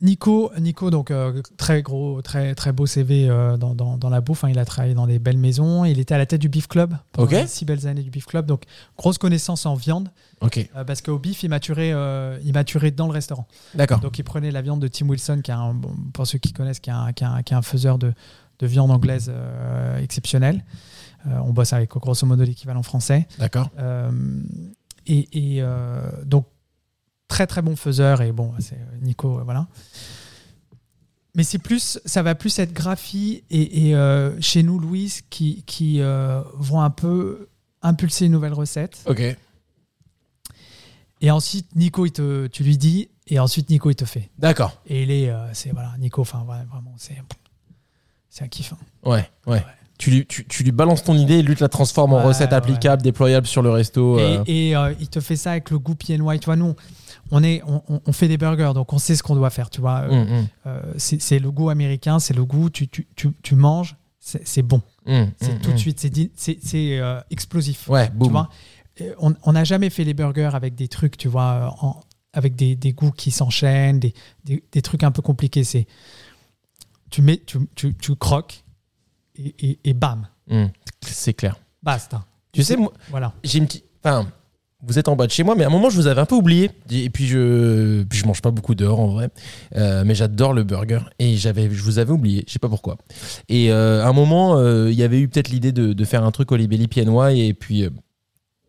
Nico, Nico donc euh, très gros, très très beau CV euh, dans, dans, dans la bouffe. hein. Il a travaillé dans des belles maisons. Il était à la tête du Beef Club. pendant Ok. les Six belles années du Beef Club. Donc grosse connaissance en viande Ok, euh, parce qu'au Beef, il maturait, euh, il maturait dans le restaurant. d'accord. Donc il prenait la viande de Tim Wilson, qui est un, bon, pour ceux qui connaissent, qui est un, qui est un- qui est un faiseur de, de viande anglaise euh, exceptionnel. Euh, on bosse avec grosso modo l'équivalent français. D'accord. Euh, et et, euh, donc, très très bon faiseur. Et bon, c'est euh, Nico, euh, voilà. Mais c'est plus, ça va plus être graphie et, et, euh, chez nous, Louise, qui, qui euh, vont un peu impulser une nouvelle recette. Ok. Et ensuite, Nico, il te, tu lui dis, et ensuite, Nico, il te fait. D'accord. Et il est, euh, c'est voilà, Nico, enfin, ouais, vraiment, c'est. C'est un kiff. hein. Ouais, ouais. Tu, lui, tu, tu lui balances ton idée, et lui te la transforme en Ouais, recette ouais. applicable, déployable sur le resto. Et- euh. Et, euh, il te fait ça avec le goût PNY. Tu vois, nous, on, est, on, on- on fait des burgers, donc on sait ce qu'on doit faire. Tu vois, Euh, Hum, Euh, c'est c'est le goût américain, c'est le goût, tu, tu, tu, tu manges, c'est c'est bon. hum, hum, C'est hum, tout de hum. suite, c'est di- c'est c'est, euh, explosif. Ouais, tu boum. vois Et on on n'a jamais fait les burgers avec des trucs, tu vois, euh, en, avec des, des goûts qui s'enchaînent, des, des, des trucs un peu compliqués. C'est tu mets, tu, tu, tu croques et, et, et bam, Hmm. C'est clair. basta. Tu sais, moi, Voilà. j'ai une petite. Enfin, vous êtes en bas de chez moi, mais à un moment, je vous avais un peu oublié. Et puis, je, puis je mange pas beaucoup dehors en vrai. Euh, mais j'adore le burger. Et j'avais, je vous avais oublié. Je sais pas pourquoi. Et euh, à un moment, euh, il y avait eu peut-être l'idée de, de faire un truc au Libelli Piennois. Et puis. euh,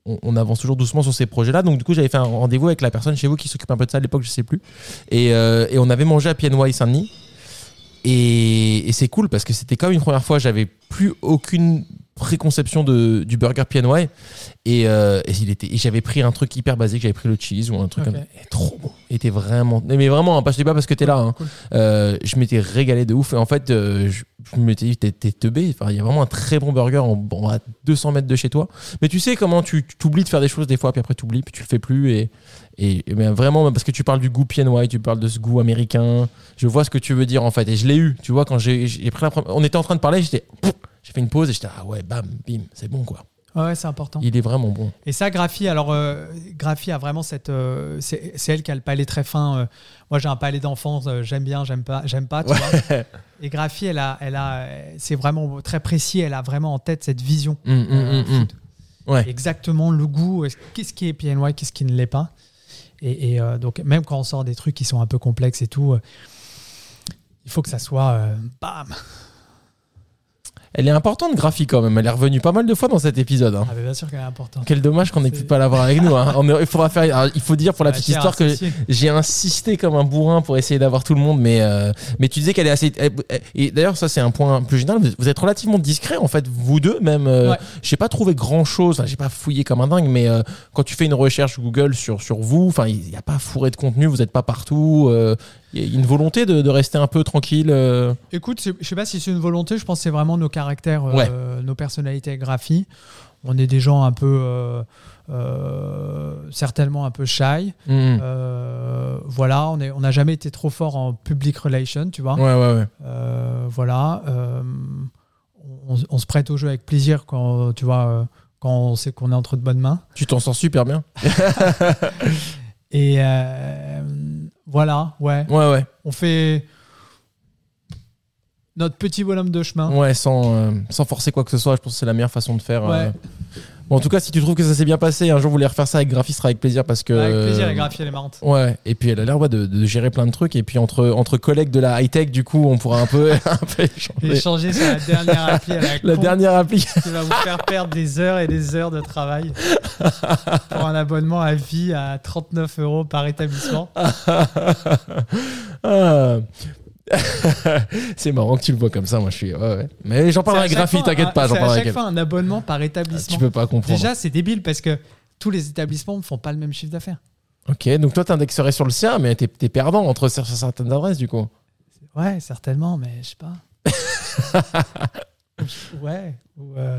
on, on avance toujours doucement sur ces projets-là. Donc, du coup, j'avais fait un rendez-vous avec la personne chez vous qui s'occupe un peu de ça à l'époque, je sais plus. Et, euh, et on avait mangé à Piennois Saint-Denis. Et, et c'est cool parce que c'était comme une première fois, j'avais plus aucune préconception de, du burger Piennois. Et, euh, et il était, et j'avais pris un truc hyper basique, j'avais pris le cheese ou un truc Ok. comme ça. Et trop bon. Il était vraiment. Mais mais vraiment, hein, pas, je dis pas parce que t'es là. hein. Cool. Euh, je m'étais régalé de ouf. Et en fait, euh, je, je m'étais dit, t'es- t'es teubé. Enfin, il y a vraiment un très bon burger en, bon, à 200 mètres de chez toi. Mais tu sais comment tu tu t'oublies de faire des choses des fois, puis après t'oublies, puis tu le fais plus. Et, et, et ben, vraiment, parce que tu parles du goût pied-noir, tu parles de ce goût américain. Je vois ce que tu veux dire en fait. Et je l'ai eu. Tu vois, quand j'ai j'ai pris la première. On était en train de parler, j'étais. pouf, J'ai fait une pause et j'étais, ah ouais, bam, bim, c'est bon quoi. Ouais, c'est important. Il est vraiment bon. Et ça, Graphie, alors euh, Graphie a vraiment cette, euh, c'est c'est elle qui a le palais très fin. euh, moi, j'ai un palais d'enfance, euh, j'aime bien, j'aime pas, j'aime pas. tu vois. Et Graphie, elle a, elle a, euh, c'est vraiment très précis. Elle a vraiment en tête cette vision, Hum, hum, euh, hum, hum. food. Ouais. exactement le goût, euh, qu'est-ce qui est PNY, qu'est-ce qui ne l'est pas. Et, et, euh, donc, même quand on sort des trucs qui sont un peu complexes et tout, euh, il faut que ça soit euh, Ah. bam. Elle est importante, Graphie, quand même. Elle est revenue pas mal de fois dans cet épisode. hein. Ah, mais bien sûr qu'elle est importante. Quel dommage qu'on ait C'est- pu pas l'avoir avec nous. hein. On est- il, faudra faire, alors, il faut dire pour la petite Cher histoire que Ah, associé. j'ai insisté comme un bourrin pour essayer d'avoir tout le monde, mais, euh, mais tu disais qu'elle est assez. elle- elle- Et d'ailleurs, ça, c'est un point plus général. Vous- Vous êtes relativement discret, en fait, vous deux, même. euh, Ouais. J'ai pas trouvé grand chose, j'ai pas fouillé comme un dingue, mais euh, quand tu fais une recherche Google sur, sur vous, enfin, il n'y a pas fourré de contenu, vous n'êtes pas partout. euh, Il y a une volonté de, de rester un peu tranquille. euh. Écoute, c'est- je sais pas si c'est une volonté, je pense que c'est vraiment nos caractères, euh, nos personnalités graphies. On est des gens un peu, euh, euh, certainement un peu shy. Hmm. Euh, voilà, on est- on n'a jamais été trop fort en public relation, tu vois. Ouais, ouais, ouais. Euh, voilà, euh, on, on se prête au jeu avec plaisir quand, tu vois, euh, quand on sait qu'on est entre de bonnes mains. Tu t'en sors super bien. Et euh, voilà, ouais, Ouais, ouais. on fait notre petit bonhomme de chemin. Ouais, sans, euh, sans forcer quoi que ce soit, je pense que c'est la meilleure façon de faire. euh. Ouais. Bon, en tout cas, si tu trouves que ça s'est bien passé, un jour vous voulez refaire ça avec graphiste, sera avec plaisir parce que. Avec plaisir, la graphie, elle est marrante. Ouais, et puis elle a l'air ouais, de, de gérer plein de trucs. Et puis entre, entre collègues de la high-tech, du coup, on pourra un peu, [LAUGHS] un peu J'ai échanger. changé sur la dernière appli à la, [LAUGHS] La con dernière appli. qui va vous faire perdre des heures et des heures de travail pour un abonnement à vie à 39 euros par établissement. Ah. [LAUGHS] c'est marrant que tu le vois comme ça, moi je suis. ouais, ouais. Mais j'en parlerai avec C'est à chaque graphiste, fois un- t'inquiète pas, j'en C'est à parlerai avec chaque elle. fois un abonnement par Tu établissement. peux pas comprendre. Déjà, c'est débile parce que tous les établissements ne font pas le même chiffre d'affaires. Ok, donc toi t'indexerais sur le sien, mais t'es t'es perdant entre cer- certaines adresses, du coup. Ouais, certainement, mais je sais pas. [LAUGHS] ouais. ou, euh,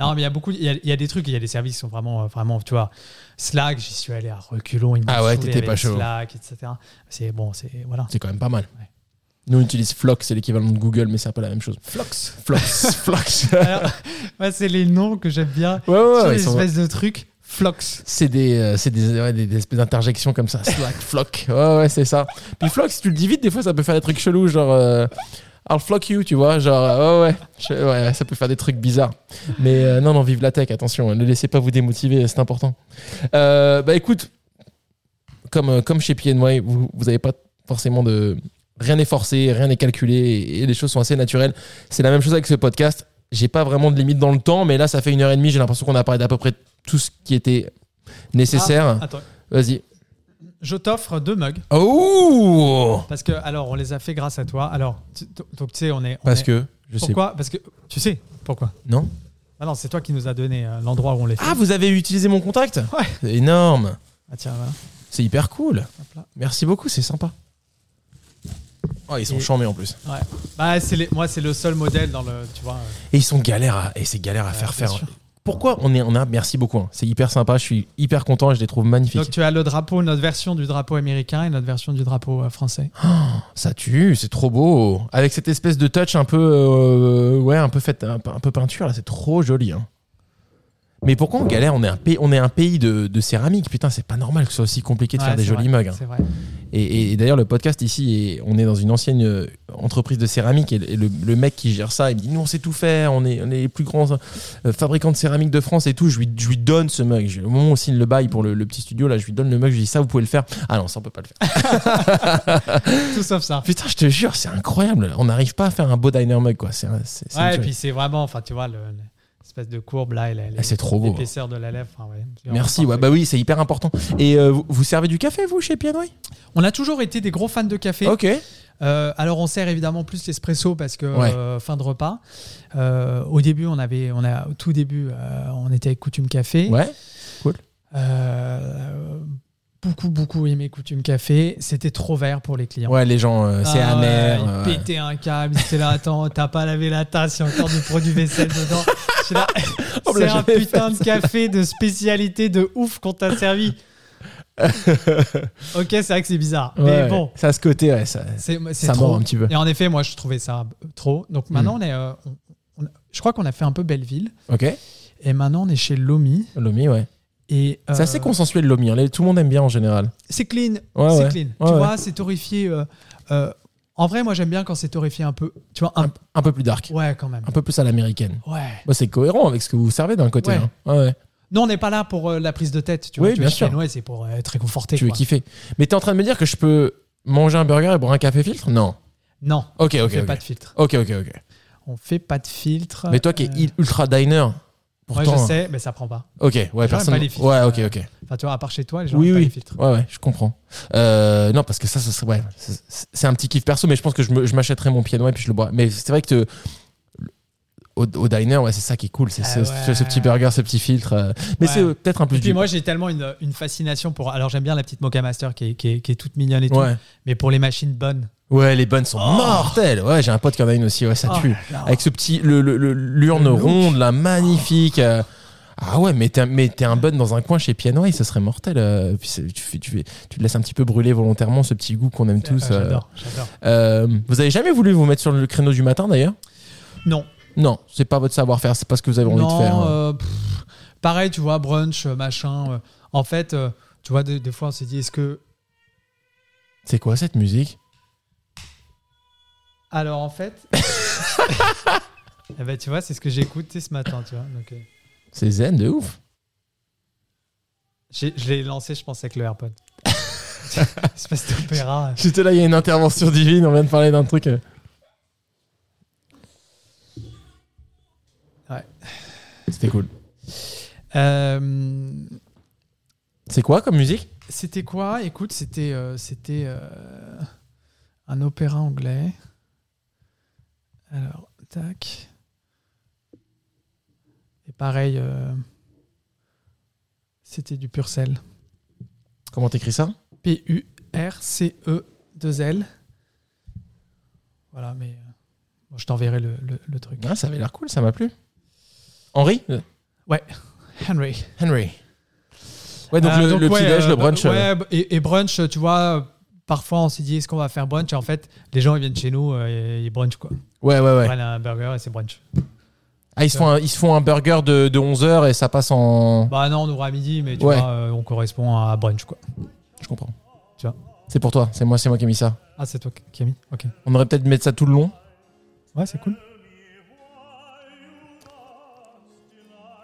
Non, mais il y a beaucoup, il y a, il y a des trucs, il y a des services qui sont vraiment, euh, vraiment, tu vois. Slack, j'y suis allé à reculons. ils m'ont Ah ouais, saoulé t'étais pas avec chaud. Slack, etc. C'est bon, c'est voilà. C'est quand même pas mal. Ouais. Nous on utilise Flox, c'est l'équivalent de Google, mais c'est un peu la même chose. Flox. [LAUGHS] Flox. Flox. Alors, [LAUGHS] moi, c'est les noms que j'aime bien. Ouais, ouais, Sur ouais, les ils sont- espèces de trucs, Flox. C'est des, euh, c'est des, ouais, des, des espèces d'interjections comme ça. Slack, flock. Ouais, ouais, c'est ça. Puis flock, si tu le dis vite, des fois, ça peut faire des trucs chelous, genre euh, I'll flock you, tu vois. Genre, euh, ouais, ouais, Je- ouais, ça peut faire des trucs bizarres. Mais euh, non, non, vive la tech, attention. hein, Ne laissez pas vous démotiver, c'est important. Euh, bah écoute, comme, euh, comme chez PNY, vous vous avez pas forcément de. Rien n'est forcé, rien n'est calculé et, et les choses sont assez naturelles. C'est la même chose avec ce podcast. J'ai pas vraiment de limite dans le temps, mais là, ça fait une heure et demie. J'ai l'impression qu'on a parlé d'à peu près tout ce qui était nécessaire. Attends, Vas-y. je t'offre deux mugs Oh parce que, alors, on les a fait grâce à toi. Alors, tu- donc, tu sais, on est. on Parce est- que je sais Pourquoi Parce que tu sais pourquoi. non. Ah non, c'est toi qui nous as donné euh, l'endroit où on les fait. Ah, vous avez utilisé mon contact Ouais. C'est énorme. Ah, tiens, voilà. C'est hyper cool. Hop là. Merci beaucoup, c'est sympa. Oh, ils sont Et- chambés en plus. Bah, c'est les- moi, c'est le seul modèle dans le. Tu vois. euh, Et ils sont galères à, et Ah, c'est galère à faire bien faire. sûr. Pourquoi on est on a merci beaucoup. hein. C'est hyper sympa, je suis hyper content, et je les trouve magnifiques. Donc, tu as le drapeau, notre version du drapeau américain et notre version du drapeau euh, français. Ça tue, c'est trop beau. Avec cette espèce de touch un peu, euh, ouais, un peu faite, un, peu- un peu peinture là, c'est trop joli. hein. Mais pourquoi on galère on est, un pays, on est un pays de, de céramique. Putain, c'est pas normal que ce soit aussi compliqué de Ouais, faire des c'est jolis vrai, mugs. hein. C'est vrai. Et, et- et d'ailleurs, le podcast ici, est- on est dans une ancienne euh, entreprise de céramique et, le- et le, le mec qui gère ça, il me dit Nous, on sait tout faire, on est, on est les plus grands euh, fabricants de céramique de France et tout. Je lui, je lui donne ce mug. Je- au moment où on signe le bail pour le, le petit studio, là, je lui donne le mug, je lui dis Ça, vous pouvez le faire. Ah non, ça, on peut pas le faire. Tout sauf ça. Putain, je te jure, c'est incroyable. On n'arrive pas à faire un beau diner mug, quoi. C'est un- c'est- c'est une Ouais, et tuerie. puis c'est vraiment, enfin, tu vois, le- le- l'espèce de courbe là, et la- la- Ah, c'est trop beau. l'épaisseur de la lèvre. enfin, ouais, c'est vraiment Merci, ouais, parfait. bah oui, c'est hyper important. Et euh, vous, vous servez du café, vous, chez Pianoï On a toujours été des gros fans de café. bah. Ok. Euh, alors on sert évidemment plus l'espresso parce que Ouais. euh, fin de repas. Euh, au début, on avait, on a au tout début, euh, on était avec Coutume Café. Ouais. Euh, beaucoup beaucoup aimé Coutume Café. C'était trop vert pour les clients. Ouais, les gens, euh, c'est Ah amer. ouais, euh, il pétait un câble, il était là, attends, t'as pas lavé la tasse, il y a encore du produit vaisselle dedans. J'étais là, On me l'a C'est un jamais Oh, fait, putain de café de spécialité de ouf qu'on t'a servi. [LAUGHS] ok, c'est vrai que c'est bizarre, mais ouais, bon. Ça, ce côté, ouais, ça, C'est c'est ça Hmm. trop. mord un petit peu. Et en effet, moi, je trouvais ça euh, trop. Donc maintenant, on est, euh, on- on- je crois qu'on a fait un peu Belleville. Ok. Et maintenant, on est chez Lomi. Lomi, ouais. Et C'est euh, assez consensuel le Lomi. hein. Les- Tout le monde aime bien en général. C'est clean. Ouais, c'est ouais. clean. Ouais, tu ouais. vois, c'est torréfié. euh, euh, en vrai, moi, j'aime bien quand c'est torréfié un peu. Tu vois, un, Un peu plus dark. ouais, quand même. Un peu plus à l'américaine. Ouais. Bah, c'est cohérent avec ce que vous servez d'un côté. Ouais. hein. Ouais, ouais. Non, on n'est pas là pour euh, la prise de tête. Tu Oui, vois, tu bien vois, chez sûr. Noël, c'est pour euh, être réconforté. Tu veux quoi. kiffer. Mais t'es en train de me dire que je peux manger un burger et boire un café filtre Non. Non, Ok, ok. on fait ok. pas de filtre. Ok, ok, ok. On fait pas de filtre. Mais toi qui es Euh, il- ultra diner, Ouais, pourtant. hein. je sais, mais ça prend pas. Ok, ouais, personne. pas les filtres. ouais, ok, ok. Enfin, tu vois, à part chez toi, les gens Oui, n'aiment oui. pas les filtres. Ouais, ouais, je comprends. Euh, non, parce que ça, ça serait- ouais, c'est- c'est un petit kiff perso, mais je pense que je me- je m'achèterais mon piano et puis je le bois. Mais c'est vrai que te- au, au diner, ouais, c'est ça qui est cool. C'est Ah ce, ouais. ce petit burger, ce petit filtre. euh, mais Ouais. c'est euh, peut-être un plus Et puis du. moi, j'ai tellement une, une fascination pour. Alors, j'aime bien la petite Mocha Master qui est, qui est- qui est toute mignonne et tout. ouais. Mais pour les machines bonnes. ouais, les bonnes sont Oh. mortelles. Ouais, j'ai un pote qui en a une aussi. Ouais, ça Oh tue. là là. Avec ce petit. Le, le- le- l'urne Le look. ronde, la magnifique. euh, ah ouais, mais t'es, un- mais t'es un bun dans un coin chez Piano et ce serait mortel. euh, puis c'est- tu, fais- tu, fais- tu le laisses un petit peu brûler volontairement ce petit goût qu'on aime Ah, tous. euh. J'adore, j'adore. Euh, vous avez jamais voulu vous mettre sur le créneau du matin d'ailleurs Non, Non, c'est pas votre savoir-faire, c'est pas ce que vous avez envie non. de faire. hein. euh, pff, pareil, tu vois, brunch, euh, machin. euh, en fait, euh, tu vois, des, des fois, on s'est dit, est-ce que. C'est quoi cette musique Alors, en fait. [LAUGHS] Eh ben, tu vois, c'est ce que j'ai écouté ce matin, tu vois. donc, euh, C'est zen de [LAUGHS] ouf. j'ai- je l'ai lancé, je pense, avec le AirPod. [LAUGHS] Espèce d'opéra. J'étais là, il y a une intervention divine, on vient de parler d'un truc. euh. Ouais. C'était cool. Euh, C'est quoi comme musique C'était quoi Écoute, c'était euh, c'était euh, un opéra anglais. Alors, tac. Et pareil, euh, c'était du Purcell. Comment t'écris ça P U R C E 2 L. Voilà, mais euh, bon, je t'enverrai le, le- le truc. Ah, Ça avait l'air cool, ça m'a plu. Henri Euh, Henry. Henry. Ouais, donc Euh, le, le ouais, petit-déj, euh, le brunch. bah, euh, ouais, et, et brunch, euh, tu vois, euh, parfois on s'est dit est-ce qu'on va faire brunch Et en fait, les gens ils viennent chez nous euh, et ils brunch quoi. ouais, ouais, Ils ouais. prennent un burger et c'est brunch. Ah, ils se font un, ils se font un burger de, 11h et ça passe en. Bah non, on ouvre à midi, mais tu Ouais. vois, euh, on correspond à brunch quoi. Je comprends. Tu vois. C'est pour toi, c'est moi, c'est moi qui ai mis ça. Ah, c'est toi qui as mis Ok. On aurait peut-être mettre ça tout le long. Ouais, c'est cool.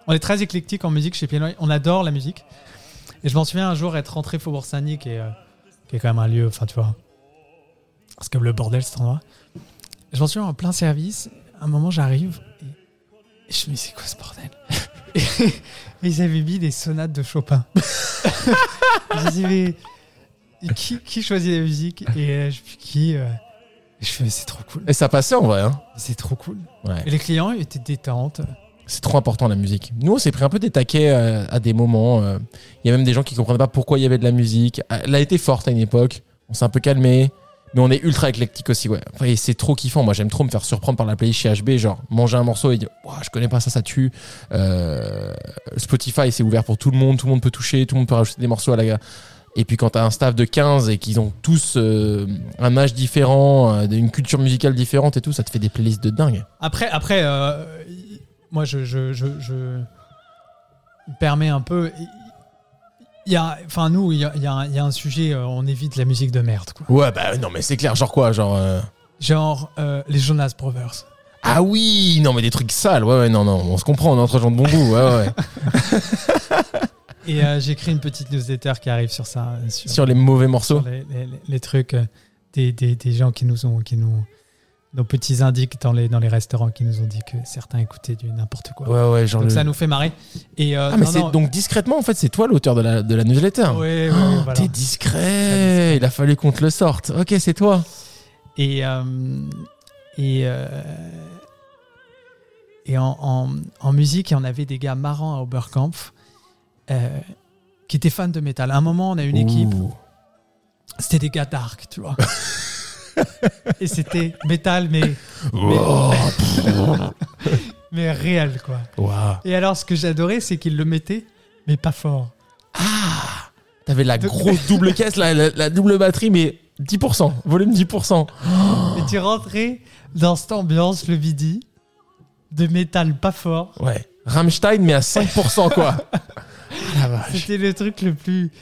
On est très éclectique en musique chez Pianoï. On adore la musique. Et je m'en souviens un jour être rentré Faubourg Saint-Denis, qui est, euh, qui est quand même un lieu, enfin tu vois, parce que le bordel cet endroit. Je m'en souviens en plein service. À un moment, j'arrive et, et je me dis, c'est quoi ce bordel [LAUGHS] et, ils avaient mis des sonates de Chopin. [LAUGHS] je me dis, mais et qui, qui choisit la musique Et euh, je qui euh, et Je fais, mais c'est trop cool. Et ça passait en vrai. Hein. C'est trop cool. Ouais. Et les clients ils étaient détentes. C'est trop important la musique. Nous, on s'est pris un peu des taquets euh, à des moments. euh. Il y a même des gens qui comprenaient pas pourquoi il y avait de la musique. Ah, Elle a été forte à une époque. On s'est un peu calmé. Mais on est ultra éclectique aussi, ouais. Enfin, et c'est trop kiffant. Moi, j'aime trop me faire surprendre par la playlist chez HB. Genre, manger un morceau et dire, Ouah, je connais pas ça, ça tue. Euh, Spotify, c'est ouvert pour tout le monde. Tout le monde peut toucher. Tout le monde peut rajouter des morceaux à la. Et puis, quand t'as un staff de 15 et qu'ils ont tous euh, un âge différent, euh, une culture musicale différente et tout, ça te fait des playlists de dingue. Après, après euh, y- moi, je, je, je, je- permet un peu. Il y a, enfin nous, il y a, il y a un- il y a un sujet, euh, on évite la musique de merde. Quoi. Ouais, bah non, mais c'est clair, genre quoi Genre. euh, Genre euh, les Jonas Brothers. Ah oui Non, mais des trucs sales, ouais, ouais, non, non, on se comprend, on est entre gens de bon goût, ouais, ouais, ouais. [LAUGHS] Et euh, j'écris une petite newsletter qui arrive sur ça, euh, sur, Sur les mauvais morceaux. sur les, les- les- les trucs euh, des, des- des gens qui nous ont, qui nous, nos petits indiques dans les, dans les restaurants qui nous ont dit que certains écoutaient du n'importe quoi. Ouais, ouais, genre. donc le- ça nous fait marrer. Et euh, Ah, mais non, c'est non, donc discrètement, en fait, c'est toi l'auteur de la, de la newsletter. ouais, ouais, Oh, voilà. T'es discret, il a fallu qu'on te le sorte. Ok, c'est toi. Et, euh, et, euh, et en, en, en musique, on avait des gars marrants à Oberkampf euh, qui étaient fans de métal. À un moment, on a une équipe, Ouh. c'était des gars dark, tu vois. et c'était métal, mais, Wow. mais réel, quoi. Wow. Et alors, ce que j'adorais, c'est qu'ils le mettaient, mais pas fort. Ah T'avais la De- grosse double caisse, la, la- la double batterie, mais 10%, volume 10%. Et tu rentrais dans cette ambiance le midi de métal pas fort. Ouais. Rammstein, mais à 5%, [LAUGHS] quoi. Ah, la vache. C'était le truc le plus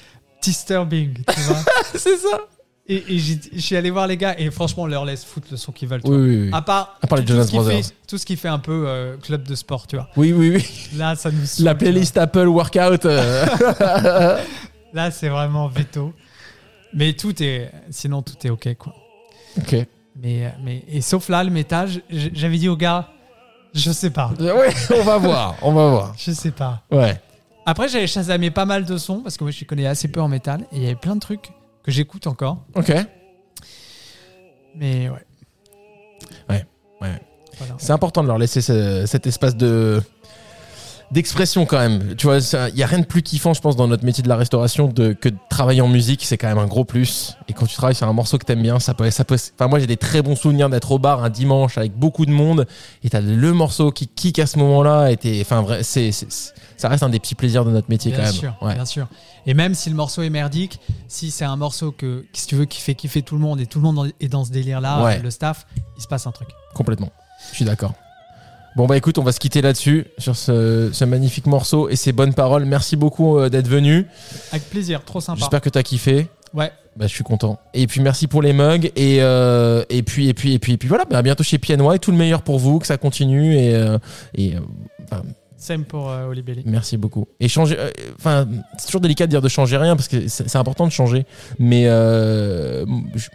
disturbing, tu vois. C'est ça. Et, et j'ai- je suis allé voir les gars et franchement, on leur laisse foutre le son qu'ils veulent. tu Oui, vois. oui, oui. À part, À part les tout, Jonas ce qui fait- Brothers. tout ce qui fait un peu euh, club de sport, tu vois. Oui, oui, oui. Là, ça nous. saoule, La tu playlist Apple Workout. euh, [LAUGHS] vois. Là, c'est vraiment veto. Mais tout est. Sinon, tout est ok, quoi. Ok. Mais, euh, mais et sauf là, le métal, j- j- j'avais dit aux gars, je sais pas, Euh, Ouais, [LAUGHS] on va voir, on va voir. je sais pas. Ouais. Après, j'avais chasamé pas mal de sons parce que moi, je connais assez peu en métal et il y avait plein de trucs que j'écoute encore. Ok. Mais ouais. Ouais, ouais. Voilà. C'est important de leur laisser ce- cet espace de d'expression quand même. Tu vois, il y a rien de plus kiffant, je pense, dans notre métier de la restauration de, que de travailler en musique. C'est quand même un gros plus. Et quand tu travailles sur un morceau que t'aimes bien, ça peut, ça peut. Enfin, moi, j'ai des très bons souvenirs d'être au bar un dimanche avec beaucoup de monde et t'as le morceau qui kick à ce moment-là. Et t'es- enfin, vrai, c'est c'est- c'est- ça reste un des petits plaisirs de notre métier Bien quand sûr, même. Ouais. bien sûr. Et même si le morceau est merdique, si c'est un morceau que, si tu veux, qui fait kiffer tout le monde et tout le monde est dans ce délire-là, Ouais. euh, le staff, il se passe un truc. Complètement. Je suis d'accord. Bon bah écoute, on va se quitter là-dessus sur ce, ce magnifique morceau et ces bonnes paroles. Merci beaucoup euh, d'être venu. Avec plaisir, trop sympa. J'espère que t'as kiffé. Ouais, Bah, je suis content. Et puis merci pour les mugs et euh, et puis et puis et puis et puis voilà. Bah, à bientôt chez PNY. Tout le meilleur pour vous, que ça continue et euh, et euh, same pour euh, Oli Belli. merci beaucoup. Et changer. euh, Enfin, c'est toujours délicat de dire de changer rien parce que c'est c'est important de changer. Mais euh, je-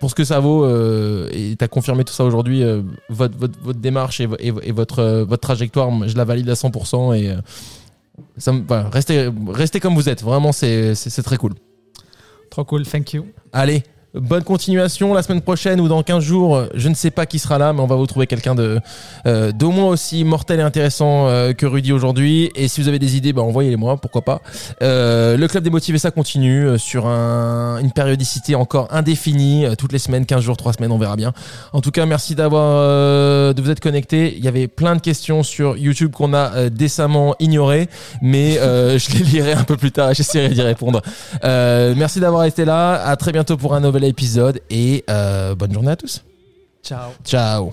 pour ce que ça vaut euh, et t'as confirmé tout ça aujourd'hui, euh, votre, votre votre démarche et, vo- et vo- et votre euh, votre trajectoire, moi, je la valide à 100% et euh, ça me- voilà, restez restez comme vous êtes. Vraiment, c'est c'est c'est très cool. Trop cool, thank you. Allez, bonne continuation la semaine prochaine ou dans 15 jours. euh, Je ne sais pas qui sera là, mais on va vous trouver quelqu'un de euh, d'au moins aussi mortel et intéressant euh, que Rudy aujourd'hui. Et si vous avez des idées, bah, envoyez-les-moi, pourquoi pas. Euh, le club des motivés, ça continue euh, sur un- une périodicité encore indéfinie, euh, toutes les semaines, 15 jours, 3 semaines, on verra bien. En tout cas, merci d'avoir euh, de vous être connecté. Il y avait plein de questions sur YouTube qu'on a euh, décemment ignorées, mais euh, [LAUGHS] je les lirai un peu plus tard et j'essaierai d'y répondre. Euh, merci d'avoir été là. À très bientôt pour un nouvel épisode et euh, bonne journée à tous. Ciao. Ciao.